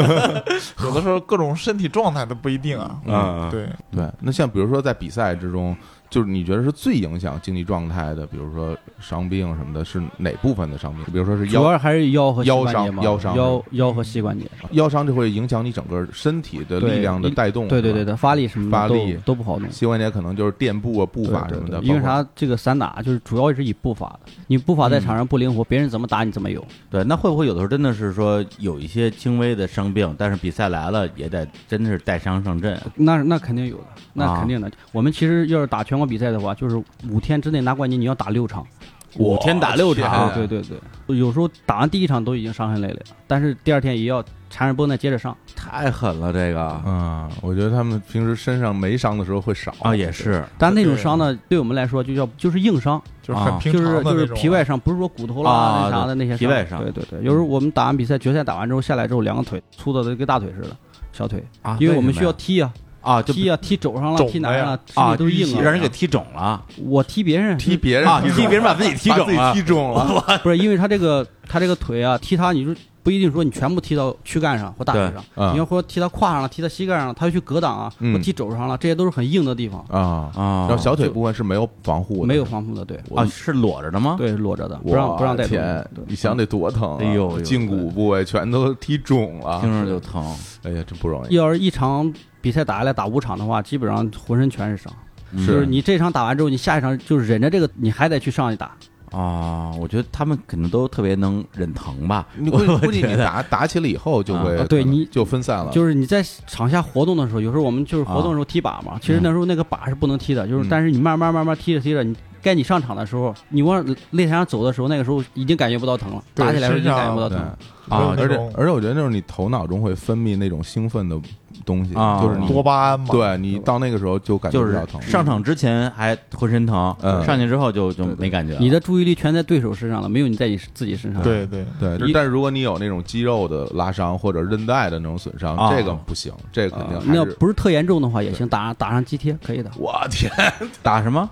[SPEAKER 3] 有的时候各种身体状态都不一定啊。
[SPEAKER 1] 嗯，
[SPEAKER 3] 对，
[SPEAKER 2] 对，那像比如说在比赛之中，就是你觉得是最影响竞技状态的，比如说伤病什么的，是哪部分的伤病？比如说是 *laughs*
[SPEAKER 4] 主
[SPEAKER 2] 腰
[SPEAKER 4] 要还是腰和膝关节嘛，
[SPEAKER 2] 腰伤腰伤
[SPEAKER 4] 腰腰和膝关节。
[SPEAKER 2] 腰伤，这会影响你整个身体的
[SPEAKER 4] 对
[SPEAKER 2] 力量的
[SPEAKER 4] 一
[SPEAKER 2] 带动。
[SPEAKER 4] 对对对
[SPEAKER 2] 是吧，
[SPEAKER 4] 对，发力什么的
[SPEAKER 2] 啊发
[SPEAKER 4] 都
[SPEAKER 2] 力
[SPEAKER 4] 都不好弄。
[SPEAKER 2] 膝关节可能就是垫步啊、步
[SPEAKER 4] 对
[SPEAKER 2] 伐
[SPEAKER 4] 对
[SPEAKER 2] 什么
[SPEAKER 4] 对
[SPEAKER 2] 的。
[SPEAKER 4] 因为
[SPEAKER 2] 包括？嗯
[SPEAKER 4] 啥？这个散打就是主要是以步法的，你步法在场上不灵活，别人怎么打你怎么有。
[SPEAKER 1] 对，那会不会有的时候真的是说有一些轻微的伤病，但是比赛来了也得真的是带伤上阵？
[SPEAKER 4] 那那肯定有的，那
[SPEAKER 1] 啊
[SPEAKER 4] 肯定的。我们其实要是打全国比赛的话，就是五天之内拿冠军，你要打六场。
[SPEAKER 1] 五天打六
[SPEAKER 2] 啊
[SPEAKER 1] 场，
[SPEAKER 4] 对对对对，哎有时候打完第一场都已经伤痕累累了，但是第二天也要缠着绷带接着上。
[SPEAKER 1] 太狠了，这个
[SPEAKER 2] 啊，我觉得他们平时身上没伤的时候会少
[SPEAKER 1] 啊也是
[SPEAKER 4] 但那种伤呢，对我们来说就叫就是硬伤，
[SPEAKER 3] 就是很平
[SPEAKER 4] 就
[SPEAKER 3] 常的
[SPEAKER 4] 是
[SPEAKER 3] 那种啊
[SPEAKER 4] 就是皮外伤，不是说骨头
[SPEAKER 1] 啊
[SPEAKER 4] 啦那啥的那些
[SPEAKER 1] 皮外伤
[SPEAKER 4] 对对对，有时候我们打完比赛，决赛打完之后下来之后，两个腿粗的都跟大腿似的，小腿，
[SPEAKER 1] 啊，
[SPEAKER 4] 因为我们
[SPEAKER 1] 什么
[SPEAKER 4] 需要
[SPEAKER 1] 呀
[SPEAKER 4] 踢啊，
[SPEAKER 2] 哦
[SPEAKER 1] 啊就
[SPEAKER 4] 踢啊，踢肘上了，
[SPEAKER 3] 肿了
[SPEAKER 4] 踢哪上
[SPEAKER 3] 呀
[SPEAKER 4] 了，踢
[SPEAKER 1] 啊
[SPEAKER 4] 都是硬
[SPEAKER 1] 让人
[SPEAKER 4] 啊。
[SPEAKER 1] 给踢肿了
[SPEAKER 4] 我踢别人啊
[SPEAKER 2] 踢别人
[SPEAKER 1] 啊，
[SPEAKER 2] 踢
[SPEAKER 1] 踢别人把自己踢
[SPEAKER 2] 把
[SPEAKER 1] 肿
[SPEAKER 2] 自己
[SPEAKER 1] 了
[SPEAKER 2] 踢中了，
[SPEAKER 4] *laughs* 不是因为他这个他这个腿啊，踢他你就不一定说你全部踢到躯干上或大腿上，
[SPEAKER 2] 嗯
[SPEAKER 4] 你要说踢到胯上了，踢到膝盖上了，他要去格挡啊，
[SPEAKER 2] 嗯
[SPEAKER 4] 或踢肘上了，这些都是很硬的地方，
[SPEAKER 2] 啊。
[SPEAKER 1] 啊
[SPEAKER 2] 然后小腿部分是没有防护的，
[SPEAKER 4] 没有防护的，对
[SPEAKER 1] 啊是裸着的吗？
[SPEAKER 4] 对，裸着的，
[SPEAKER 2] 我
[SPEAKER 4] 不让不让带动
[SPEAKER 2] 天
[SPEAKER 4] 的。，对
[SPEAKER 2] 你想得多疼啊！
[SPEAKER 1] 哎呦哎呦
[SPEAKER 2] 胫骨部位全都踢肿了，
[SPEAKER 1] 听着就疼，
[SPEAKER 2] 哎呀，真不容易。
[SPEAKER 4] 要是一场比赛打下来打五场的话，基本上浑身全是伤。
[SPEAKER 1] 嗯
[SPEAKER 4] 就是你这场打完之后，你下一场就是忍着这个，你还得去上一打。
[SPEAKER 1] 啊，我觉得他们可能都特别能忍疼吧，
[SPEAKER 2] 你
[SPEAKER 1] 我
[SPEAKER 2] 估计
[SPEAKER 1] 我
[SPEAKER 2] 估计
[SPEAKER 1] 觉
[SPEAKER 2] 你
[SPEAKER 1] 得哦
[SPEAKER 2] 打打起了以后就会
[SPEAKER 4] 啊，对你
[SPEAKER 2] 就分散了，
[SPEAKER 4] 就是你在场下活动的时候，有时候我们就是活动的时候踢靶嘛，其实那时候那个靶是不能踢的，就是但是你慢慢慢慢踢着踢着，你该你上场的时候，你往擂台上走的时候，那个时候已经感觉不到疼了，
[SPEAKER 3] 对
[SPEAKER 4] 打起来的时候已经感觉不到
[SPEAKER 2] 对
[SPEAKER 4] 疼
[SPEAKER 1] 嗯
[SPEAKER 3] 啊
[SPEAKER 4] 了。
[SPEAKER 2] 而
[SPEAKER 3] 那
[SPEAKER 2] 且
[SPEAKER 3] 种
[SPEAKER 2] 而且我觉得就是你头脑中会分泌那种兴奋的东西，
[SPEAKER 1] 啊
[SPEAKER 2] 就是你
[SPEAKER 3] 多巴胺嘛。
[SPEAKER 2] 对你到那个时候就感觉
[SPEAKER 1] *laughs* 就
[SPEAKER 2] 不
[SPEAKER 1] 是
[SPEAKER 2] 到疼，
[SPEAKER 1] 上场之前还浑身疼，
[SPEAKER 2] 嗯
[SPEAKER 1] 上去之后就就没感觉了。
[SPEAKER 4] 你的注意力全在对手身上了，没有你在你自己身上。，
[SPEAKER 3] 对对，
[SPEAKER 2] 对，就是但是如果你有那种肌肉的拉伤或者韧带的那种损伤，
[SPEAKER 1] 啊
[SPEAKER 2] 这个不行，这个肯定
[SPEAKER 4] 啊那
[SPEAKER 2] 还
[SPEAKER 4] 要
[SPEAKER 2] 是
[SPEAKER 4] 不是特严重的话也行，打打上肌贴可以的，
[SPEAKER 2] 我天
[SPEAKER 1] 打什么？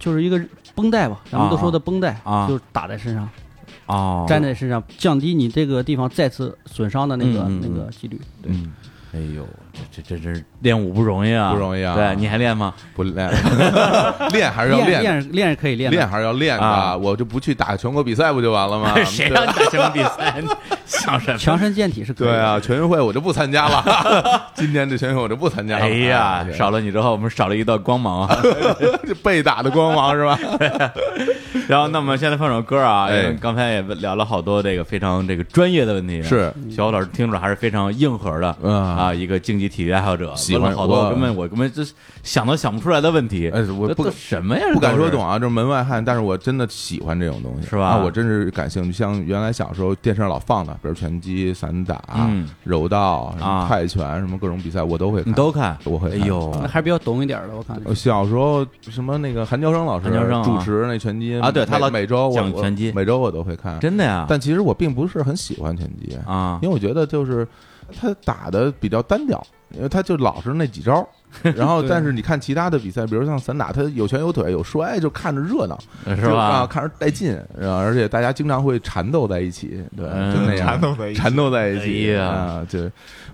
[SPEAKER 4] 就是一个绷带吧，咱们都说的绷带
[SPEAKER 1] 啊
[SPEAKER 4] 就是打在身上。
[SPEAKER 1] 哦，
[SPEAKER 4] 粘在身上，降低你这个地方再次损伤的那个、
[SPEAKER 1] 嗯嗯嗯
[SPEAKER 4] 那个几率。对，
[SPEAKER 1] 嗯，哎呦，这这这真是练武不容易啊，
[SPEAKER 2] 不容易啊
[SPEAKER 1] 对，你还练吗？
[SPEAKER 2] 不练练还是要
[SPEAKER 4] 练
[SPEAKER 2] 练
[SPEAKER 4] 练是练是可以练的，
[SPEAKER 2] 练还是要练
[SPEAKER 1] 啊
[SPEAKER 2] 的，我就不去打全国比赛不就完了吗？
[SPEAKER 1] *laughs* 谁
[SPEAKER 2] 对
[SPEAKER 1] 让你打 *laughs* 全国比赛？想什么？
[SPEAKER 4] 强身健体是可以
[SPEAKER 2] 对
[SPEAKER 4] 的。
[SPEAKER 2] 啊，全运会我就不参加了， *laughs* 今年这全运会我就不参加了。
[SPEAKER 1] 哎
[SPEAKER 2] *laughs*
[SPEAKER 1] 呀，
[SPEAKER 2] 啊对
[SPEAKER 1] 少了你之后，我们少了一道光芒
[SPEAKER 2] *laughs*
[SPEAKER 1] 啊。
[SPEAKER 2] 这被打的光芒是吧？
[SPEAKER 1] 然后，那我们现在放首歌啊，因
[SPEAKER 2] 哎
[SPEAKER 1] 为刚才也聊了好多这个非常这个专业的问题，啊
[SPEAKER 2] 是
[SPEAKER 1] 小虎老师听着还是非常硬核的
[SPEAKER 2] 嗯
[SPEAKER 1] 啊，一个竞技体育爱好者，
[SPEAKER 2] 喜
[SPEAKER 1] 问
[SPEAKER 2] 欢
[SPEAKER 1] 了好多
[SPEAKER 2] 我
[SPEAKER 1] 根本我根本就想都想不出来的问题，
[SPEAKER 2] 哎我
[SPEAKER 1] 这
[SPEAKER 2] 不
[SPEAKER 1] 都什么呀，
[SPEAKER 2] 不敢
[SPEAKER 1] 这都
[SPEAKER 2] 说
[SPEAKER 1] 是
[SPEAKER 2] 懂啊，就是门外汉，但是我真的喜欢这种东西，
[SPEAKER 1] 是吧
[SPEAKER 2] 啊我真是感兴趣。像原来小时候电视上老放的，比如拳击、散打、啊
[SPEAKER 1] 嗯
[SPEAKER 2] 柔道、什
[SPEAKER 1] 啊
[SPEAKER 2] 么泰拳、什么各种比赛，我都会看。
[SPEAKER 1] 你都看，
[SPEAKER 2] 我会
[SPEAKER 1] 哎
[SPEAKER 2] 看啊
[SPEAKER 1] 呦
[SPEAKER 4] 还是比较懂一点的，我看。
[SPEAKER 2] 呃小时候什么那个韩乔生老师
[SPEAKER 1] 韩乔生啊
[SPEAKER 2] 主持那拳击
[SPEAKER 1] 啊对他
[SPEAKER 2] 每
[SPEAKER 1] 老
[SPEAKER 2] 每周我
[SPEAKER 1] 讲拳击
[SPEAKER 2] 我每周我都会看。
[SPEAKER 1] 真的呀，
[SPEAKER 2] 但其实我并不是很喜欢拳击，
[SPEAKER 1] 啊
[SPEAKER 2] 因为我觉得就是他打的比较单调，因为他就老是那几
[SPEAKER 1] *laughs*
[SPEAKER 2] 招。然后，但是你看其他的比赛，比如像散打，他有拳有腿有摔，就看着热闹，
[SPEAKER 1] 是
[SPEAKER 2] 就啊，
[SPEAKER 1] 吧？
[SPEAKER 2] 看着带劲。然后，而且大家经常会缠斗在一起，对，
[SPEAKER 1] 嗯
[SPEAKER 2] 就那样
[SPEAKER 3] 缠斗在一起
[SPEAKER 2] 缠斗在一起
[SPEAKER 1] 哎呀
[SPEAKER 2] 啊，就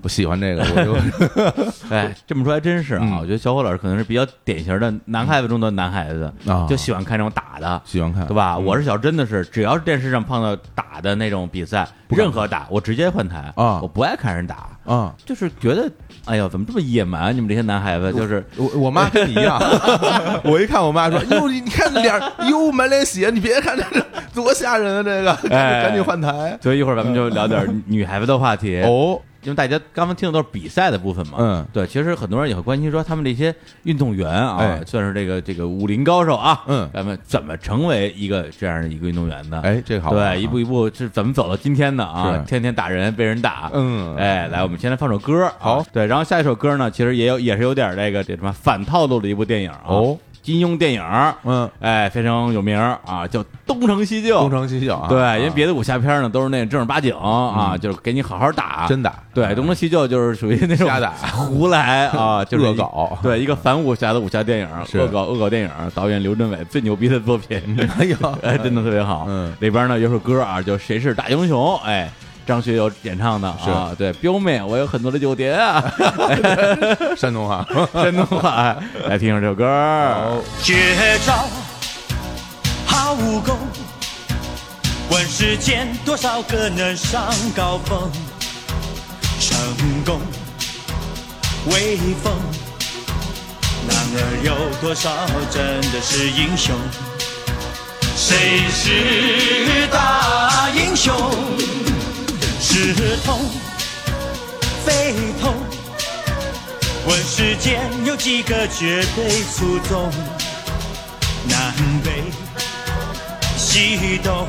[SPEAKER 2] 我喜欢这个，我就
[SPEAKER 1] *laughs* 哎，这么说还真是啊，
[SPEAKER 2] 嗯
[SPEAKER 1] 我觉得小伙老师可能是比较典型的男孩子中的男孩子，
[SPEAKER 2] 啊
[SPEAKER 1] 就喜欢看这种打的，
[SPEAKER 2] 喜欢看，嗯
[SPEAKER 1] 对？吧？我是小时候真的是，只要是电视上碰到打的那种比赛，任何打我直接换台
[SPEAKER 2] 啊
[SPEAKER 1] 我不爱看人打。
[SPEAKER 2] 啊、
[SPEAKER 1] 就是觉得，哎呦，怎么这么野蛮？你们这些男孩子，就是
[SPEAKER 2] 我我妈跟你一样， *laughs* 我一看我妈说：“哟，你你看这脸儿，哟，满脸血，你别看这这多吓人啊！这个，
[SPEAKER 1] 哎
[SPEAKER 2] 赶紧换台。
[SPEAKER 1] 所以一会儿咱们就聊点女孩子的话题”
[SPEAKER 2] *laughs* 哦，
[SPEAKER 1] 因为大家刚刚听的都是比赛的部分嘛，
[SPEAKER 2] 嗯
[SPEAKER 1] 对，其实很多人也会关心说，他们这些运动员啊，
[SPEAKER 2] 哎
[SPEAKER 1] 算是这个这个武林高手啊，
[SPEAKER 2] 嗯
[SPEAKER 1] 咱们怎么成为一个这样的一个运动员呢？，
[SPEAKER 2] 哎，这个好玩啊，
[SPEAKER 1] 对，一步一步是怎么走到今天的啊？
[SPEAKER 2] 是
[SPEAKER 1] 天天打人，被人打，
[SPEAKER 2] 嗯
[SPEAKER 1] 哎，来，我们先来放首歌，
[SPEAKER 2] 好
[SPEAKER 1] 啊，对，然后下一首歌呢，其实也有也是有点这个这什么反套路的一部电影啊，
[SPEAKER 2] 哦，
[SPEAKER 1] 金庸电影，
[SPEAKER 2] 嗯，
[SPEAKER 1] 哎，非常有名儿啊，叫《东成西就》，
[SPEAKER 2] 东成西就啊，
[SPEAKER 1] 对，因为别
[SPEAKER 2] 的
[SPEAKER 1] 的武侠片呢都是那正儿八经啊，就是给你好好打，
[SPEAKER 2] 真打啊
[SPEAKER 1] 对，东成西就就是属于那种
[SPEAKER 2] 瞎打
[SPEAKER 1] 胡来啊，就是
[SPEAKER 2] 恶
[SPEAKER 1] 一
[SPEAKER 2] 搞
[SPEAKER 1] 对，一个反武侠的武侠电影，
[SPEAKER 2] 是
[SPEAKER 1] 恶搞恶搞电影，导演刘镇伟最牛逼的作
[SPEAKER 2] *laughs*
[SPEAKER 1] 品，哎呦， *laughs* 哎，真的特别好。
[SPEAKER 2] 嗯
[SPEAKER 1] 里边呢有首歌啊，叫《谁是大英雄》，哎。张学友演唱的啊，对，彪妹，我有很多的酒店啊， *laughs*
[SPEAKER 2] *laughs* 山东话，
[SPEAKER 1] 山东话，哎来听听这首歌儿。
[SPEAKER 5] 绝招好武功，问世间多少个能上高峰？成功威风，然而有多少真的是英雄？谁是大英雄？是痛非痛？问世间有几个绝对出众？南北西东，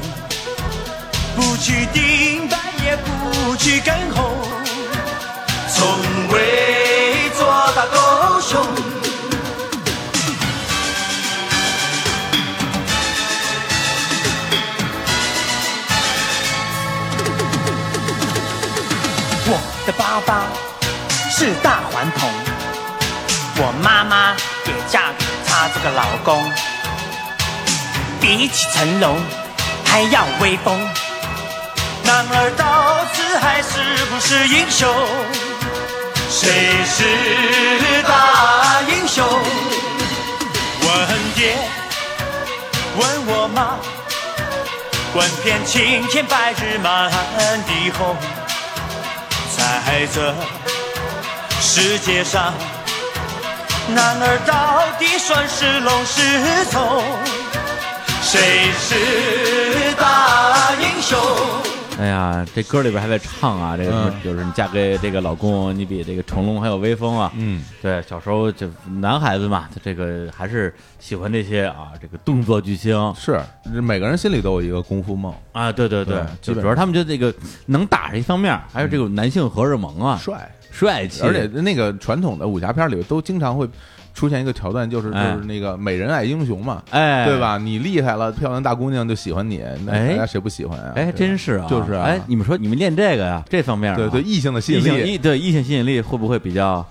[SPEAKER 5] 不去顶白，也不去跟红，从未做到狗熊。我的包包是大环童，我妈妈也嫁给他这个老公。比起成龙还要威风。男儿到此还是不是英雄？谁是大英雄？问爹，问我妈，问遍青天白日满地红，在这世界上，男儿到底算是龙是虫？谁是大英雄？
[SPEAKER 1] 哎呀，这歌里边还在唱啊，这
[SPEAKER 2] 嗯
[SPEAKER 1] 个什么就是你嫁给这个老公，你比这个成龙还有威风啊。
[SPEAKER 2] 嗯，
[SPEAKER 1] 对，小时候就男孩子嘛，他这个还是喜欢这些啊，这个动作巨星
[SPEAKER 2] 是这每个人心里都有一个功夫梦，
[SPEAKER 1] 啊，对对
[SPEAKER 2] 对
[SPEAKER 1] 就
[SPEAKER 2] 基本嗯
[SPEAKER 1] 主要他们就这个能打是一方面，还有这种男性荷尔蒙啊，
[SPEAKER 2] 帅，
[SPEAKER 1] 帅气，
[SPEAKER 2] 而且那个传统的武侠片里都经常会出现一个桥段，就是就
[SPEAKER 1] 哎
[SPEAKER 2] 是那个美人爱英雄嘛，
[SPEAKER 1] 哎，
[SPEAKER 2] 对？吧？你厉害了，漂亮大姑娘就喜欢你，那
[SPEAKER 1] 哎
[SPEAKER 2] 大家谁不喜欢啊？
[SPEAKER 1] 哎，
[SPEAKER 2] 对
[SPEAKER 1] 真是啊，
[SPEAKER 2] 就是啊
[SPEAKER 1] 哎，你们说你们练这个呀，这方面啊
[SPEAKER 2] 对对，异性的吸
[SPEAKER 1] 异
[SPEAKER 2] 引
[SPEAKER 1] 性
[SPEAKER 2] 力，
[SPEAKER 1] 异对异性吸引力会不会比较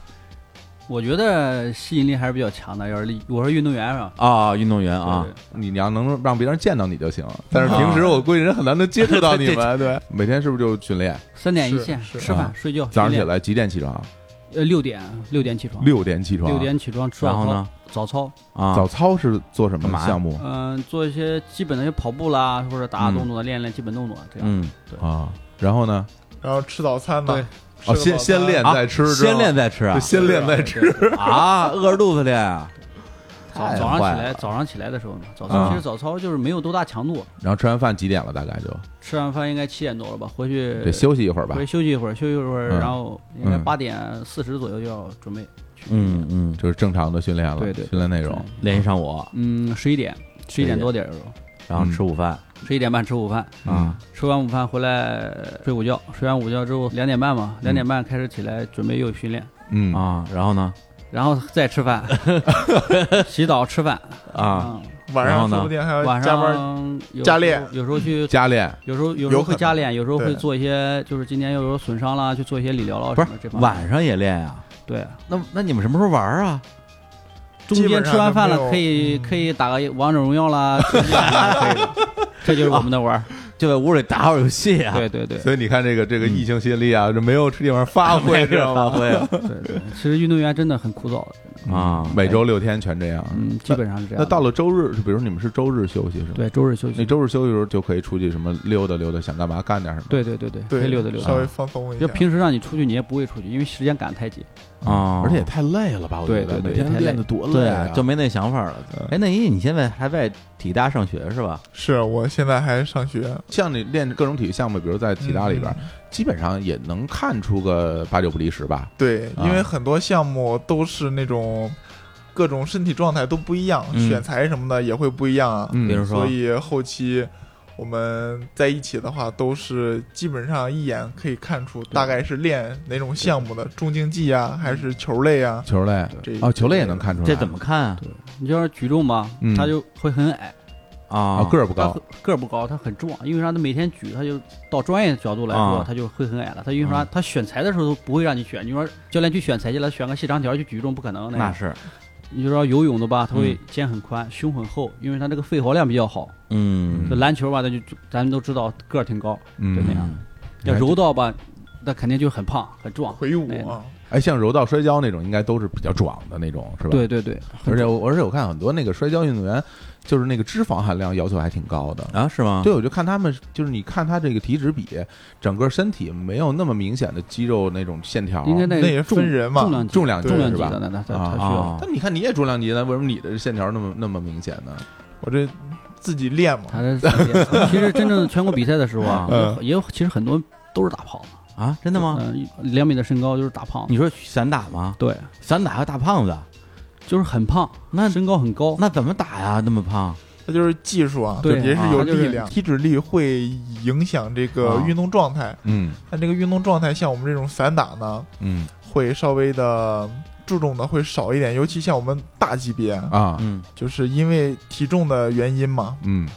[SPEAKER 4] 我觉得吸引力还是比较强的。要是我是运动员啊，
[SPEAKER 1] 啊？运动员啊
[SPEAKER 4] 对，
[SPEAKER 2] 你要能让别人见到你就行，但是平时我估计人很难能接触
[SPEAKER 1] *laughs*
[SPEAKER 2] 到你们。对，每天是不是就训练？
[SPEAKER 4] 三点一
[SPEAKER 3] 是
[SPEAKER 4] 线，
[SPEAKER 3] 是
[SPEAKER 4] 吃饭
[SPEAKER 2] 啊、
[SPEAKER 4] 睡觉，
[SPEAKER 2] 早上起
[SPEAKER 4] 训练，
[SPEAKER 2] 来几点起
[SPEAKER 1] 啊
[SPEAKER 2] 床？
[SPEAKER 4] 呃，六点六点起床，
[SPEAKER 2] 六点起床。
[SPEAKER 4] 六点起床吃
[SPEAKER 1] 然
[SPEAKER 4] 早
[SPEAKER 1] 后
[SPEAKER 4] 操
[SPEAKER 1] 呢，
[SPEAKER 4] 早操，
[SPEAKER 1] 啊，
[SPEAKER 2] 早操是做什
[SPEAKER 1] 干
[SPEAKER 2] 么
[SPEAKER 1] 嘛呀
[SPEAKER 2] 项目
[SPEAKER 4] 嗯、做一些基本的一些跑步啦，或者打打
[SPEAKER 2] 嗯
[SPEAKER 4] 动作，练练基本动作，这样。
[SPEAKER 1] 嗯，
[SPEAKER 2] 啊？然后呢？
[SPEAKER 3] 然后吃早餐
[SPEAKER 4] 对
[SPEAKER 3] 呢，吃
[SPEAKER 2] 哦，
[SPEAKER 3] 个
[SPEAKER 2] 先
[SPEAKER 3] 早餐
[SPEAKER 2] 先练
[SPEAKER 1] 啊
[SPEAKER 2] 再吃，知道
[SPEAKER 1] 先
[SPEAKER 2] 吗
[SPEAKER 1] 练再吃啊
[SPEAKER 2] 对，先练再吃。
[SPEAKER 1] 啊，饿着肚子练啊。
[SPEAKER 4] 早
[SPEAKER 2] 太
[SPEAKER 4] 早上
[SPEAKER 2] 坏
[SPEAKER 4] 起来，
[SPEAKER 2] 了
[SPEAKER 4] 早上起来的时候嘛，早
[SPEAKER 2] 啊
[SPEAKER 4] 操其实早操就是没有多大强度，
[SPEAKER 2] 然后吃完饭几点了？大概就
[SPEAKER 4] 吃完饭应该七点多了吧，回去
[SPEAKER 2] 得休息一会儿吧
[SPEAKER 4] 回。去休息一会儿，休息一会儿，
[SPEAKER 2] 嗯
[SPEAKER 4] 然后应该
[SPEAKER 2] 嗯
[SPEAKER 4] 八点四十左右就要准备去。
[SPEAKER 1] 嗯，嗯，
[SPEAKER 2] 就是正常的训练了，
[SPEAKER 4] 对对对
[SPEAKER 2] 训练内容。
[SPEAKER 1] 联系上我，
[SPEAKER 4] 嗯，十一点，十一点多点儿的时候，
[SPEAKER 1] 然后吃午饭
[SPEAKER 4] 十一点半吃午饭，
[SPEAKER 1] 啊，
[SPEAKER 4] 吃完午饭回来睡午觉，睡完午觉之后两点半
[SPEAKER 1] 嗯
[SPEAKER 4] 嘛，两点半开始起来准备又训练，
[SPEAKER 2] 嗯，
[SPEAKER 1] 啊，然后呢
[SPEAKER 4] 然后再
[SPEAKER 1] *laughs*
[SPEAKER 4] 吃饭，洗澡吃饭嗯
[SPEAKER 1] 啊，
[SPEAKER 3] 晚
[SPEAKER 1] 然后
[SPEAKER 3] 上
[SPEAKER 1] 呢
[SPEAKER 3] 说不定还要
[SPEAKER 4] 晚
[SPEAKER 3] 呃加班。
[SPEAKER 4] 上有
[SPEAKER 3] 加练
[SPEAKER 4] 有时候
[SPEAKER 1] *laughs*
[SPEAKER 4] 去。
[SPEAKER 2] 加练
[SPEAKER 4] 有时候有时
[SPEAKER 3] 有
[SPEAKER 4] 候
[SPEAKER 3] 可
[SPEAKER 4] 会
[SPEAKER 3] 能
[SPEAKER 4] 加练，有时候会
[SPEAKER 3] 对
[SPEAKER 4] 做一些，就是今天有时候损伤啦，去做一些理疗啦，
[SPEAKER 1] 不
[SPEAKER 4] 什么这
[SPEAKER 1] 是
[SPEAKER 4] 方面
[SPEAKER 1] 晚上也练啊？
[SPEAKER 4] 对，
[SPEAKER 1] 那那你们什么时候玩啊？
[SPEAKER 4] 中间吃完饭
[SPEAKER 3] 基本上就没
[SPEAKER 4] 了
[SPEAKER 3] 有嗯 *laughs*
[SPEAKER 4] 可以可以打个王者荣耀啦，吃鸡啊可以的这就是我们的玩儿。
[SPEAKER 1] 就在屋里打会儿游戏 *laughs* 啊，
[SPEAKER 4] 对对对
[SPEAKER 2] 所以你看这个这个异性心理啊，这没有地方发
[SPEAKER 1] *laughs*
[SPEAKER 2] 挥，知道
[SPEAKER 1] *laughs* 发
[SPEAKER 2] 吗？
[SPEAKER 1] 挥啊
[SPEAKER 4] 对对，其实运动员真的很枯燥的，
[SPEAKER 1] 啊，
[SPEAKER 2] 嗯每周六天全这样。
[SPEAKER 4] 嗯，基本上是这样。
[SPEAKER 2] 那到了周日，比如你们是周日休息是吗？，
[SPEAKER 4] 对周日休
[SPEAKER 2] 那
[SPEAKER 4] 息，
[SPEAKER 2] 周日休息的时候就可以出去什么溜达溜达，想干嘛干点什么。
[SPEAKER 4] 对对对对，可
[SPEAKER 3] 对，
[SPEAKER 4] 以溜达溜达
[SPEAKER 3] 稍。微放松一
[SPEAKER 4] 就
[SPEAKER 3] 下。
[SPEAKER 4] 啊平时让你出去，你也不会出去，因为时间赶太紧。
[SPEAKER 1] 啊，
[SPEAKER 2] 嗯而且也太累了吧？我觉得
[SPEAKER 4] 对对对
[SPEAKER 2] 每
[SPEAKER 4] 也
[SPEAKER 2] 天
[SPEAKER 4] 太
[SPEAKER 2] 练
[SPEAKER 4] 累
[SPEAKER 2] 的多
[SPEAKER 1] 对
[SPEAKER 2] 累啊！
[SPEAKER 1] 就没那想法了。哎，那一你现在还在体大上学是吧？
[SPEAKER 3] 是我现在还上学，
[SPEAKER 2] 像你练各种体育项目，比如在体大里边，
[SPEAKER 3] 嗯
[SPEAKER 2] 基本上也能看出个八九不离十吧。
[SPEAKER 3] 对，
[SPEAKER 2] 啊
[SPEAKER 3] 因为很多项目都是那种各种身体状态都不一样，
[SPEAKER 1] 嗯
[SPEAKER 3] 选材什么的也会不一样啊。
[SPEAKER 1] 比如说
[SPEAKER 3] 所，以后期我们在一起的话，都是基本上一眼可以看出大概是练哪种项目的，重竞技啊，还是球类啊。
[SPEAKER 2] 球类
[SPEAKER 3] 这
[SPEAKER 2] 哦，球类也能看出来。
[SPEAKER 1] 这怎么看啊？
[SPEAKER 4] 你就要是举重吧
[SPEAKER 2] 嗯，
[SPEAKER 4] 他就会很矮，
[SPEAKER 1] 啊
[SPEAKER 2] 啊？个儿不
[SPEAKER 4] 他
[SPEAKER 2] 高
[SPEAKER 4] 很个儿不高，他很壮，因为啥？他每天举，他就到专业角度来
[SPEAKER 1] 啊
[SPEAKER 4] 说，他就会很矮了。他因为啥？他选材的时候都不会让你选，你说教练去选材去了，选个细长条去举重不可能。
[SPEAKER 1] 那
[SPEAKER 4] 个
[SPEAKER 1] 是，
[SPEAKER 4] 你就说游泳的吧，他会
[SPEAKER 1] 嗯
[SPEAKER 4] 肩很宽，胸很厚，因为他这个肺活量比较好。
[SPEAKER 1] 嗯
[SPEAKER 4] 这篮球吧，他就咱们都知道个儿挺高，就那
[SPEAKER 2] 嗯，
[SPEAKER 4] 样。
[SPEAKER 2] 你
[SPEAKER 4] 要
[SPEAKER 2] 看
[SPEAKER 4] 柔道吧，那肯定就很胖很壮。
[SPEAKER 3] 魁
[SPEAKER 4] 那
[SPEAKER 3] 梧
[SPEAKER 4] 个
[SPEAKER 3] 啊，
[SPEAKER 2] 哎，像柔道、摔跤那种，应该都是比较壮的那种，是吧？
[SPEAKER 4] 对对对，
[SPEAKER 2] 而且我而且我看很多那个摔跤运动员，就是那个脂肪含量要求还挺高的。
[SPEAKER 1] 啊，是吗？
[SPEAKER 2] 对，我就看他们，就是你看他这个体脂比，整个身体没有那么明显的肌肉那种线条，
[SPEAKER 4] 应该那
[SPEAKER 3] 那也
[SPEAKER 4] 重
[SPEAKER 3] 分人嘛
[SPEAKER 4] 重量级
[SPEAKER 2] 重量级
[SPEAKER 4] 重量
[SPEAKER 2] 是
[SPEAKER 4] 级
[SPEAKER 2] 吧
[SPEAKER 4] 的？那那他
[SPEAKER 2] 啊
[SPEAKER 4] 他需
[SPEAKER 1] 啊
[SPEAKER 4] 要
[SPEAKER 2] 但你看你也重量级的，为什么你的线条那么那么明显呢？
[SPEAKER 3] 我这自己练嘛
[SPEAKER 4] 他。这
[SPEAKER 3] *laughs*
[SPEAKER 4] 其实真正全国比赛的时候啊，
[SPEAKER 3] 嗯
[SPEAKER 4] 也有其实很多都是大胖子，
[SPEAKER 1] 啊，真的吗？
[SPEAKER 4] 嗯，两米的身高就是大胖子，
[SPEAKER 1] 你说散打吗？
[SPEAKER 4] 对，
[SPEAKER 1] 散打还大胖子，
[SPEAKER 4] 就是很胖，
[SPEAKER 1] 那
[SPEAKER 4] 身高很高，
[SPEAKER 1] 那怎么打呀？那么胖
[SPEAKER 3] 它就是技术啊，
[SPEAKER 4] 对
[SPEAKER 3] 也是有
[SPEAKER 4] 啊就是
[SPEAKER 3] 力量，体脂率会影响这个
[SPEAKER 1] 啊
[SPEAKER 3] 运动状态。
[SPEAKER 2] 嗯
[SPEAKER 3] 但这个运动状态，像我们这种散打呢，
[SPEAKER 2] 嗯
[SPEAKER 3] 会稍微的注重的会少一点，尤其像我们大级别，
[SPEAKER 2] 啊
[SPEAKER 1] 嗯
[SPEAKER 3] 就是因为体重的原因嘛，
[SPEAKER 2] 嗯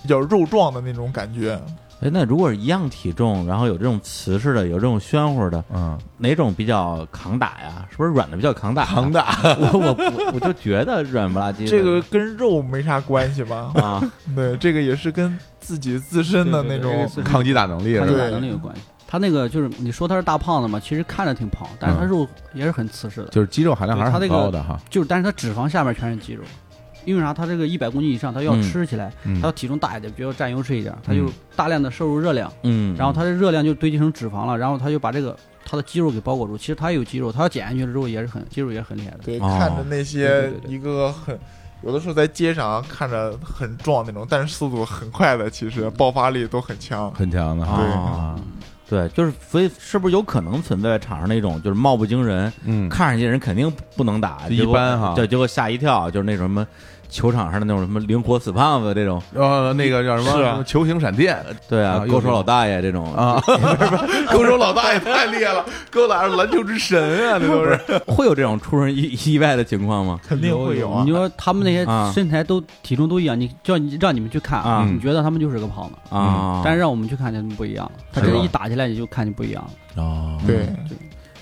[SPEAKER 3] 比较肉壮的那种感觉。
[SPEAKER 1] 哎，那如果是一样体重，然后有这种瓷实的，有这种暄乎的，
[SPEAKER 2] 嗯，
[SPEAKER 1] 哪种比较抗打呀？是不是软的比较抗打？
[SPEAKER 2] 庞，大，
[SPEAKER 1] *laughs* 我我我我就觉得软不拉几的。？
[SPEAKER 3] 这个跟肉没啥关系吧
[SPEAKER 4] *laughs*
[SPEAKER 1] 啊，
[SPEAKER 3] 对，这个也是跟自己自身的那
[SPEAKER 4] 对对对
[SPEAKER 3] 种
[SPEAKER 4] 这 *laughs* 个是
[SPEAKER 2] 抗击打能力
[SPEAKER 4] 他
[SPEAKER 2] 是
[SPEAKER 4] 跟
[SPEAKER 2] 吧？
[SPEAKER 4] 打能力有关系。他那个就是你说他是大胖子嘛，其实看着挺胖，但是他
[SPEAKER 2] 嗯
[SPEAKER 4] 肉也是很瓷实的，
[SPEAKER 2] 就是肌肉含量还是
[SPEAKER 4] 对他
[SPEAKER 2] 很
[SPEAKER 4] 这个
[SPEAKER 2] 高的哈。
[SPEAKER 4] 就是但是他脂肪下面全是肌肉，因为啥？他这个一百公斤以上，他要
[SPEAKER 1] 嗯
[SPEAKER 4] 吃起来，
[SPEAKER 2] 嗯
[SPEAKER 4] 他要体重大一点，比较占优势一点，他
[SPEAKER 2] 嗯
[SPEAKER 4] 就大量的摄入热量。
[SPEAKER 1] 嗯，
[SPEAKER 4] 然后它的热量就堆积成脂肪了，然后它就把这个它的肌肉给包裹住。其实它也有肌肉，它要减下去了之后也是很肌肉也是很厉害的。
[SPEAKER 3] 对，
[SPEAKER 1] 哦
[SPEAKER 3] 看着那
[SPEAKER 4] 对
[SPEAKER 3] 些
[SPEAKER 4] 对对对
[SPEAKER 3] 一个个很。有的时候在街上啊看着很壮那种，但是速度很快的，其实爆发力都很强。
[SPEAKER 2] 很强的哈，
[SPEAKER 1] 啊，对，就是所以是不是有可能存在场上那种就是貌不惊人，
[SPEAKER 2] 嗯，
[SPEAKER 1] 看上去人肯定不能打，
[SPEAKER 2] 就
[SPEAKER 1] 结果
[SPEAKER 2] 一般哈
[SPEAKER 1] 对，结果吓一跳，就是那种什么球场上的那种什么灵活死胖子这种，
[SPEAKER 2] 呃，那个叫什么
[SPEAKER 3] 是啊
[SPEAKER 2] 什么球形闪电
[SPEAKER 4] *laughs*
[SPEAKER 1] 对
[SPEAKER 2] 啊
[SPEAKER 1] 啊，
[SPEAKER 2] 有
[SPEAKER 1] 勾手
[SPEAKER 2] 有
[SPEAKER 1] 老大爷这种，
[SPEAKER 2] *laughs* 啊，勾手老大也太厉害了，勾手老大是篮球之神啊，这都是。
[SPEAKER 1] 会有这种出人意意外的情况吗？
[SPEAKER 3] 肯定会有啊
[SPEAKER 4] 你。说他们那些
[SPEAKER 1] 啊
[SPEAKER 4] 身材都、体重都一样，你叫你让你们去看，
[SPEAKER 1] 啊
[SPEAKER 4] 你觉得他们就是个胖子，
[SPEAKER 1] 啊，
[SPEAKER 4] 嗯但是让我们去看见不一样了。他
[SPEAKER 2] 是
[SPEAKER 4] 这
[SPEAKER 2] 吧
[SPEAKER 4] 一打起来你就看见不一样了。
[SPEAKER 1] 啊
[SPEAKER 2] 哦
[SPEAKER 3] 对，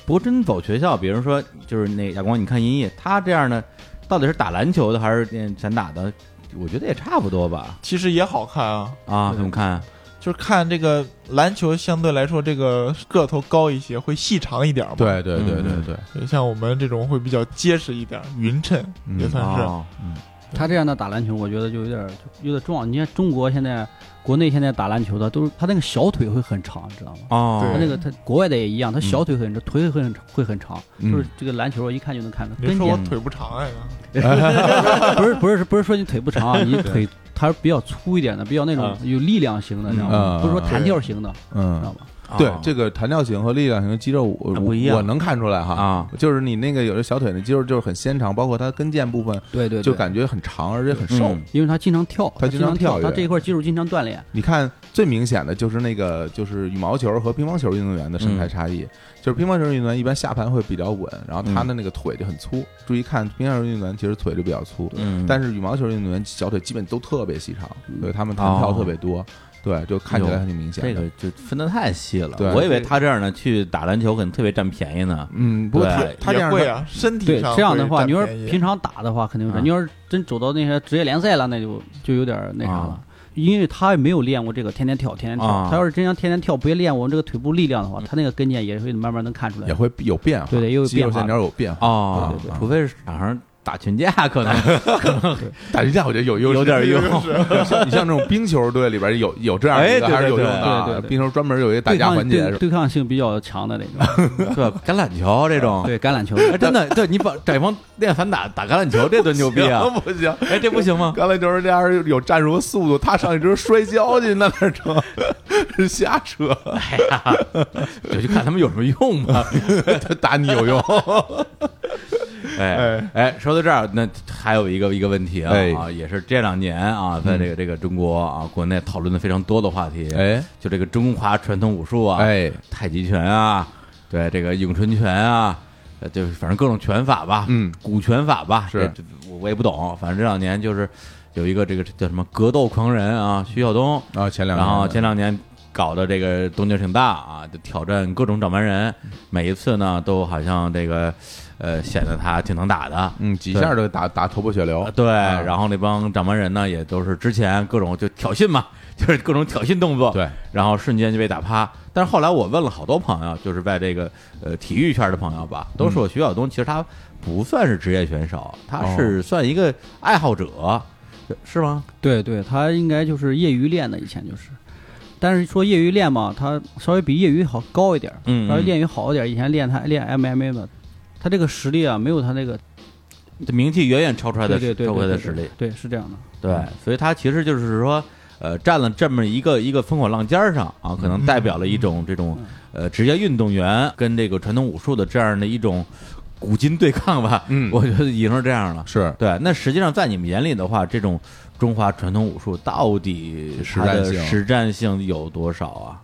[SPEAKER 1] 不过真走学校，比如说就是那亚光，你看音译他这样的，到底是打篮球的还是嗯散打的？我觉得也差不多吧。
[SPEAKER 3] 其实也好看啊，
[SPEAKER 1] 啊，
[SPEAKER 3] 对
[SPEAKER 1] 怎么看？
[SPEAKER 3] 就是看这个篮球相对来说这个个头高一些，会细长一点嘛。
[SPEAKER 2] 对对对对
[SPEAKER 1] 嗯
[SPEAKER 2] 对，
[SPEAKER 3] 对，像我们这种会比较结实一点，匀称
[SPEAKER 2] 嗯
[SPEAKER 3] 也算是。
[SPEAKER 1] 哦
[SPEAKER 4] 他这样的打篮球，我觉得就有点就有点壮。你看中国现在国内现在打篮球的都是他那个小腿会很长，知道吗？
[SPEAKER 1] 哦
[SPEAKER 3] 对
[SPEAKER 4] 他那个他国外的也一样，他小腿很长，腿会很会很长，
[SPEAKER 2] 嗯
[SPEAKER 4] 就是这个篮球一看就能看出来。
[SPEAKER 3] 你
[SPEAKER 4] 跟
[SPEAKER 3] 说
[SPEAKER 4] 前
[SPEAKER 3] 我腿不长哎呀、
[SPEAKER 2] *laughs*
[SPEAKER 4] 不是不是不是说你腿不长啊，你腿它是比较粗一点的，比较那种有力量型的，
[SPEAKER 1] 嗯
[SPEAKER 4] 知道吗？
[SPEAKER 2] 啊嗯
[SPEAKER 4] 不是说弹跳型的，知
[SPEAKER 2] 嗯，
[SPEAKER 4] 道吧？
[SPEAKER 2] 对
[SPEAKER 1] 哦，
[SPEAKER 2] 这个弹跳型和力量型的肌肉我
[SPEAKER 1] 那不一样
[SPEAKER 2] 我能看出来哈
[SPEAKER 1] 啊，
[SPEAKER 2] 就是你那个有的小腿那肌肉就是很纤长，包括它跟腱部分
[SPEAKER 4] 对对
[SPEAKER 2] 就，感觉很长，而且很瘦。
[SPEAKER 1] 嗯
[SPEAKER 4] 因为他经常跳，
[SPEAKER 2] 它经
[SPEAKER 4] 经
[SPEAKER 2] 常跳
[SPEAKER 4] 跳，
[SPEAKER 2] 跃
[SPEAKER 4] 他这一块肌肉经常锻炼。
[SPEAKER 2] 你看最明显的就是那个就是羽毛球和乒乓球运动员的身材差异，就是乒乓球运动员一般下盘会比较稳，然后他的那个腿就很粗。注意看乒乓球运动员其实腿就比较粗，
[SPEAKER 1] 嗯，
[SPEAKER 2] 但
[SPEAKER 1] 是
[SPEAKER 2] 是羽毛球运动员小腿基本都特别细长，对他们弹
[SPEAKER 1] 哦
[SPEAKER 2] 跳特别多，对，就看起来很明显的。
[SPEAKER 1] 这个就分得太细了
[SPEAKER 2] 对。
[SPEAKER 1] 我以为他这样的去打篮球可能特别占便宜呢。
[SPEAKER 2] 嗯，不过
[SPEAKER 4] 哎
[SPEAKER 1] 对
[SPEAKER 2] 他他这
[SPEAKER 3] 也
[SPEAKER 2] 样
[SPEAKER 3] 会啊，身体
[SPEAKER 4] 对，
[SPEAKER 3] 上
[SPEAKER 4] 这样的话，
[SPEAKER 3] 会
[SPEAKER 4] 你要
[SPEAKER 3] 占
[SPEAKER 4] 是
[SPEAKER 3] 便
[SPEAKER 2] 嗯
[SPEAKER 3] 宜
[SPEAKER 4] 平常打的话，肯定是
[SPEAKER 1] 啊
[SPEAKER 2] 啊
[SPEAKER 4] 你要是真走到那些职业联赛了，那就就有点那啥了。因为他也没有练过这个，天天跳，天天跳。
[SPEAKER 1] 啊
[SPEAKER 4] 他要是真想天天跳，不练我们这个腿部力量的话，他那个跟腱也会慢慢能看出来
[SPEAKER 2] 嗯也。会有变化，
[SPEAKER 4] 对对也有
[SPEAKER 2] 肌肉
[SPEAKER 4] 变化
[SPEAKER 2] 线条有变化。啊
[SPEAKER 1] 哦，
[SPEAKER 2] 对对对
[SPEAKER 1] 除非是场上打群架，可
[SPEAKER 2] *laughs*
[SPEAKER 1] 能
[SPEAKER 2] 打群架我觉得有优势，
[SPEAKER 1] 有点
[SPEAKER 2] *laughs*
[SPEAKER 1] 用。
[SPEAKER 3] *laughs*
[SPEAKER 2] 像你像这种冰球队里边有有这样的一
[SPEAKER 1] 哎
[SPEAKER 2] 个
[SPEAKER 1] 对
[SPEAKER 2] 还是有
[SPEAKER 1] 对
[SPEAKER 2] 用
[SPEAKER 1] 对
[SPEAKER 2] 的
[SPEAKER 4] 对
[SPEAKER 2] 啊
[SPEAKER 4] 对，对
[SPEAKER 2] 冰球专门有一个打
[SPEAKER 4] 对
[SPEAKER 2] 架
[SPEAKER 4] 抗
[SPEAKER 2] 环节
[SPEAKER 4] 对
[SPEAKER 2] 是吧？
[SPEAKER 4] 对抗性比较强的那种，
[SPEAKER 2] *laughs*
[SPEAKER 1] 对橄榄球这种，
[SPEAKER 4] 对橄榄球。
[SPEAKER 1] 哎，真的，对你把 *laughs* 对方练反打打橄榄球，这多牛逼啊！
[SPEAKER 2] 不行，
[SPEAKER 1] 哎，这不行吗？
[SPEAKER 2] *laughs* 刚才就是这样有战术和速度，他上去之后摔跤去，那哪成？瞎 *laughs* 扯，
[SPEAKER 1] 就去看他们有什么用吧。
[SPEAKER 2] 他打你有用。
[SPEAKER 1] 哎哎，说到这儿，那还有一个一个问题啊，
[SPEAKER 2] 哎嗯
[SPEAKER 1] 啊也是这两年啊，在这个这个中国啊，国内讨论的非常多的话题，
[SPEAKER 2] 哎
[SPEAKER 1] 就这个中华传统武术啊，
[SPEAKER 2] 哎，
[SPEAKER 1] 太极拳啊，对这个咏春拳啊。呃，就是反正各种拳法吧，
[SPEAKER 2] 嗯
[SPEAKER 1] 古拳法吧，
[SPEAKER 2] 是
[SPEAKER 1] 这这我我也不懂。反正这两年就是有一个这个叫什么格斗狂人啊，徐晓东，
[SPEAKER 2] 啊，前两
[SPEAKER 1] 然后
[SPEAKER 2] 天
[SPEAKER 1] 前两年搞的这个东京挺大啊，就挑战各种掌门人，每一次呢都好像这个呃显得他挺能打的。
[SPEAKER 2] 嗯几下就打打头破血流
[SPEAKER 1] 啊，对，
[SPEAKER 2] 啊
[SPEAKER 1] 然后那帮掌门人呢，也都是之前各种就挑衅嘛， *laughs* 就是各种挑衅动作，
[SPEAKER 2] 对，
[SPEAKER 1] 然后瞬间就被打趴。但是后来我问了好多朋友，就是在这个呃体育圈的朋友吧，都说徐晓东其实他不算是职业选
[SPEAKER 4] 哦
[SPEAKER 1] 手，他是算一个爱好者，是吗？
[SPEAKER 4] 对对，他应该就是业余练的，以前就是。但是说业余练嘛，他稍微比业余好高一点儿，
[SPEAKER 1] 嗯嗯
[SPEAKER 4] 稍微练余好一点儿。以前练他练 MMA 的，他这个实力啊，没有他那个
[SPEAKER 1] 这名气远远超出他的
[SPEAKER 4] 对对对
[SPEAKER 1] 超出他
[SPEAKER 4] 对
[SPEAKER 1] 的
[SPEAKER 4] 对
[SPEAKER 1] 实力。
[SPEAKER 4] 对，是这样的。
[SPEAKER 1] 对，所以他其实就是说，呃，站了这么一个一个风口浪尖儿上啊，可能代表了一种这种呃职业运动员跟这个传统武术的这样的一种古今对抗吧。
[SPEAKER 2] 嗯
[SPEAKER 1] *laughs* 我觉得已经是这样了。
[SPEAKER 2] 是
[SPEAKER 1] 对，那实际上在你们眼里的话，这种中华传统武术到底
[SPEAKER 2] 实
[SPEAKER 1] 它的
[SPEAKER 2] 战性
[SPEAKER 1] 实战性有多少啊？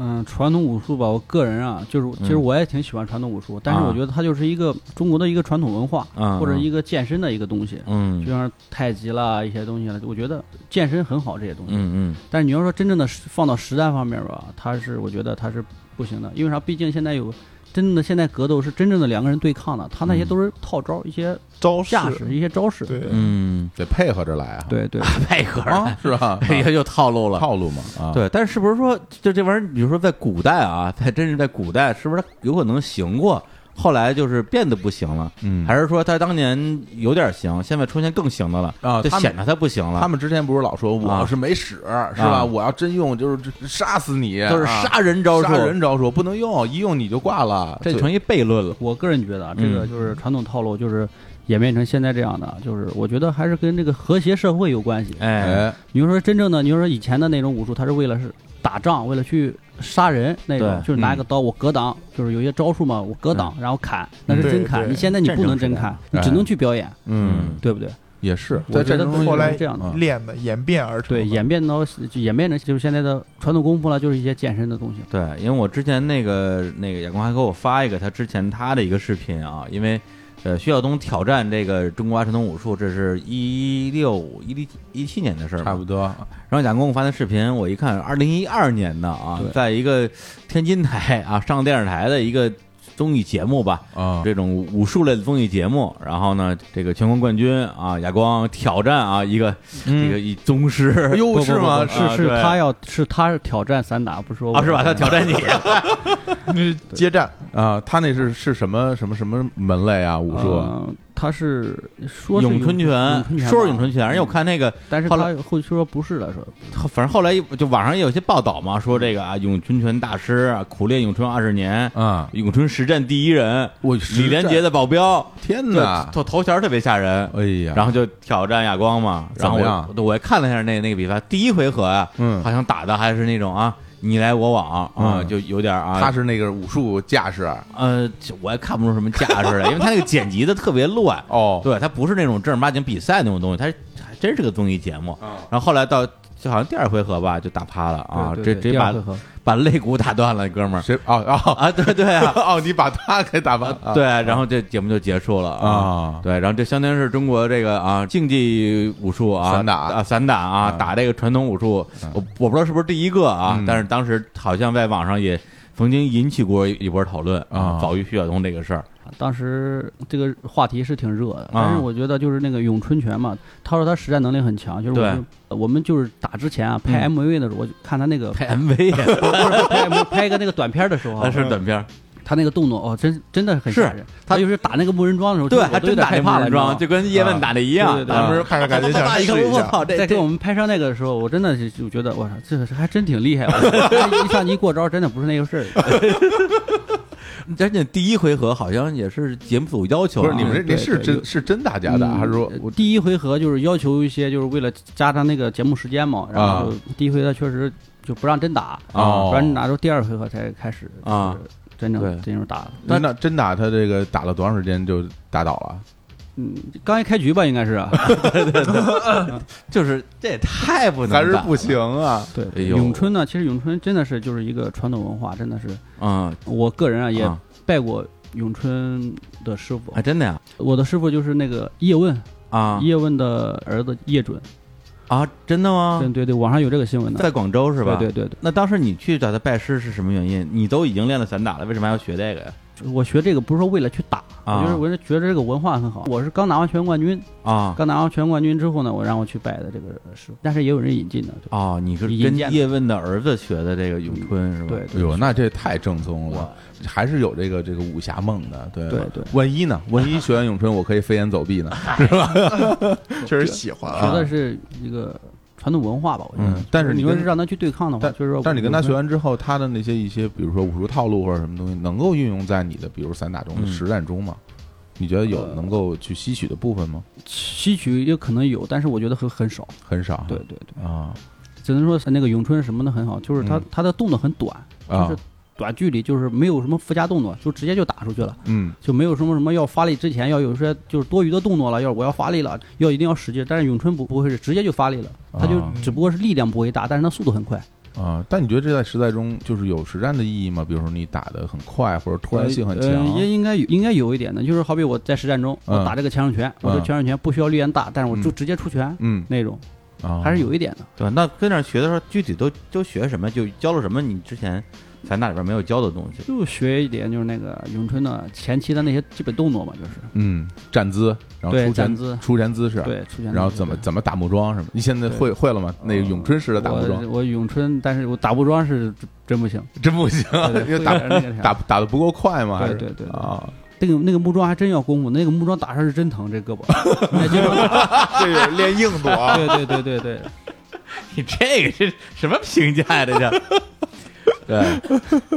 [SPEAKER 4] 嗯，传统武术吧，我个人啊，就是其实
[SPEAKER 1] 嗯
[SPEAKER 4] 我也挺喜欢传统武术，但是
[SPEAKER 1] 啊
[SPEAKER 4] 我觉得它就是一个中国的一个传统文化，
[SPEAKER 1] 嗯
[SPEAKER 4] 或者
[SPEAKER 1] 嗯
[SPEAKER 4] 一个健身的一个东西，
[SPEAKER 1] 嗯
[SPEAKER 4] 就像太极啦一些东西了。我觉得健身很好这些东西，
[SPEAKER 1] 嗯
[SPEAKER 4] 但是你要说真正的实放到实战方面吧，它是我觉得它是不行的，因为啥？毕竟现在有真正的现在格斗是真正的两个人对抗的，他那些
[SPEAKER 1] 嗯
[SPEAKER 4] 都是套招、一些
[SPEAKER 3] 招式
[SPEAKER 4] 架势、一些招式。
[SPEAKER 3] 对，
[SPEAKER 1] 嗯
[SPEAKER 2] 得配合着来啊，
[SPEAKER 4] 对对，
[SPEAKER 1] 嗯，配合
[SPEAKER 2] *laughs* 啊，是吧？
[SPEAKER 1] 哎呀，又套路了。
[SPEAKER 2] 套路嘛啊，
[SPEAKER 1] 对，但是不是说就这玩意儿，比如说在古代啊， *laughs* 它真是在古代，是不是它有可能行过，后来就是变得不行了？
[SPEAKER 2] 嗯，
[SPEAKER 1] 还是说他当年有点行，现在出现更行的了
[SPEAKER 2] 啊
[SPEAKER 1] 就
[SPEAKER 2] 他们
[SPEAKER 1] 显得他不行了，
[SPEAKER 2] 他们之前不是老说
[SPEAKER 1] 啊
[SPEAKER 2] 我是没使是
[SPEAKER 1] 啊
[SPEAKER 2] 吧？我要真用就是杀死你，
[SPEAKER 1] 都是
[SPEAKER 2] 啊
[SPEAKER 1] 杀人招数，
[SPEAKER 2] 杀人招数不能用，一用你就挂了，
[SPEAKER 1] 这
[SPEAKER 2] 就
[SPEAKER 1] 成一悖论了。
[SPEAKER 4] 我个人觉得啊，这个
[SPEAKER 1] 嗯
[SPEAKER 4] 就是传统套路，就是演变成现在这样的，就是我觉得还是跟这个和谐社会有关系。
[SPEAKER 1] 哎，
[SPEAKER 2] 哎
[SPEAKER 4] 你就说真正的，你就说以前的那种武术，它是为了是打仗，为了去杀人那种
[SPEAKER 1] 对，
[SPEAKER 3] 嗯
[SPEAKER 4] 就是拿一个刀我格挡，就是有些招数嘛，我格挡然后砍，那是真
[SPEAKER 3] 对
[SPEAKER 4] 砍。
[SPEAKER 3] 对
[SPEAKER 4] 你现在你不能
[SPEAKER 1] 战争
[SPEAKER 4] 真
[SPEAKER 1] 时代
[SPEAKER 4] 砍，你只能去表演，
[SPEAKER 2] 嗯
[SPEAKER 4] 对不对？
[SPEAKER 2] 也是
[SPEAKER 4] 我
[SPEAKER 2] 在
[SPEAKER 4] 觉
[SPEAKER 2] 这
[SPEAKER 4] 得
[SPEAKER 2] 种
[SPEAKER 3] 后来
[SPEAKER 4] 是这样的
[SPEAKER 2] 嗯
[SPEAKER 3] 练的演变而成的。
[SPEAKER 4] 对，演变到就演变成就是现在的传统功夫了，就是一些健身的东西。
[SPEAKER 1] 对，因为我之前那个那个亚光还给我发一个他之前他的一个视频啊，因为呃徐晓东挑战这个中国传统武术，这是一六一六一七年的事儿吧，
[SPEAKER 2] 差不多，啊
[SPEAKER 1] 然后贾公公发的视频，我一看，二零一二年的啊
[SPEAKER 4] 对，
[SPEAKER 1] 在一个天津台啊上电视台的一个综艺节目吧，
[SPEAKER 2] 啊，
[SPEAKER 1] 这种武术类的综艺节目。然后呢，这个全国冠军啊，亚光挑战啊一个
[SPEAKER 4] 嗯
[SPEAKER 1] 这个一宗师，
[SPEAKER 2] 哎呦
[SPEAKER 1] 不
[SPEAKER 2] 是吗
[SPEAKER 1] 不不
[SPEAKER 4] 是
[SPEAKER 1] 啊
[SPEAKER 4] 是，
[SPEAKER 1] 对
[SPEAKER 4] 他要是他挑战散打，不是说我
[SPEAKER 1] 啊
[SPEAKER 4] *laughs*
[SPEAKER 1] 是吧？他挑战你，
[SPEAKER 3] *laughs* 那是接战，
[SPEAKER 2] 啊，他那是是什么什么什么门类啊？武术啊
[SPEAKER 4] 呃他是说
[SPEAKER 1] *laughs*
[SPEAKER 4] 是
[SPEAKER 1] 咏春拳
[SPEAKER 4] 咏春，拳
[SPEAKER 1] 说是
[SPEAKER 4] 吧嗯
[SPEAKER 1] 咏春拳，而且我看那个，
[SPEAKER 4] 但是
[SPEAKER 1] 后
[SPEAKER 4] 他
[SPEAKER 1] 来
[SPEAKER 4] 后期说不是了，说
[SPEAKER 1] 反正后来就网上也有些报道嘛，说这个啊咏春拳大师啊，苦练咏春二十年，
[SPEAKER 4] 嗯
[SPEAKER 2] 啊！
[SPEAKER 1] 咏春实战第一人，
[SPEAKER 2] 我
[SPEAKER 1] 李连杰
[SPEAKER 2] 的
[SPEAKER 1] 的保镖。
[SPEAKER 2] 天
[SPEAKER 1] 对
[SPEAKER 2] 哪，
[SPEAKER 1] 头头衔儿特别吓人。
[SPEAKER 2] 哎呀，
[SPEAKER 1] 然后就挑战亚光嘛，然后
[SPEAKER 2] 怎么样
[SPEAKER 1] 我我也看了一下那那个比赛，第一回合啊，
[SPEAKER 2] 嗯
[SPEAKER 1] 好像打的还是那种啊你来我往啊，
[SPEAKER 2] 嗯
[SPEAKER 1] 就有点啊，
[SPEAKER 2] 他是那个武术架势哦
[SPEAKER 1] 呃，我也看不出什么架势来，因为他那个剪辑的特别乱，
[SPEAKER 2] 哦，
[SPEAKER 1] *laughs* 对他不是那种正儿八经比赛那种东西，他还真是个综艺节目。
[SPEAKER 2] 嗯
[SPEAKER 1] 然后后来到就好像第二回合吧，就打趴了啊，
[SPEAKER 4] 对
[SPEAKER 1] 这
[SPEAKER 4] 对
[SPEAKER 1] 直
[SPEAKER 4] 对
[SPEAKER 1] 接
[SPEAKER 4] 第
[SPEAKER 1] 把
[SPEAKER 4] 二回合
[SPEAKER 1] 把肋骨打断了，哥们儿
[SPEAKER 2] 谁哦哦 *laughs*
[SPEAKER 1] 啊，对对啊，
[SPEAKER 2] 哦，你把他给打完，啊
[SPEAKER 1] 对，然后这节目就结束了
[SPEAKER 2] 啊
[SPEAKER 1] 对，然后这相当于是中国这个啊竞技武术啊
[SPEAKER 2] 散打
[SPEAKER 1] 啊散打啊
[SPEAKER 2] 嗯
[SPEAKER 1] 打这个传统武术，我我不知道是不是第一个啊，
[SPEAKER 2] 嗯
[SPEAKER 1] 但是当时好像在网上也曾经引起过一波讨论
[SPEAKER 2] 啊
[SPEAKER 1] 早于徐晓东这个事儿，
[SPEAKER 4] 当时这个话题是挺热
[SPEAKER 1] 啊
[SPEAKER 4] 的，但是我觉得就是那个咏春拳嘛，他说他实战能力很强，就是我们我们就是打之前啊拍 MV 的时候，我就看他那个
[SPEAKER 1] 嗯拍 MV
[SPEAKER 4] *laughs* 不是拍 MV 拍一个那个短片的时候啊
[SPEAKER 1] 啊，，是短片儿，
[SPEAKER 4] 他那个动作哦，真真的很吓人。他就是打那个木人桩的时候，就是
[SPEAKER 1] 还
[SPEAKER 4] 我都
[SPEAKER 1] 真
[SPEAKER 4] 有点
[SPEAKER 1] 打那
[SPEAKER 4] 害
[SPEAKER 1] 木
[SPEAKER 4] 怕了，
[SPEAKER 1] 人
[SPEAKER 4] 你知道吗
[SPEAKER 1] 桩，就跟叶问打的一样
[SPEAKER 4] 对，对对
[SPEAKER 1] 啊
[SPEAKER 3] 当时看着感觉想
[SPEAKER 1] 打一
[SPEAKER 4] *laughs*
[SPEAKER 1] 个
[SPEAKER 3] 试一
[SPEAKER 1] 我
[SPEAKER 3] 下，
[SPEAKER 1] 操，这
[SPEAKER 4] 在给
[SPEAKER 1] 这
[SPEAKER 4] 我们拍摄那个的时候，我真的是就觉得，我操，这个还真挺厉害。
[SPEAKER 1] *laughs*
[SPEAKER 4] 我哎一上一过招，真的不是那个事儿。
[SPEAKER 1] 而且第一回合好像也是节目组要求啊，
[SPEAKER 2] 不是你们这这
[SPEAKER 4] 对
[SPEAKER 2] 是
[SPEAKER 4] 对嗯呃
[SPEAKER 2] 真是真打假打，还是说
[SPEAKER 4] 我第一回合就是要求一些，就是为了加上那个节目时间
[SPEAKER 1] 啊
[SPEAKER 4] 嘛，然后第一回合确实就不让真打，
[SPEAKER 2] 哦
[SPEAKER 4] 不让真打，之后第二回合才开始
[SPEAKER 1] 啊，
[SPEAKER 4] 就是真
[SPEAKER 1] 对
[SPEAKER 4] 正进入打了。
[SPEAKER 2] 那那真打他这个打了多长时间就打倒了？
[SPEAKER 4] 嗯，刚一开局吧，应该
[SPEAKER 1] *laughs*
[SPEAKER 4] 是啊
[SPEAKER 1] 就是这也太不能
[SPEAKER 2] 还是
[SPEAKER 1] 打
[SPEAKER 2] 不行啊？
[SPEAKER 4] 对
[SPEAKER 1] 哎。呦
[SPEAKER 4] *laughs* 咏春呢，其实咏春真的是就是一个传统文化，真的是
[SPEAKER 1] 啊，
[SPEAKER 4] 我个人啊也
[SPEAKER 1] 啊
[SPEAKER 4] 拜过咏春的师傅
[SPEAKER 2] 哎
[SPEAKER 1] 还，真的呀
[SPEAKER 4] 我的师傅就是那个叶问，
[SPEAKER 1] 啊
[SPEAKER 4] 叶问的儿子叶准，
[SPEAKER 1] 啊，真的吗
[SPEAKER 4] 对？对对，网上有这个新闻的，
[SPEAKER 1] 在广州是吧？
[SPEAKER 4] 对对对
[SPEAKER 1] 那当时你去找他拜师是什么原因？你都已经练了散打了，为什么还要学这个呀？
[SPEAKER 4] 对，我学这个不是说为了去打，
[SPEAKER 1] 啊
[SPEAKER 4] 我就是我是觉得这个文化很好。我是刚拿完全冠军，
[SPEAKER 1] 啊
[SPEAKER 4] 刚拿完全冠军之后呢，我让我去拜的这个师傅，但是也有人引进的，对
[SPEAKER 1] 哦，你是
[SPEAKER 4] 引
[SPEAKER 1] 跟
[SPEAKER 4] 荐的
[SPEAKER 1] 叶问的儿子学的这个咏春是吧？
[SPEAKER 4] 对
[SPEAKER 2] 哎呦，那这太正宗了，还是有这个这个武侠梦的，对
[SPEAKER 4] 对
[SPEAKER 2] 吧
[SPEAKER 4] 对
[SPEAKER 2] 万一呢？万一学完咏春，我可以飞檐走壁呢？
[SPEAKER 3] 确实喜欢
[SPEAKER 4] 学
[SPEAKER 3] 啊。
[SPEAKER 4] 的是一个传统文化吧，我觉得
[SPEAKER 2] 嗯。，但是
[SPEAKER 4] 你
[SPEAKER 2] 跟
[SPEAKER 4] 说是让他去对抗的话，
[SPEAKER 2] 但
[SPEAKER 4] 啊就是说，
[SPEAKER 2] 但是你跟他学，完之后，他的那些一些，比如说武术套路或者什么东西，能够运用在你的比如散打中、
[SPEAKER 1] 嗯
[SPEAKER 2] 实战中吗？你觉得有
[SPEAKER 4] 呃
[SPEAKER 2] 能够去吸取的部分吗？
[SPEAKER 4] 吸取也可能有，但是我觉得很很少。
[SPEAKER 2] 很少。
[SPEAKER 4] 对对对，
[SPEAKER 2] 啊
[SPEAKER 4] 只能说那个咏春什么的很好，就是他
[SPEAKER 2] 嗯
[SPEAKER 4] 他的动作很短，就
[SPEAKER 2] 啊
[SPEAKER 4] 是短距离，就是没有什么附加动作，就直接就打出去了。
[SPEAKER 2] 嗯
[SPEAKER 4] 就没有什么什么要发力之前要有一些就是多余的动作了，要我要发力了，要一定要使劲。但是咏春不不会是直接就发力了，他就
[SPEAKER 2] 啊
[SPEAKER 4] 只不过是力量不会大，但是他速度很快。
[SPEAKER 2] 啊！但你觉得这在实战中就是有实战的意义吗？比如说你打的很快，或者突然性很强
[SPEAKER 4] 呃，也应该有应该有一点的，就是好比我在实战中
[SPEAKER 2] 嗯
[SPEAKER 4] 我打这个前手拳，我这
[SPEAKER 2] 嗯
[SPEAKER 4] 前手拳不需要力量大，但是我就
[SPEAKER 2] 嗯
[SPEAKER 4] 直接出拳
[SPEAKER 2] 嗯
[SPEAKER 4] 那种，
[SPEAKER 2] 啊，
[SPEAKER 4] 还是有一点的。
[SPEAKER 1] 对吧？那跟那儿学的时候，具体都都学什么？就教了什么？你之前散打里边没有教的 *laughs* 东西
[SPEAKER 4] 就学一点就是那个咏春的前期的那些基本动作嘛，就是
[SPEAKER 2] 嗯站姿，然后
[SPEAKER 4] 对
[SPEAKER 2] 出
[SPEAKER 4] 站
[SPEAKER 2] 拳
[SPEAKER 4] 姿
[SPEAKER 2] 出拳姿势，
[SPEAKER 4] 对出拳。
[SPEAKER 2] 啊然后怎么怎么打木桩什么？你现在会会了吗？那个咏春式的打木桩
[SPEAKER 4] 我我咏春，但是我打木桩是真
[SPEAKER 3] *laughs*
[SPEAKER 4] 不行，
[SPEAKER 2] 真不行，
[SPEAKER 4] 对
[SPEAKER 2] 因为
[SPEAKER 4] 会
[SPEAKER 2] 打
[SPEAKER 4] 有点那个啥
[SPEAKER 2] 打打的不够快吗？还是
[SPEAKER 4] 对对对对
[SPEAKER 2] 啊，
[SPEAKER 4] 那个那个木桩还真要功夫，那个木桩打上是真疼，这胳膊。那经常打
[SPEAKER 3] *laughs* 这有练硬度啊，
[SPEAKER 4] 对对对对对，
[SPEAKER 1] 你这个是什么评价呀？ *laughs* 这叫对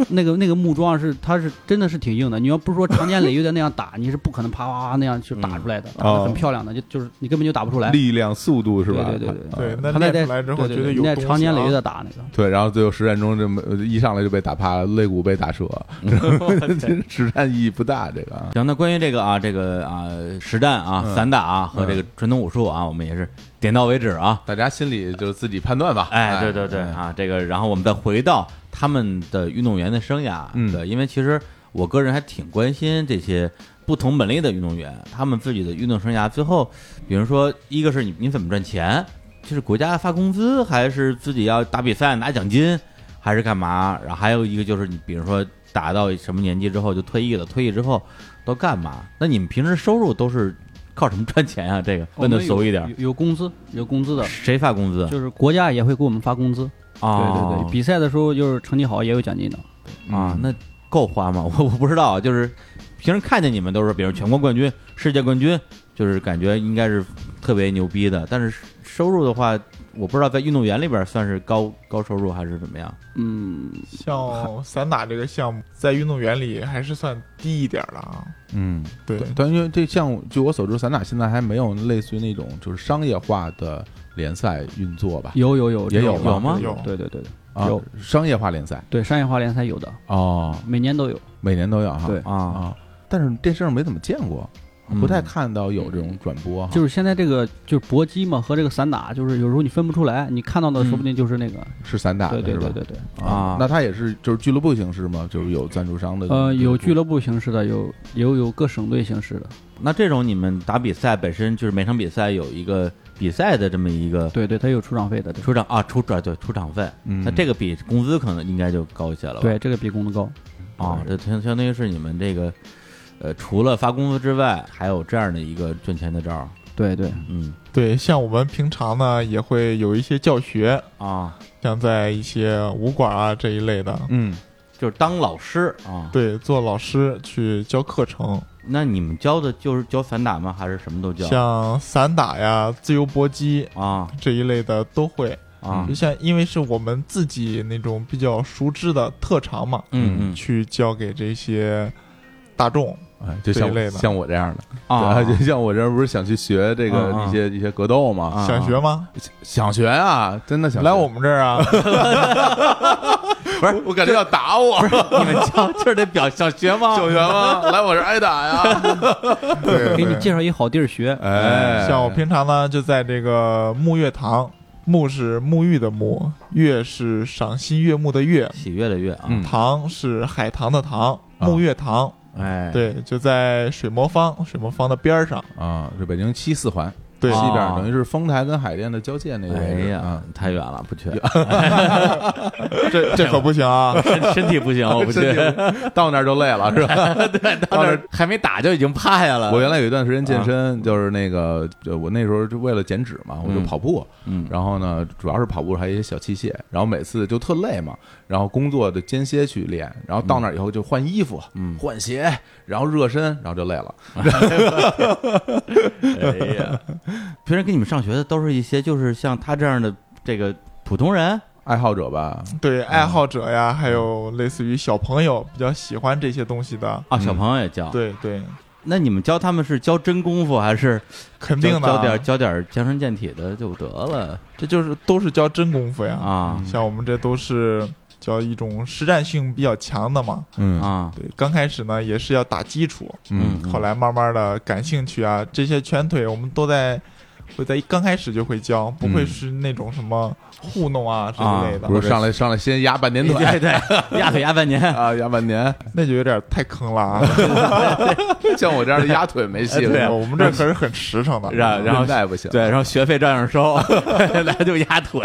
[SPEAKER 4] 那个那个木桩是它是真的是挺硬的，你要不是说长年累月的那样打，你是不可能啪啪啪那样去打出来的，
[SPEAKER 3] 嗯
[SPEAKER 4] 打
[SPEAKER 3] 哦
[SPEAKER 4] 的很漂亮的，就就是你根本就打不出来。
[SPEAKER 2] 力量、速度是吧？
[SPEAKER 4] 对对对对
[SPEAKER 2] 啊
[SPEAKER 3] 对，那
[SPEAKER 4] 他那
[SPEAKER 3] 练
[SPEAKER 4] 在
[SPEAKER 3] 出来之后
[SPEAKER 4] 对
[SPEAKER 3] 觉得
[SPEAKER 4] 对对
[SPEAKER 3] 有
[SPEAKER 4] 你在
[SPEAKER 3] 东西
[SPEAKER 4] 长年累月
[SPEAKER 3] 啊
[SPEAKER 4] 的打那个，
[SPEAKER 2] 对，然后最后实战中这么一上来就被打趴了，肋骨被打
[SPEAKER 4] *laughs*
[SPEAKER 2] 折， *laughs* 实战意义不大。这个啊
[SPEAKER 1] 行，那关于这个啊，这个啊，实战啊、
[SPEAKER 2] 嗯
[SPEAKER 1] 散打啊和这个传统武术啊，我们也是点到为止啊。
[SPEAKER 2] 大家心里就是自己判断吧。
[SPEAKER 1] 哎，对对对
[SPEAKER 2] 哎
[SPEAKER 1] 啊，这个，然后我们再回到他们的运动员的生涯，
[SPEAKER 2] 嗯
[SPEAKER 1] 对，因为其实我个人还挺关心这些不同本类的运动员，他们自己的运动生涯最后，比如说，一个是你你怎么赚钱，就是国家发工资，还是自己要打比赛拿奖金，还是干嘛？然后还有一个就是你，比如说打到什么年纪之后就退役了，退役之后都干嘛？那你们平时收入都是靠什么赚钱啊？这个问的俗一点儿，
[SPEAKER 4] 有有工资有工资的，
[SPEAKER 1] 谁发工资？
[SPEAKER 4] 就是国家也会给我们发工资。对
[SPEAKER 1] 哦
[SPEAKER 4] 对对，比赛的时候就是成绩好也有奖金的。
[SPEAKER 1] 啊，那够花吗？ *laughs* 我我不知道，啊就是平时看见你们都是，比如全国冠军、世界冠军，就是感觉应该是特别牛逼的。但是收入的话，我不知道在运动员里边算是高高收入还是怎么样。
[SPEAKER 4] 嗯，
[SPEAKER 3] 像散打这个项目，在运动员里还是算低一点儿的啊。
[SPEAKER 2] 嗯，
[SPEAKER 3] 对
[SPEAKER 2] 对，但因为这项目，据我所知，散打现在还没有类似于那种就是商业化的联赛运作吧？
[SPEAKER 4] 有有有
[SPEAKER 2] 也有
[SPEAKER 4] 这个
[SPEAKER 1] 有吗
[SPEAKER 3] 有
[SPEAKER 4] 对对对对
[SPEAKER 2] 啊
[SPEAKER 4] 有，
[SPEAKER 2] 商业化联赛
[SPEAKER 4] 对，商业化联赛有的，
[SPEAKER 2] 哦，
[SPEAKER 4] 每年都有。
[SPEAKER 2] 每年都有哈。
[SPEAKER 4] 对
[SPEAKER 1] 啊
[SPEAKER 2] 啊，但是电视上没怎么见过。不太看到有这种转播哈。
[SPEAKER 4] 就是现在这个就是搏击嘛和这个散打，就是有时候你分不出来，你看到的说不定就是那个，
[SPEAKER 2] 是散嗯打
[SPEAKER 4] 对
[SPEAKER 2] 的
[SPEAKER 4] 对
[SPEAKER 2] 是吧
[SPEAKER 4] 对？对对。
[SPEAKER 1] 啊
[SPEAKER 2] 那它也是就是俱乐部形式吗？就是有赞助商的？
[SPEAKER 4] 呃，有俱乐部形式的，有有有各省队形式的，
[SPEAKER 1] 那这种你们打比赛本身就是每场比赛有一个比赛的这么一个
[SPEAKER 4] 对对，它有出场费的，对
[SPEAKER 1] 出场啊出转对出场费，
[SPEAKER 2] 嗯
[SPEAKER 1] 那这个比工资可能应该就高一些了吧？
[SPEAKER 4] 对，这个比工资高。
[SPEAKER 1] 啊，这相相当于是你们这个呃除了发工资之外，还有这样的一个赚钱的招儿，
[SPEAKER 4] 对对，
[SPEAKER 1] 嗯
[SPEAKER 3] 对，像我们平常呢也会有一些教学，
[SPEAKER 1] 啊，
[SPEAKER 3] 像在一些武馆啊这一类的，
[SPEAKER 2] 嗯，
[SPEAKER 1] 就是当老师啊。
[SPEAKER 3] 对，做老师去教课程，
[SPEAKER 1] 那你们教的就是教散打吗？还是什么都教？
[SPEAKER 3] 像散打呀、自由搏击
[SPEAKER 1] 啊
[SPEAKER 3] 这一类的都会。
[SPEAKER 1] 啊
[SPEAKER 3] 就像因为是我们自己那种比较熟知的特长嘛，
[SPEAKER 1] 嗯嗯
[SPEAKER 3] 去教给这些大众。
[SPEAKER 2] 哎，就
[SPEAKER 3] 这一类
[SPEAKER 2] 像
[SPEAKER 3] 的
[SPEAKER 2] 像我这样的 *laughs*
[SPEAKER 1] 啊，
[SPEAKER 2] 对就像我这样不是想去学这个
[SPEAKER 1] 啊啊
[SPEAKER 2] 一些一些格斗
[SPEAKER 1] 啊
[SPEAKER 2] 吗？
[SPEAKER 3] 想学吗？
[SPEAKER 2] 想学啊，真的想学
[SPEAKER 3] 来我们这儿
[SPEAKER 1] *laughs*
[SPEAKER 3] 啊！ *laughs*
[SPEAKER 2] 不是，我感觉要打我，
[SPEAKER 1] *laughs* 你们教就是得表想学吗？
[SPEAKER 2] 小学吗？来我这儿挨打呀！
[SPEAKER 3] *laughs* 对
[SPEAKER 4] 给你
[SPEAKER 3] 对
[SPEAKER 4] 介绍一好地儿学，
[SPEAKER 2] 哎，
[SPEAKER 3] 像我平常呢，就在这个沐月堂，沐是沐浴的沐，月是赏心悦目的月，
[SPEAKER 1] 喜悦的悦啊，
[SPEAKER 2] 嗯
[SPEAKER 3] 堂是海棠的堂，
[SPEAKER 2] 啊
[SPEAKER 3] 沐月堂。
[SPEAKER 1] 哎，
[SPEAKER 3] 对，就在水魔方，水魔方的边儿上。
[SPEAKER 2] 啊，是北京西四环
[SPEAKER 3] 对，
[SPEAKER 1] 啊
[SPEAKER 2] 西边，等于是丰台跟海淀的交界那个
[SPEAKER 1] 哎
[SPEAKER 2] 位置
[SPEAKER 1] 呀
[SPEAKER 2] 啊。，
[SPEAKER 1] 太远了，不去，
[SPEAKER 3] 这这可不行啊！
[SPEAKER 1] *laughs* 身身体不行，我不去。
[SPEAKER 2] 身体到那儿就累了，是吧？
[SPEAKER 1] 对，到那儿还没打就已经趴下了。
[SPEAKER 2] 我原来有一段时间
[SPEAKER 1] 啊
[SPEAKER 2] 健身，就是那个，就我那时候就为了减脂嘛，我就
[SPEAKER 1] 嗯
[SPEAKER 2] 跑步，
[SPEAKER 1] 嗯
[SPEAKER 2] 然后呢，主要是跑步还有一些小器械，然后每次就特累嘛，然后工作的间歇去练，然后到那儿以后就换衣服、
[SPEAKER 1] 嗯
[SPEAKER 2] 换鞋，然后热身，然后就累了。
[SPEAKER 1] *laughs* 哎呀，平时跟你们上学的都是一些就是像他这样的这个普通人
[SPEAKER 2] 爱好者吧，
[SPEAKER 1] 嗯
[SPEAKER 3] 对爱好者呀，还有类似于小朋友比较喜欢这些东西的，
[SPEAKER 1] 啊，
[SPEAKER 2] 嗯
[SPEAKER 1] 小朋友也教。，
[SPEAKER 3] 对对，
[SPEAKER 1] 那你们教他们是教真功夫还是
[SPEAKER 3] 肯
[SPEAKER 1] 教
[SPEAKER 3] 定的
[SPEAKER 1] 教
[SPEAKER 3] 啊。
[SPEAKER 1] 点教点强身健体的就得了
[SPEAKER 3] 这就是都是教真功夫呀。
[SPEAKER 2] 嗯
[SPEAKER 1] 啊
[SPEAKER 3] 像我们这都是教一种实战性比较强的嘛。
[SPEAKER 2] 嗯
[SPEAKER 1] 啊？
[SPEAKER 3] 对，刚开始呢也是要打基础，
[SPEAKER 1] 嗯，
[SPEAKER 3] 后来慢慢的感兴趣啊，这些拳腿我们都在会在一刚开始就会教，不
[SPEAKER 1] 嗯
[SPEAKER 3] 会是那种什么糊弄啊这一类的，
[SPEAKER 2] 不是上来上来先压半
[SPEAKER 1] *laughs*
[SPEAKER 2] 年腿
[SPEAKER 1] 对对，压腿压半
[SPEAKER 2] *laughs*
[SPEAKER 1] 年。
[SPEAKER 2] 啊，压半年，
[SPEAKER 3] 那就有点太坑了啊。
[SPEAKER 2] 像我这样的压腿没戏
[SPEAKER 1] 哎对
[SPEAKER 2] 了。
[SPEAKER 3] 我们这可是很实诚的。
[SPEAKER 1] 让然后
[SPEAKER 2] 韧带不行，
[SPEAKER 1] 对，然后学费照样 *laughs* 收，来就压腿。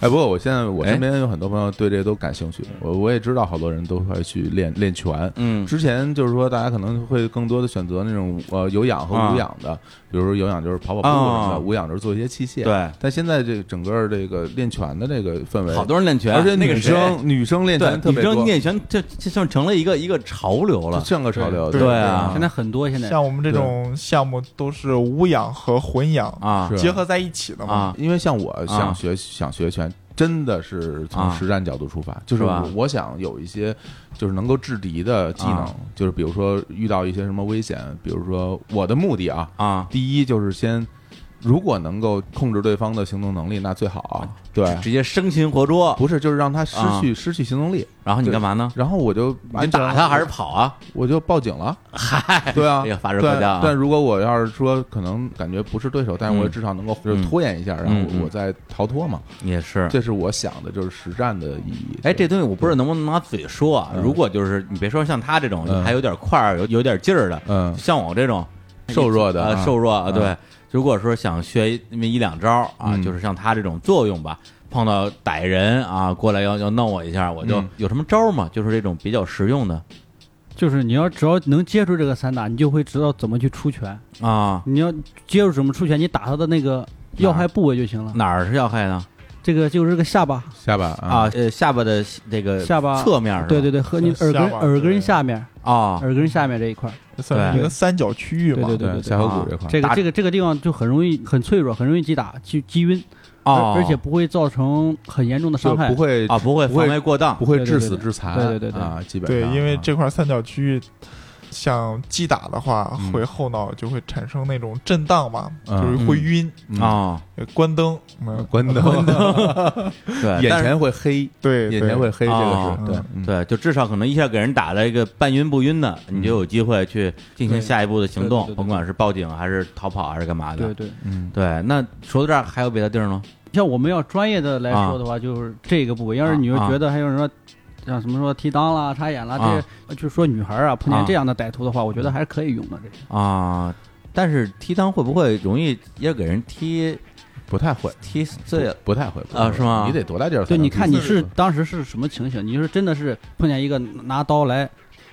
[SPEAKER 2] 哎，不过我现在我
[SPEAKER 1] 哎
[SPEAKER 2] 身边有很多朋友对这都感兴趣，我我也知道好多人都会去练练拳。
[SPEAKER 1] 嗯
[SPEAKER 2] 之前就是说，大家可能会更多的选择那种呃有氧和无氧的，比如说有氧就是跑跑步什么的，
[SPEAKER 1] 啊
[SPEAKER 2] 无氧就是做一些器械。
[SPEAKER 1] 对
[SPEAKER 2] 但现在这整个这个练拳的这个氛围，
[SPEAKER 1] 好多人练拳，
[SPEAKER 2] 而且
[SPEAKER 1] 那个
[SPEAKER 2] 女
[SPEAKER 1] 谁
[SPEAKER 2] 生、女生练拳特
[SPEAKER 1] 对，女
[SPEAKER 2] 别多，
[SPEAKER 1] 生练拳这这算成了一个一个潮流了
[SPEAKER 2] 就。像个潮流。
[SPEAKER 3] 对
[SPEAKER 1] 对啊
[SPEAKER 4] 现在很多现
[SPEAKER 3] 嗯
[SPEAKER 4] 在
[SPEAKER 3] 像我们这种项目都是无氧和混氧
[SPEAKER 1] 啊
[SPEAKER 2] 是
[SPEAKER 3] 结合在一起的嘛。
[SPEAKER 1] 啊
[SPEAKER 2] 因为像我
[SPEAKER 1] 啊
[SPEAKER 2] 想学、想学拳，真的是从
[SPEAKER 1] 啊
[SPEAKER 2] 实战角度出发，就是
[SPEAKER 1] 是吧
[SPEAKER 2] 我我想有一些就是能够制敌的技能，
[SPEAKER 1] 啊
[SPEAKER 2] 就是比如说遇到一些什么危险，比如说我的目的啊，
[SPEAKER 1] 啊！
[SPEAKER 2] 第一就是先。如果能够控制对方的行动能力，那最好啊。对，
[SPEAKER 1] 直接生擒活捉，
[SPEAKER 2] 不是就是让他失
[SPEAKER 1] 啊
[SPEAKER 2] 去失去行动力，
[SPEAKER 1] 然后你干嘛呢？
[SPEAKER 2] 然后我就
[SPEAKER 1] 你打他还是跑啊？
[SPEAKER 2] 我就报警了。嗨，对啊
[SPEAKER 1] 哎呀，法治
[SPEAKER 2] 对。
[SPEAKER 1] 国家啊
[SPEAKER 2] 但如果我要是说可能感觉不是对手，但是我
[SPEAKER 1] 嗯
[SPEAKER 2] 至少能够就是
[SPEAKER 1] 嗯
[SPEAKER 2] 拖延一下，然后
[SPEAKER 1] 嗯嗯
[SPEAKER 2] 我我再逃脱嘛。
[SPEAKER 1] 也是。
[SPEAKER 2] 这是我想的，就是实战的意义。
[SPEAKER 1] 哎，这东西我不知道能不能拿嘴说啊。
[SPEAKER 2] 嗯
[SPEAKER 1] 如果就是你别说像他这种
[SPEAKER 2] 嗯
[SPEAKER 1] 还有点块儿、有有点劲儿的，
[SPEAKER 2] 嗯
[SPEAKER 1] 像我这种
[SPEAKER 2] 瘦弱的
[SPEAKER 1] 呃
[SPEAKER 2] 啊
[SPEAKER 1] 瘦弱啊，
[SPEAKER 2] 嗯
[SPEAKER 1] 对。如果说想学那么一两招啊，
[SPEAKER 2] 嗯
[SPEAKER 1] 就是像他这种作用吧，碰到歹人啊过来要要弄我一下，我就
[SPEAKER 2] 嗯
[SPEAKER 1] 有什么招吗？就是这种比较实用的
[SPEAKER 4] 就是你要只要能接触这个散打，你就会知道怎么去出拳。
[SPEAKER 1] 啊，
[SPEAKER 4] 你要接触怎么出拳，你打他的那个要害部位就行了。
[SPEAKER 1] 哪儿是要害呢？
[SPEAKER 4] 这个就是这个下巴，
[SPEAKER 2] 下巴
[SPEAKER 1] 啊，，呃，下巴的这个
[SPEAKER 4] 下巴
[SPEAKER 1] 呃侧面是吧，
[SPEAKER 4] 对对对，和你
[SPEAKER 3] 下
[SPEAKER 4] 耳根
[SPEAKER 3] 巴
[SPEAKER 4] 耳根下面，
[SPEAKER 1] 啊，
[SPEAKER 4] 耳根下面这一块儿，
[SPEAKER 3] 这算是一个三角区域嘛。
[SPEAKER 4] 对对
[SPEAKER 2] 对
[SPEAKER 4] 对啊
[SPEAKER 2] 下颌骨这块儿，
[SPEAKER 4] 这个
[SPEAKER 1] 打
[SPEAKER 4] 这个这个地方就很容易很脆弱，很容易击打击击晕，
[SPEAKER 1] 哦
[SPEAKER 4] 而而且不会造成很严重的
[SPEAKER 2] 就
[SPEAKER 4] 伤害
[SPEAKER 2] 不。会
[SPEAKER 1] 啊，不会
[SPEAKER 2] 不
[SPEAKER 1] 防
[SPEAKER 2] 会
[SPEAKER 1] 卫过当
[SPEAKER 2] 不会
[SPEAKER 4] 对对
[SPEAKER 2] 致
[SPEAKER 4] 对
[SPEAKER 2] 死
[SPEAKER 4] 对
[SPEAKER 2] 致残。
[SPEAKER 4] 对对对对
[SPEAKER 2] 啊，基本
[SPEAKER 3] 对
[SPEAKER 2] 上
[SPEAKER 3] 因为
[SPEAKER 2] 啊
[SPEAKER 3] 这块三角区域想击打的话
[SPEAKER 1] 嗯，
[SPEAKER 3] 会后脑就会产生那种震荡嘛，
[SPEAKER 2] 嗯
[SPEAKER 3] 就是会晕。
[SPEAKER 2] 嗯
[SPEAKER 1] 啊，
[SPEAKER 3] 呃关灯，嗯，
[SPEAKER 1] *laughs*
[SPEAKER 2] 关灯，
[SPEAKER 1] 对，
[SPEAKER 2] 眼
[SPEAKER 1] 但是
[SPEAKER 2] 前会黑，
[SPEAKER 3] 对，
[SPEAKER 2] 眼
[SPEAKER 3] 对
[SPEAKER 2] 前会黑，这个
[SPEAKER 1] 哦
[SPEAKER 2] 是对
[SPEAKER 3] 嗯，
[SPEAKER 2] 嗯
[SPEAKER 1] 对，就至少可能一下给人打了一个半晕不晕的，你就
[SPEAKER 2] 嗯
[SPEAKER 1] 有机会去进行
[SPEAKER 4] 对
[SPEAKER 1] 下一步的行
[SPEAKER 4] 对对
[SPEAKER 1] 动，
[SPEAKER 4] 对对
[SPEAKER 1] 甭管是报警还是逃跑还是干嘛的。
[SPEAKER 4] 对对，
[SPEAKER 2] 嗯
[SPEAKER 1] 对，那除了这儿还有别的地儿吗？
[SPEAKER 4] 像我们要专业的来说的话，就是这个部
[SPEAKER 1] 啊
[SPEAKER 4] 位。要是你就觉得还有人说，像什么说提裆啦、插眼啦，这
[SPEAKER 1] 啊
[SPEAKER 4] 些，就是说女孩啊碰
[SPEAKER 1] 啊嗯
[SPEAKER 4] 见这样的歹徒的话，我觉得还是可以用的。这些
[SPEAKER 1] 啊，但是踢裆会不会容易要给人踢
[SPEAKER 2] 不太会，
[SPEAKER 1] 踢碎了？
[SPEAKER 2] 不太会不
[SPEAKER 1] 啊
[SPEAKER 2] 太会
[SPEAKER 1] 是吗
[SPEAKER 2] 你得多大劲儿才
[SPEAKER 4] 就
[SPEAKER 2] 能
[SPEAKER 4] 你
[SPEAKER 2] 踢碎？
[SPEAKER 4] 看你是当时是什么情形？你是真的是碰见一个拿刀来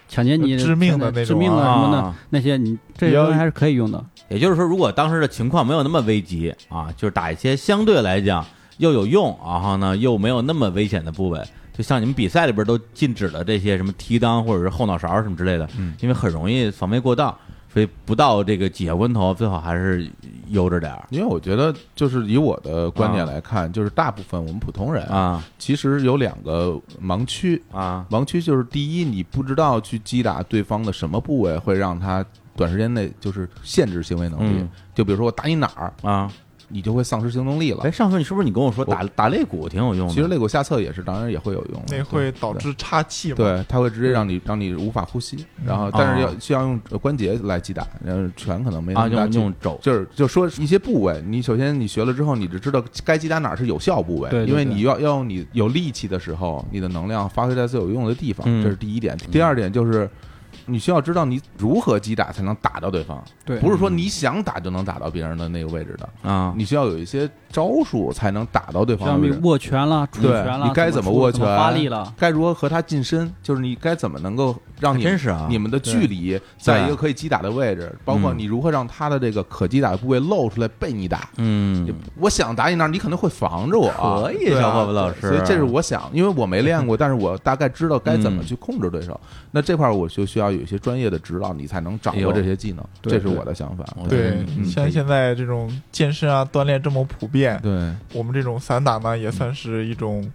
[SPEAKER 4] 抢劫你
[SPEAKER 3] 致命的那种啊
[SPEAKER 4] 致命的什么的
[SPEAKER 1] 啊，
[SPEAKER 4] 那些，你这些
[SPEAKER 3] 比较
[SPEAKER 4] 东西还是可以用的。
[SPEAKER 1] 也就是说，如果当时的情况没有那么危急啊，就是打一些相对来讲又有用，然后呢又没有那么危险的部位，就像你们比赛里边都禁止了这些什么踢裆或者是后脑勺什么之类的，
[SPEAKER 2] 嗯
[SPEAKER 1] 因为很容易防卫过当，所以不到这个几个关头，最好还是悠着点儿
[SPEAKER 2] 因为我觉得，就是以我的观点来看，就是大部分我们普通人，
[SPEAKER 1] 啊
[SPEAKER 2] 其实有两个盲区。
[SPEAKER 1] 啊
[SPEAKER 2] 盲区就是第一，你不知道去击打对方的什么部位会让他短时间内就是限制行为能力。
[SPEAKER 1] 嗯
[SPEAKER 2] 就比如说我打你哪儿，
[SPEAKER 1] 啊！
[SPEAKER 2] 你就会丧失行动力了
[SPEAKER 1] 哎，。上次你是不是你跟我说打打肋骨挺有用的？
[SPEAKER 2] 其实肋骨下侧也是，当然也会有用的。
[SPEAKER 3] 那会导致岔气嘛？，
[SPEAKER 2] 对，它会直接让你让你无法呼吸，
[SPEAKER 1] 嗯
[SPEAKER 2] 然后但是要需要用关节来击打，然后拳可能没那
[SPEAKER 1] 啊，
[SPEAKER 2] 么大
[SPEAKER 1] 用
[SPEAKER 2] 劲
[SPEAKER 1] 用肘
[SPEAKER 2] 就是就说一些部位，你首先你学了之后，你只知道该击打哪儿是有效部位，
[SPEAKER 4] 对对
[SPEAKER 2] 因为
[SPEAKER 4] 对
[SPEAKER 2] 你要要用你有力气的时候，你的能量发挥在最有用的地方，
[SPEAKER 1] 嗯
[SPEAKER 2] 这是第一点。第二点就是。你需要知道你如何击打才能打到对方，
[SPEAKER 4] 对
[SPEAKER 2] 不是说你想打就能打到别人的那个位置的，
[SPEAKER 1] 啊
[SPEAKER 2] 你需要有一些招数才能打到对方的
[SPEAKER 4] 像
[SPEAKER 2] 位
[SPEAKER 4] 你
[SPEAKER 2] 置。
[SPEAKER 4] 握拳啦、出
[SPEAKER 2] 对
[SPEAKER 4] 拳啦，
[SPEAKER 2] 你该
[SPEAKER 4] 怎
[SPEAKER 2] 怎么握
[SPEAKER 4] 出怎
[SPEAKER 2] 拳
[SPEAKER 4] 发力了，
[SPEAKER 2] 该如何和他近身，就是你该怎么能够让你
[SPEAKER 1] 真是啊
[SPEAKER 2] 你们的距离在一个可以击打的位置，包括
[SPEAKER 1] 嗯
[SPEAKER 2] 你如何让他的这个可击打的部位露出来被你打。
[SPEAKER 1] 嗯
[SPEAKER 2] 我想打你那儿，你可能会防着我啊。
[SPEAKER 1] 可以
[SPEAKER 2] 对啊
[SPEAKER 1] 小伙子老师
[SPEAKER 2] 所以这是我想，因为我没练过，但是我大概知道该
[SPEAKER 1] 嗯
[SPEAKER 2] 怎么去控制对手。那这块儿我就需要有一些专业的指导，你才能掌
[SPEAKER 1] 哎呦
[SPEAKER 2] 握这些技能。
[SPEAKER 1] 对
[SPEAKER 2] 这是我的想法。
[SPEAKER 1] 我觉得
[SPEAKER 3] 对
[SPEAKER 1] 嗯，
[SPEAKER 3] 像现在这种健身啊、锻炼这么普遍，
[SPEAKER 2] 对，
[SPEAKER 3] 我们这种散打呢，也算是一种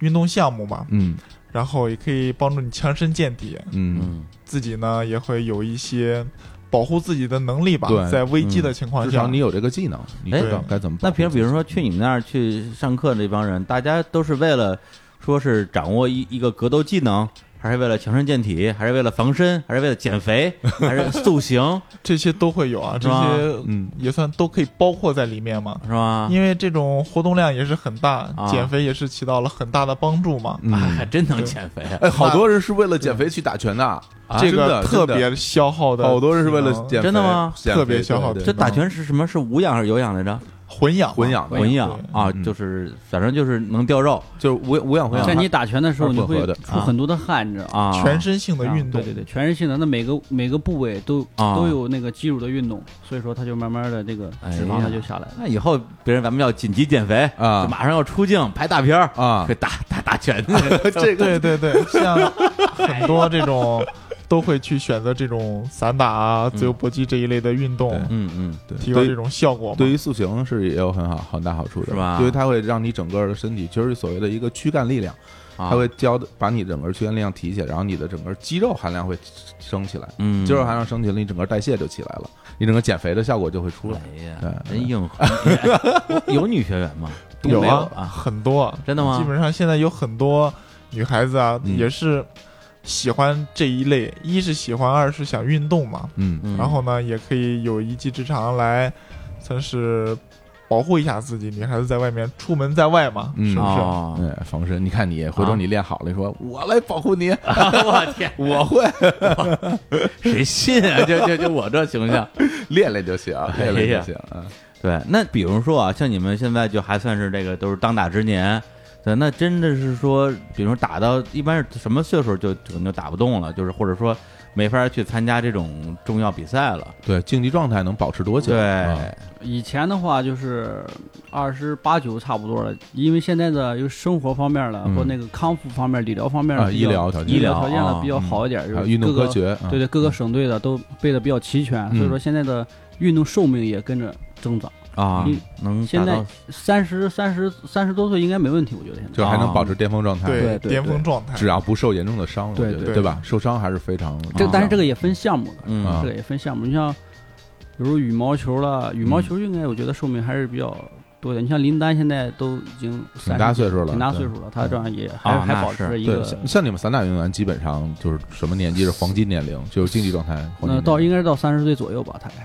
[SPEAKER 3] 运动项目嘛，
[SPEAKER 2] 嗯
[SPEAKER 3] 然后也可以帮助你强身健体，
[SPEAKER 2] 嗯，
[SPEAKER 1] 嗯
[SPEAKER 3] 自己呢也会有一些保护自己的能力吧
[SPEAKER 2] 对，嗯
[SPEAKER 3] 在危机的情况
[SPEAKER 2] 至
[SPEAKER 3] 下
[SPEAKER 2] 少，你有这个技能，你
[SPEAKER 1] 嗯哎
[SPEAKER 2] 知道该怎么保
[SPEAKER 1] 那
[SPEAKER 2] 护自己。
[SPEAKER 1] 平时比如说去你们那儿去上课这帮人，大家都是为了说是掌握一一个格斗技能，还是为了强身健体，还是为了防身，还是为了减肥，还是塑形，
[SPEAKER 3] 这些都会有啊，
[SPEAKER 1] 是
[SPEAKER 3] 这
[SPEAKER 1] 吧
[SPEAKER 3] 些
[SPEAKER 2] 嗯，啊
[SPEAKER 3] 也算都可以包括在里面嘛。
[SPEAKER 1] 是吧？
[SPEAKER 3] 因为这种活动量也是很大
[SPEAKER 1] 啊，
[SPEAKER 3] 减肥也是起到了很大的帮助嘛。
[SPEAKER 2] 嗯
[SPEAKER 1] 哎，还真能减肥啊！
[SPEAKER 2] 哎，好多人是为了减肥去打拳的，啊
[SPEAKER 3] 这
[SPEAKER 2] 真
[SPEAKER 3] 个
[SPEAKER 2] 的
[SPEAKER 3] 特
[SPEAKER 2] 真
[SPEAKER 3] 别消耗
[SPEAKER 2] 的
[SPEAKER 3] 的，啊
[SPEAKER 2] 好多人是为了减肥，
[SPEAKER 1] 真的吗
[SPEAKER 2] 减肥
[SPEAKER 3] 特别消耗
[SPEAKER 2] 对
[SPEAKER 1] 这
[SPEAKER 2] 对
[SPEAKER 1] 打拳是什么？是无氧还是有氧来着？
[SPEAKER 3] 混氧嘛，
[SPEAKER 2] 混氧的，
[SPEAKER 1] 混氧
[SPEAKER 3] 对
[SPEAKER 1] 啊，
[SPEAKER 2] 嗯
[SPEAKER 1] 就是反正就是能掉肉
[SPEAKER 2] 就是无无氧混氧。
[SPEAKER 4] 在你打拳的
[SPEAKER 2] *laughs*
[SPEAKER 4] 时候，
[SPEAKER 2] 二
[SPEAKER 4] 你
[SPEAKER 2] 啊混合
[SPEAKER 4] 会
[SPEAKER 2] 的
[SPEAKER 4] 出很多的汗，你知道吗？
[SPEAKER 1] 啊，
[SPEAKER 3] 全身性的
[SPEAKER 4] 啊
[SPEAKER 3] 运动。
[SPEAKER 4] 对对对，全身性的，那每个每个部位都、
[SPEAKER 1] 啊
[SPEAKER 4] 都有那个肌肉的运动，所以说它就慢慢的这个脂
[SPEAKER 1] 哎呀
[SPEAKER 4] 肪它就下来了。
[SPEAKER 1] 那以后别人咱们要紧急减肥
[SPEAKER 2] 啊
[SPEAKER 1] 就马上要出镜拍大片儿，
[SPEAKER 2] 啊
[SPEAKER 1] 会， *laughs* 打打打拳去
[SPEAKER 2] *laughs*
[SPEAKER 3] 这个对对对，像很多这种都会去选择这种散打啊、自由搏击这一类的运动，
[SPEAKER 2] 对
[SPEAKER 1] 嗯嗯，
[SPEAKER 2] 对
[SPEAKER 3] 提高
[SPEAKER 2] 对
[SPEAKER 3] 这种效果嘛。
[SPEAKER 2] 对于塑形是也有很好很大好处的，
[SPEAKER 1] 是吧
[SPEAKER 2] 因为它会让你整个的身体，就是所谓的一个躯干力量，
[SPEAKER 1] 啊
[SPEAKER 2] 它会教的把你整个躯干力量提起来，然后你的整个肌肉含量会升起来，
[SPEAKER 1] 嗯，
[SPEAKER 2] 肌肉含量升起来，你整个代谢就起来了，你整个减肥的效果就会出来。
[SPEAKER 1] 哎呀，
[SPEAKER 2] 对
[SPEAKER 1] 真硬核！ *laughs* 有女学员吗？
[SPEAKER 3] 有
[SPEAKER 1] 没
[SPEAKER 3] 啊，
[SPEAKER 1] 啊，
[SPEAKER 3] 很多，
[SPEAKER 1] 真的吗
[SPEAKER 3] 基？本上现在有很多女孩子啊，
[SPEAKER 2] 嗯
[SPEAKER 3] 也是喜欢这一类，一是喜欢，二是想运动嘛。
[SPEAKER 2] 嗯
[SPEAKER 1] 嗯
[SPEAKER 3] 然后呢，也可以有一技之长来，算是保护一下自己。女孩子在外面，出门在外嘛，
[SPEAKER 2] 嗯
[SPEAKER 3] 是不是？
[SPEAKER 1] 哦，
[SPEAKER 2] 哎，防身，你看你回头
[SPEAKER 1] 啊
[SPEAKER 2] 你练好了，你说我来保护你，
[SPEAKER 1] 我天，
[SPEAKER 2] 我会
[SPEAKER 1] 谁信啊？就就就我这形象。
[SPEAKER 2] *laughs* 练练就行，练练
[SPEAKER 1] 哎呀
[SPEAKER 2] 就行。嗯
[SPEAKER 1] *laughs* 对，那比如说啊，像你们现在就还算是这个都是当打之年，对，那真的是说，比如说打到一般是什么岁数就可能就打不动了，就是或者说没法去参加这种重要比赛了。
[SPEAKER 2] 对，竞技状态能保持多久？
[SPEAKER 1] 对，
[SPEAKER 2] 啊
[SPEAKER 4] 以前的话就是二十八九差不多了，因为现在的又生活方面了，
[SPEAKER 2] 嗯
[SPEAKER 4] 或那个康复方面、理疗方面
[SPEAKER 2] 啊
[SPEAKER 4] 比较
[SPEAKER 2] 医疗条件
[SPEAKER 4] 医疗条件
[SPEAKER 1] 啊
[SPEAKER 4] 了比较好一点，
[SPEAKER 2] 嗯还
[SPEAKER 4] 就
[SPEAKER 2] 有
[SPEAKER 4] 是
[SPEAKER 2] 运动
[SPEAKER 4] 各
[SPEAKER 2] 科
[SPEAKER 4] 个
[SPEAKER 2] 学，啊
[SPEAKER 4] 对对，各个省队的都备的比较齐全，
[SPEAKER 2] 嗯
[SPEAKER 4] 所以说现在的运动寿命也跟着增长。
[SPEAKER 1] 啊
[SPEAKER 4] 嗯，
[SPEAKER 1] 能达
[SPEAKER 4] 现在
[SPEAKER 1] 到
[SPEAKER 4] 三十三十三十多岁应该没问题，我觉得现在
[SPEAKER 2] 就还能保持巅峰状态，
[SPEAKER 4] 对对
[SPEAKER 3] 巅峰状态，
[SPEAKER 2] 只要不受严重的伤，我觉
[SPEAKER 4] 对
[SPEAKER 2] 得
[SPEAKER 3] 对
[SPEAKER 2] 对吧？受伤还是非常啊
[SPEAKER 4] 这个，但是这
[SPEAKER 2] 个
[SPEAKER 4] 个也分项目的，
[SPEAKER 2] 啊
[SPEAKER 1] 嗯
[SPEAKER 4] 这个也分项目。你像，比如羽毛球了，羽
[SPEAKER 2] 嗯
[SPEAKER 4] 毛球应该我觉得寿命还是比较多的。你像林丹现在都已经
[SPEAKER 2] 挺
[SPEAKER 4] 三
[SPEAKER 2] 大岁数了，
[SPEAKER 4] 挺大
[SPEAKER 2] 对
[SPEAKER 4] 岁数了，他这样也还
[SPEAKER 1] 啊
[SPEAKER 4] 还
[SPEAKER 1] 那
[SPEAKER 4] 保
[SPEAKER 1] 是
[SPEAKER 4] 持一
[SPEAKER 2] 对，
[SPEAKER 4] 个。
[SPEAKER 2] 像像你们散打运动员，基本上就是什么年纪是黄金年龄，就是竞技状态黄金年
[SPEAKER 4] 那
[SPEAKER 2] 龄。
[SPEAKER 4] 到应该是到三十岁左右吧，大概。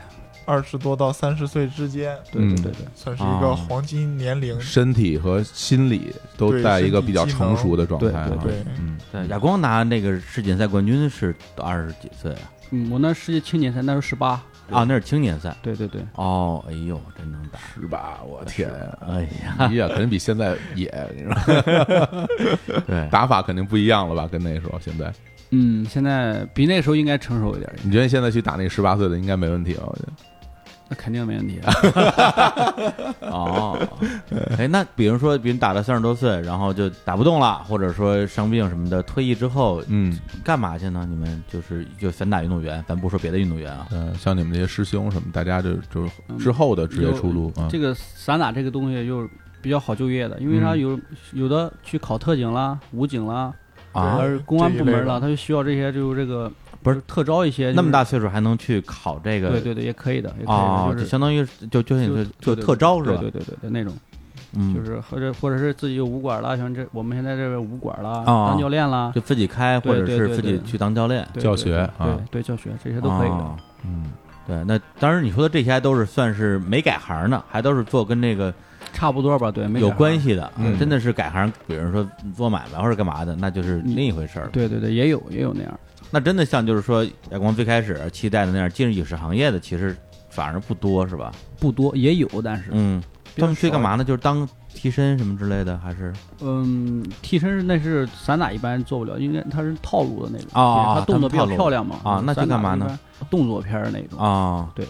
[SPEAKER 3] 二十多到三十岁之间，
[SPEAKER 4] 对
[SPEAKER 2] 嗯
[SPEAKER 4] 对对对，
[SPEAKER 3] 算是一个
[SPEAKER 1] 啊
[SPEAKER 3] 黄金年龄。
[SPEAKER 2] 身体和心理都
[SPEAKER 3] 对
[SPEAKER 2] 在一个
[SPEAKER 3] 身体
[SPEAKER 2] 比较
[SPEAKER 3] 机能
[SPEAKER 2] 成熟的状态
[SPEAKER 4] 对
[SPEAKER 2] 啊。
[SPEAKER 4] 对对
[SPEAKER 3] 对，
[SPEAKER 2] 嗯，
[SPEAKER 1] 对亚光拿那个世锦赛冠军是二十几岁啊，
[SPEAKER 4] 嗯，我那世界青年赛那时候十八。
[SPEAKER 1] 啊，那是青年赛。
[SPEAKER 4] 对对对，
[SPEAKER 1] 哦，哎呦，真能打！
[SPEAKER 2] 是吧？我天
[SPEAKER 1] 哎呀，
[SPEAKER 2] 呀，肯定比现在野，你说
[SPEAKER 1] 对，
[SPEAKER 2] 打法肯定不一样了吧？跟那时候现在，
[SPEAKER 4] 嗯，现在比那时候应该成熟一点，
[SPEAKER 2] 你觉得现在去打那十八岁的应该没问题吧？我觉得
[SPEAKER 4] 那肯定没
[SPEAKER 1] *laughs*
[SPEAKER 4] 问题。
[SPEAKER 1] 哦， *laughs* 哎，那比如说，比如打到三十多岁，然后就打不动了，或者说伤病什么的，退役之后
[SPEAKER 2] 嗯，
[SPEAKER 1] 干嘛去呢？你们就是就散打运动员，咱不说别的运动员啊，
[SPEAKER 2] 呃，像你们这些师兄什么，大家就就是之后的职业出路啊
[SPEAKER 4] 嗯这，个散打这个东西就是比较好就业的，因为啥
[SPEAKER 2] 嗯
[SPEAKER 4] 有有的去考特警啦、武警啦，
[SPEAKER 1] 啊
[SPEAKER 4] 而公安
[SPEAKER 3] 这一
[SPEAKER 4] 部
[SPEAKER 3] 类
[SPEAKER 4] 门
[SPEAKER 3] 的
[SPEAKER 4] 了，他就需要这些就是这个
[SPEAKER 1] 不是
[SPEAKER 4] 就特招一些就是
[SPEAKER 1] 那么大岁数还能去考这个？
[SPEAKER 4] 对对对也可以的，也可以
[SPEAKER 1] 哦
[SPEAKER 4] 的，，
[SPEAKER 1] 就
[SPEAKER 4] 就是
[SPEAKER 1] 相当于就就像你
[SPEAKER 4] 就
[SPEAKER 1] 说就特招是吧？
[SPEAKER 4] 对对对对对那种，
[SPEAKER 1] 嗯，
[SPEAKER 4] 就是或者或者是自己有武馆啦，像这我们现在这边武馆啦，
[SPEAKER 1] 啊
[SPEAKER 4] 当教练啦，
[SPEAKER 1] 就自己开，或
[SPEAKER 4] 对
[SPEAKER 1] 者
[SPEAKER 4] 对
[SPEAKER 1] 是
[SPEAKER 4] 对
[SPEAKER 1] 自己
[SPEAKER 4] 对
[SPEAKER 1] 去当教练，
[SPEAKER 4] 对
[SPEAKER 2] 教学
[SPEAKER 4] 对
[SPEAKER 2] 啊
[SPEAKER 4] 对对教学这些都可以的
[SPEAKER 1] 哦。
[SPEAKER 2] 嗯，
[SPEAKER 1] 对，那当然你说的这些还都是算是没改行呢，还都是做跟这个
[SPEAKER 4] 差不多吧，对，没啊
[SPEAKER 1] 有
[SPEAKER 4] 改行
[SPEAKER 1] 关。系的。
[SPEAKER 2] 嗯
[SPEAKER 1] 真的是改行，比如说做买卖或者干嘛的，那就是
[SPEAKER 4] 嗯
[SPEAKER 1] 另一回事儿了。
[SPEAKER 4] 对对对，也有也有那样，
[SPEAKER 1] 那真的像就是说，亚光最开始期待的那样进入影视行业的，其实反而不多，是吧？
[SPEAKER 4] 不多也有，但是
[SPEAKER 1] 嗯，他们去干
[SPEAKER 4] 嘛？
[SPEAKER 1] 嘛呢？就是当替身什么之类的，还是
[SPEAKER 4] 嗯，替身是那是散打一般做不了，因为它是套路的那种，
[SPEAKER 1] 啊
[SPEAKER 4] 它动作比较
[SPEAKER 1] 他们套路
[SPEAKER 4] 漂亮嘛
[SPEAKER 1] 啊那去
[SPEAKER 4] 散打
[SPEAKER 1] 干嘛呢
[SPEAKER 4] 一般动作片儿那种，
[SPEAKER 1] 啊
[SPEAKER 4] 对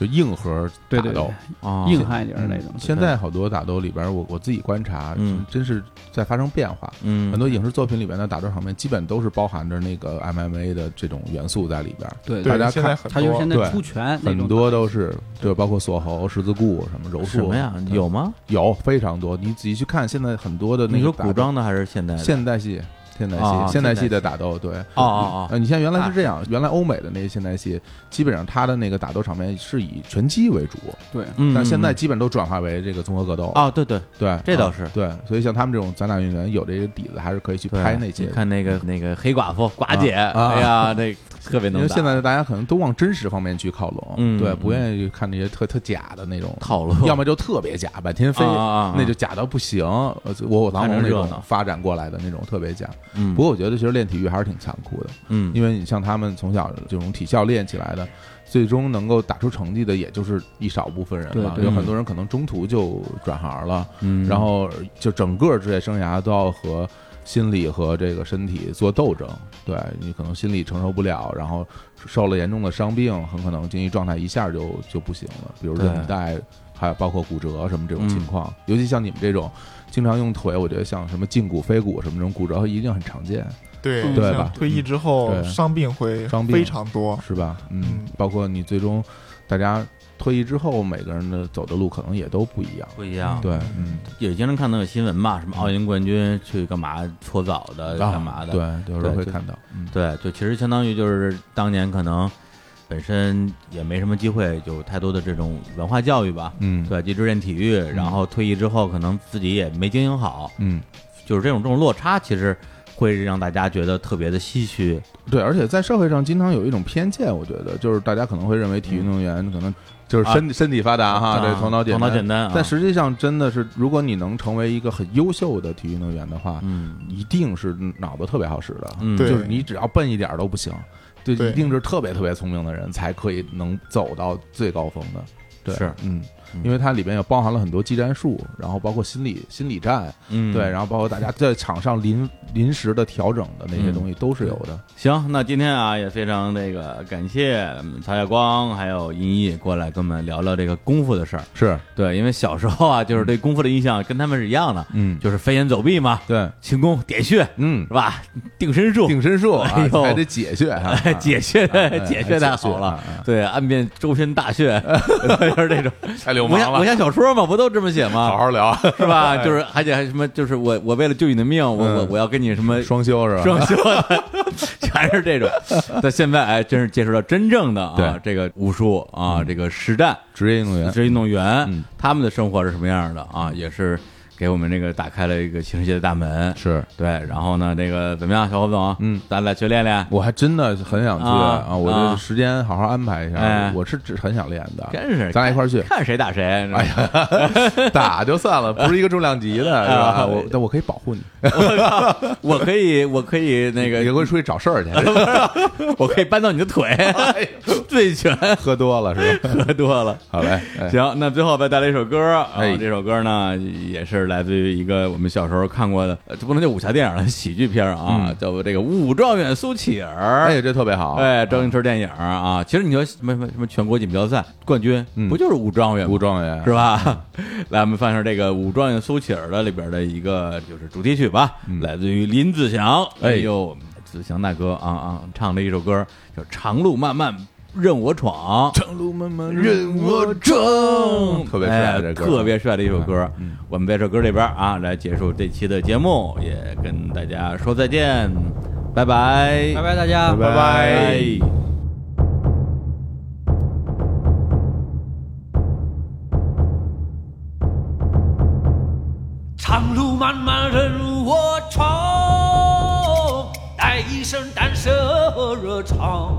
[SPEAKER 2] 就硬核打斗。
[SPEAKER 4] 对对对，
[SPEAKER 1] 啊
[SPEAKER 4] 硬汉一点儿那种
[SPEAKER 2] 嗯。现在好多打斗里边儿，我我自己观察，
[SPEAKER 1] 嗯
[SPEAKER 2] 真是在发生变化。
[SPEAKER 1] 嗯
[SPEAKER 2] 很多影视作品里边的打斗场面，基本都是包含着那个 MMA 的这种元素在里边儿。
[SPEAKER 4] 对
[SPEAKER 2] 大
[SPEAKER 3] 对，
[SPEAKER 2] 家
[SPEAKER 3] 现在
[SPEAKER 2] 看
[SPEAKER 3] 很
[SPEAKER 4] 他就是
[SPEAKER 3] 多
[SPEAKER 4] 现在
[SPEAKER 2] 对
[SPEAKER 4] 出拳那
[SPEAKER 2] 很
[SPEAKER 4] 种，
[SPEAKER 2] 多都是，就包括锁喉、十字固什么柔术
[SPEAKER 1] 什
[SPEAKER 2] 啊
[SPEAKER 1] 么呀？有吗？
[SPEAKER 2] 有非常多，你仔细去看，现在很多的那
[SPEAKER 1] 你
[SPEAKER 2] 个
[SPEAKER 1] 说
[SPEAKER 2] 打斗
[SPEAKER 1] 古装的还是现代的？
[SPEAKER 2] 现代戏、现代
[SPEAKER 1] 哎啊
[SPEAKER 2] 戏、现代
[SPEAKER 1] 现代戏
[SPEAKER 2] 戏的打斗，对，
[SPEAKER 1] 哦哦哦
[SPEAKER 2] 呃，你像原来是这样，原来欧美的那些现代戏，基本上它的那个打斗场面是以拳击为主，
[SPEAKER 4] 对，
[SPEAKER 1] 嗯，
[SPEAKER 2] 但现在
[SPEAKER 1] 嗯
[SPEAKER 2] 基本都转化为这个综合格斗。
[SPEAKER 1] 哦，对对，
[SPEAKER 2] 对，
[SPEAKER 1] 这倒
[SPEAKER 2] 啊
[SPEAKER 1] 是
[SPEAKER 2] 对，所以像他们这种散打运动员有这些底子，还是可以去
[SPEAKER 1] 对
[SPEAKER 2] 拍那些
[SPEAKER 1] 你看那个那个黑寡妇寡姐，
[SPEAKER 2] 啊
[SPEAKER 1] 哎呀，那特别
[SPEAKER 2] 因
[SPEAKER 1] 能打。
[SPEAKER 2] 为现在大家可能都往真实方面去靠拢，
[SPEAKER 1] 嗯
[SPEAKER 2] 对，
[SPEAKER 1] 嗯
[SPEAKER 2] 不愿意去看那些特特假的那种，
[SPEAKER 1] 套路，
[SPEAKER 2] 要么就特别假，满天飞，
[SPEAKER 1] 啊啊啊
[SPEAKER 2] 那就假到不行，呃我我狼
[SPEAKER 1] 看着
[SPEAKER 2] 龙那
[SPEAKER 1] 热
[SPEAKER 2] 种
[SPEAKER 1] 闹
[SPEAKER 2] 发展过来的那种特别假。
[SPEAKER 1] 嗯，
[SPEAKER 2] 不过我觉得其实练体育还是挺残酷的，
[SPEAKER 1] 嗯，
[SPEAKER 2] 因为你像他们从小这种体校练起来的，最终能够打出成绩的也就是一少部分人
[SPEAKER 4] 对
[SPEAKER 2] 了，
[SPEAKER 4] 对
[SPEAKER 2] 有很多人可能中途就转行了，
[SPEAKER 1] 嗯
[SPEAKER 2] 然后就整个职业生涯都要和心理和这个身体做斗争。对你可能心理承受不了，然后受了严重的伤病，很可能经济状态一下就就不行了，比如
[SPEAKER 1] 对
[SPEAKER 2] 韧带，还有包括骨折什么这种情
[SPEAKER 1] 嗯
[SPEAKER 2] 况。尤其像你们这种经常用腿，我觉得像什么胫骨、腓骨什么这种骨折一定很常见，
[SPEAKER 3] 对
[SPEAKER 4] 嗯对
[SPEAKER 3] 像
[SPEAKER 2] 吧
[SPEAKER 3] 退役之后
[SPEAKER 2] 对
[SPEAKER 3] 伤病会
[SPEAKER 2] 伤病
[SPEAKER 3] 非常多，
[SPEAKER 2] 是吧？嗯
[SPEAKER 3] 嗯，
[SPEAKER 2] 包括你最终大家退役之后，每个人的走的路可能也都不一样。
[SPEAKER 1] 不一样，
[SPEAKER 2] 对，嗯，
[SPEAKER 1] 也经常看到有新闻嘛，什么奥运冠军去干嘛搓澡的，干嘛的？
[SPEAKER 2] 啊对，有时候
[SPEAKER 1] 对
[SPEAKER 2] 会
[SPEAKER 1] 就
[SPEAKER 2] 看到，嗯，
[SPEAKER 1] 对，就其实相当于就是当年可能本身也没什么机会，有太多的这种文化教育吧。
[SPEAKER 2] 嗯，，
[SPEAKER 1] 对，一直练体育，然后退役之后可能自己也没经营好，
[SPEAKER 2] 嗯。
[SPEAKER 1] 就是这种这种落差，其实会让大家觉得特别的唏嘘。
[SPEAKER 2] 对，而且在社会上经常有一种偏见，我觉得就是大家可能会认为
[SPEAKER 1] 嗯
[SPEAKER 2] 体育运动员可能就是身、身体发达哈，啊对，头脑简
[SPEAKER 1] 简
[SPEAKER 2] 单。
[SPEAKER 1] 啊头脑单啊，
[SPEAKER 2] 但实际上，真的是，如果你能成为一个很优秀的体育运动员的话，
[SPEAKER 1] 嗯
[SPEAKER 2] 一定是脑子特别好使的。
[SPEAKER 1] 嗯，
[SPEAKER 3] 对
[SPEAKER 2] 就是你只要笨一点儿都不行，对，
[SPEAKER 3] 对
[SPEAKER 2] 一定是特别特别聪明的人才可以能走到最高峰的。对，
[SPEAKER 1] 是
[SPEAKER 2] 嗯
[SPEAKER 1] 嗯，
[SPEAKER 2] 因为它里边也包含了很多技战术，然后包括心理心理战，
[SPEAKER 1] 嗯，
[SPEAKER 2] 对，然后包括大家在场上临临时的调整的那些东西都是有的。
[SPEAKER 1] 行，那今天啊也非常这个感谢嗯曹亚光还有音译过来跟我们聊聊这个功夫的事儿。
[SPEAKER 2] 是，
[SPEAKER 1] 对，因为小时候啊，就是对功夫的印象跟他们是一样的，
[SPEAKER 2] 嗯，
[SPEAKER 1] 就是飞檐走壁嘛，
[SPEAKER 2] 对，
[SPEAKER 1] 轻功、点穴
[SPEAKER 2] 嗯
[SPEAKER 1] 是，吧？定身术，
[SPEAKER 2] 定身术啊
[SPEAKER 1] 哎呦
[SPEAKER 2] 还得解穴啊，
[SPEAKER 1] 哎 *laughs* 解穴
[SPEAKER 2] 哎
[SPEAKER 1] 解穴太好了
[SPEAKER 2] 解穴啊啊， *laughs*
[SPEAKER 1] 对，按遍周身大穴，就是这种
[SPEAKER 2] 太流
[SPEAKER 1] 武侠
[SPEAKER 2] 氓
[SPEAKER 1] 武
[SPEAKER 2] 了，
[SPEAKER 1] 侠小说嘛，不都这么写
[SPEAKER 2] 好
[SPEAKER 1] 吗？
[SPEAKER 2] 好聊，
[SPEAKER 1] 是吧？就是而且还什么，就是我我为了救你的命，我我
[SPEAKER 2] 嗯
[SPEAKER 1] 我要跟你什么 *laughs*
[SPEAKER 2] 双休是吧？
[SPEAKER 1] 装修的， *laughs* 全是这种。但现在哎，真是接触到真正的啊
[SPEAKER 2] 对，
[SPEAKER 1] 这个武术啊，这个实战
[SPEAKER 2] 职业运动员，
[SPEAKER 1] 职业运动员
[SPEAKER 2] 嗯，
[SPEAKER 1] 他们的生活是什么样的啊？也是给我们这个打开了一个新世界的大门。
[SPEAKER 2] 是
[SPEAKER 1] 对，然后呢，这个怎么样，小侯总？
[SPEAKER 2] 嗯，
[SPEAKER 1] 咱俩去练练。
[SPEAKER 2] 我还真的很想去
[SPEAKER 1] 啊
[SPEAKER 2] 啊！我
[SPEAKER 1] 啊
[SPEAKER 2] 这时间好好安排一
[SPEAKER 1] 哎
[SPEAKER 2] 下，我是只很想练的，
[SPEAKER 1] 真是，
[SPEAKER 2] 咱俩一块
[SPEAKER 1] *laughs*
[SPEAKER 2] 儿去
[SPEAKER 1] 看谁打谁。哎呀，
[SPEAKER 2] 打就算了，不是一个重量
[SPEAKER 1] *laughs*
[SPEAKER 2] 级的，是
[SPEAKER 1] 啊
[SPEAKER 2] 吧？我但我可以保护你，
[SPEAKER 1] *laughs* 我可以，我可以那
[SPEAKER 2] *laughs* 也
[SPEAKER 1] 个，
[SPEAKER 2] 会出去找事儿去。
[SPEAKER 1] *laughs* 我可以扳到你的腿，
[SPEAKER 2] 哎
[SPEAKER 1] *laughs* 醉拳
[SPEAKER 2] 喝多了是吧？
[SPEAKER 1] 喝多了。
[SPEAKER 2] 好嘞，哎
[SPEAKER 1] 行，那最后再带来一首歌啊，
[SPEAKER 2] 哎
[SPEAKER 1] 这首歌呢也是来自于一个我们小时候看过的，呃这不能叫武侠电影了， *laughs* 喜剧片啊，
[SPEAKER 2] 嗯
[SPEAKER 1] 叫做这个《武状元苏乞儿》。
[SPEAKER 2] 哎，这特别好，
[SPEAKER 1] 哎，周星驰电影啊，其实你说什么什么什么全国锦标赛冠军，
[SPEAKER 2] 嗯
[SPEAKER 1] 不就是武状元吗
[SPEAKER 2] 武状元
[SPEAKER 1] *laughs* 是吧？来，我们放一下这个《武状元苏乞儿》的里边的一个就是主题曲吧，来自于林子祥。
[SPEAKER 2] 嗯哎
[SPEAKER 1] 呦，子祥大哥啊啊，唱的一首歌叫《长路漫漫任我闯》。
[SPEAKER 2] 长路漫漫
[SPEAKER 1] 任我争，
[SPEAKER 2] 特别帅
[SPEAKER 1] 哎
[SPEAKER 2] 这歌
[SPEAKER 1] 特别帅的一首歌
[SPEAKER 2] 嗯。
[SPEAKER 1] 我们在这首歌里边啊，来结束这期的节目，也跟大家说再见，拜拜，
[SPEAKER 4] 拜拜大家，
[SPEAKER 1] 拜拜。
[SPEAKER 6] 长路漫漫任我闯，带一身胆色和热肠，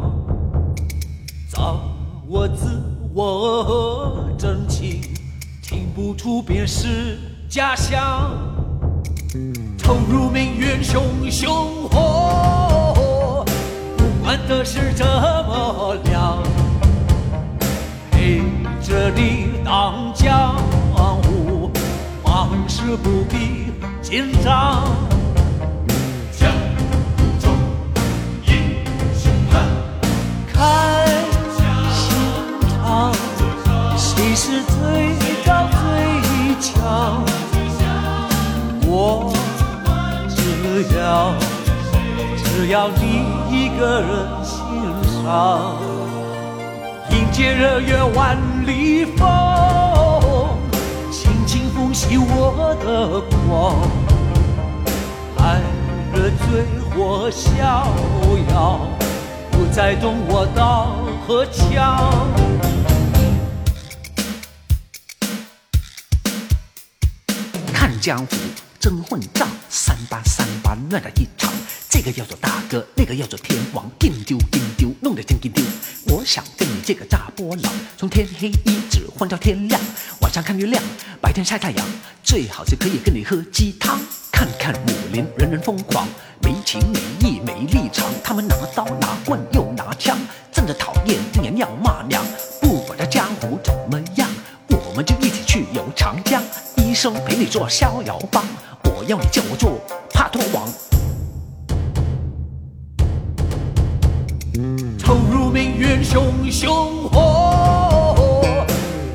[SPEAKER 6] 造我自我真情，听不出便是家乡。投入命运熊熊火，不管得失怎么量，陪着你荡江湖，万事不必紧张。江中英雄汉，开心肠，谁是最高最强？我只要只要你一个人欣赏。迎接日月万里风，轻轻风袭我的光，爱热醉我逍遥，不再懂我刀和枪。
[SPEAKER 7] 看江湖争混账，三八三八乱了一场。这个叫做大哥，那个叫做天王，硬丢硬丢，弄得真硬丢。我想跟你这个大波浪，从天黑一直混到天亮，晚上看月亮，白天晒太阳，最好是可以跟你喝鸡汤。看看武林，人人疯狂，没情没义没立场，他们拿刀拿棍又拿枪，真的讨厌，竟然要骂娘。不管这江湖怎么样。我们就一起去游长江，医生陪你做逍遥帮，我要你叫我做帕托王。
[SPEAKER 6] 投入命运熊熊火，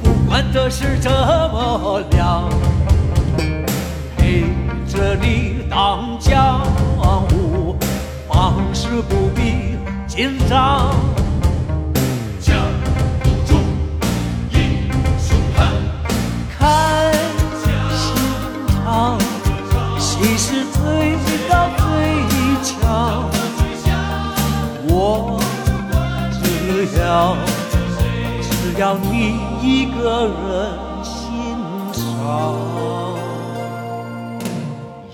[SPEAKER 6] 不管得失怎么量，陪着你荡江湖，往事不必紧张。江中英雄汉，看心肠，谁是最高最强？我只要只要你一个人欣赏，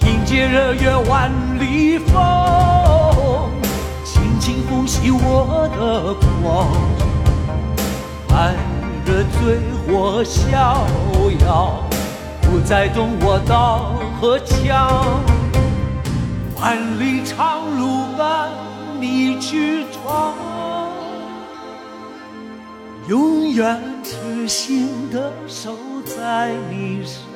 [SPEAKER 6] 迎接日月万里风，轻轻呼吸我的光，爱热醉我逍遥，不再懂我刀和枪。万里长路伴你去闯，永远痴心的守在你身。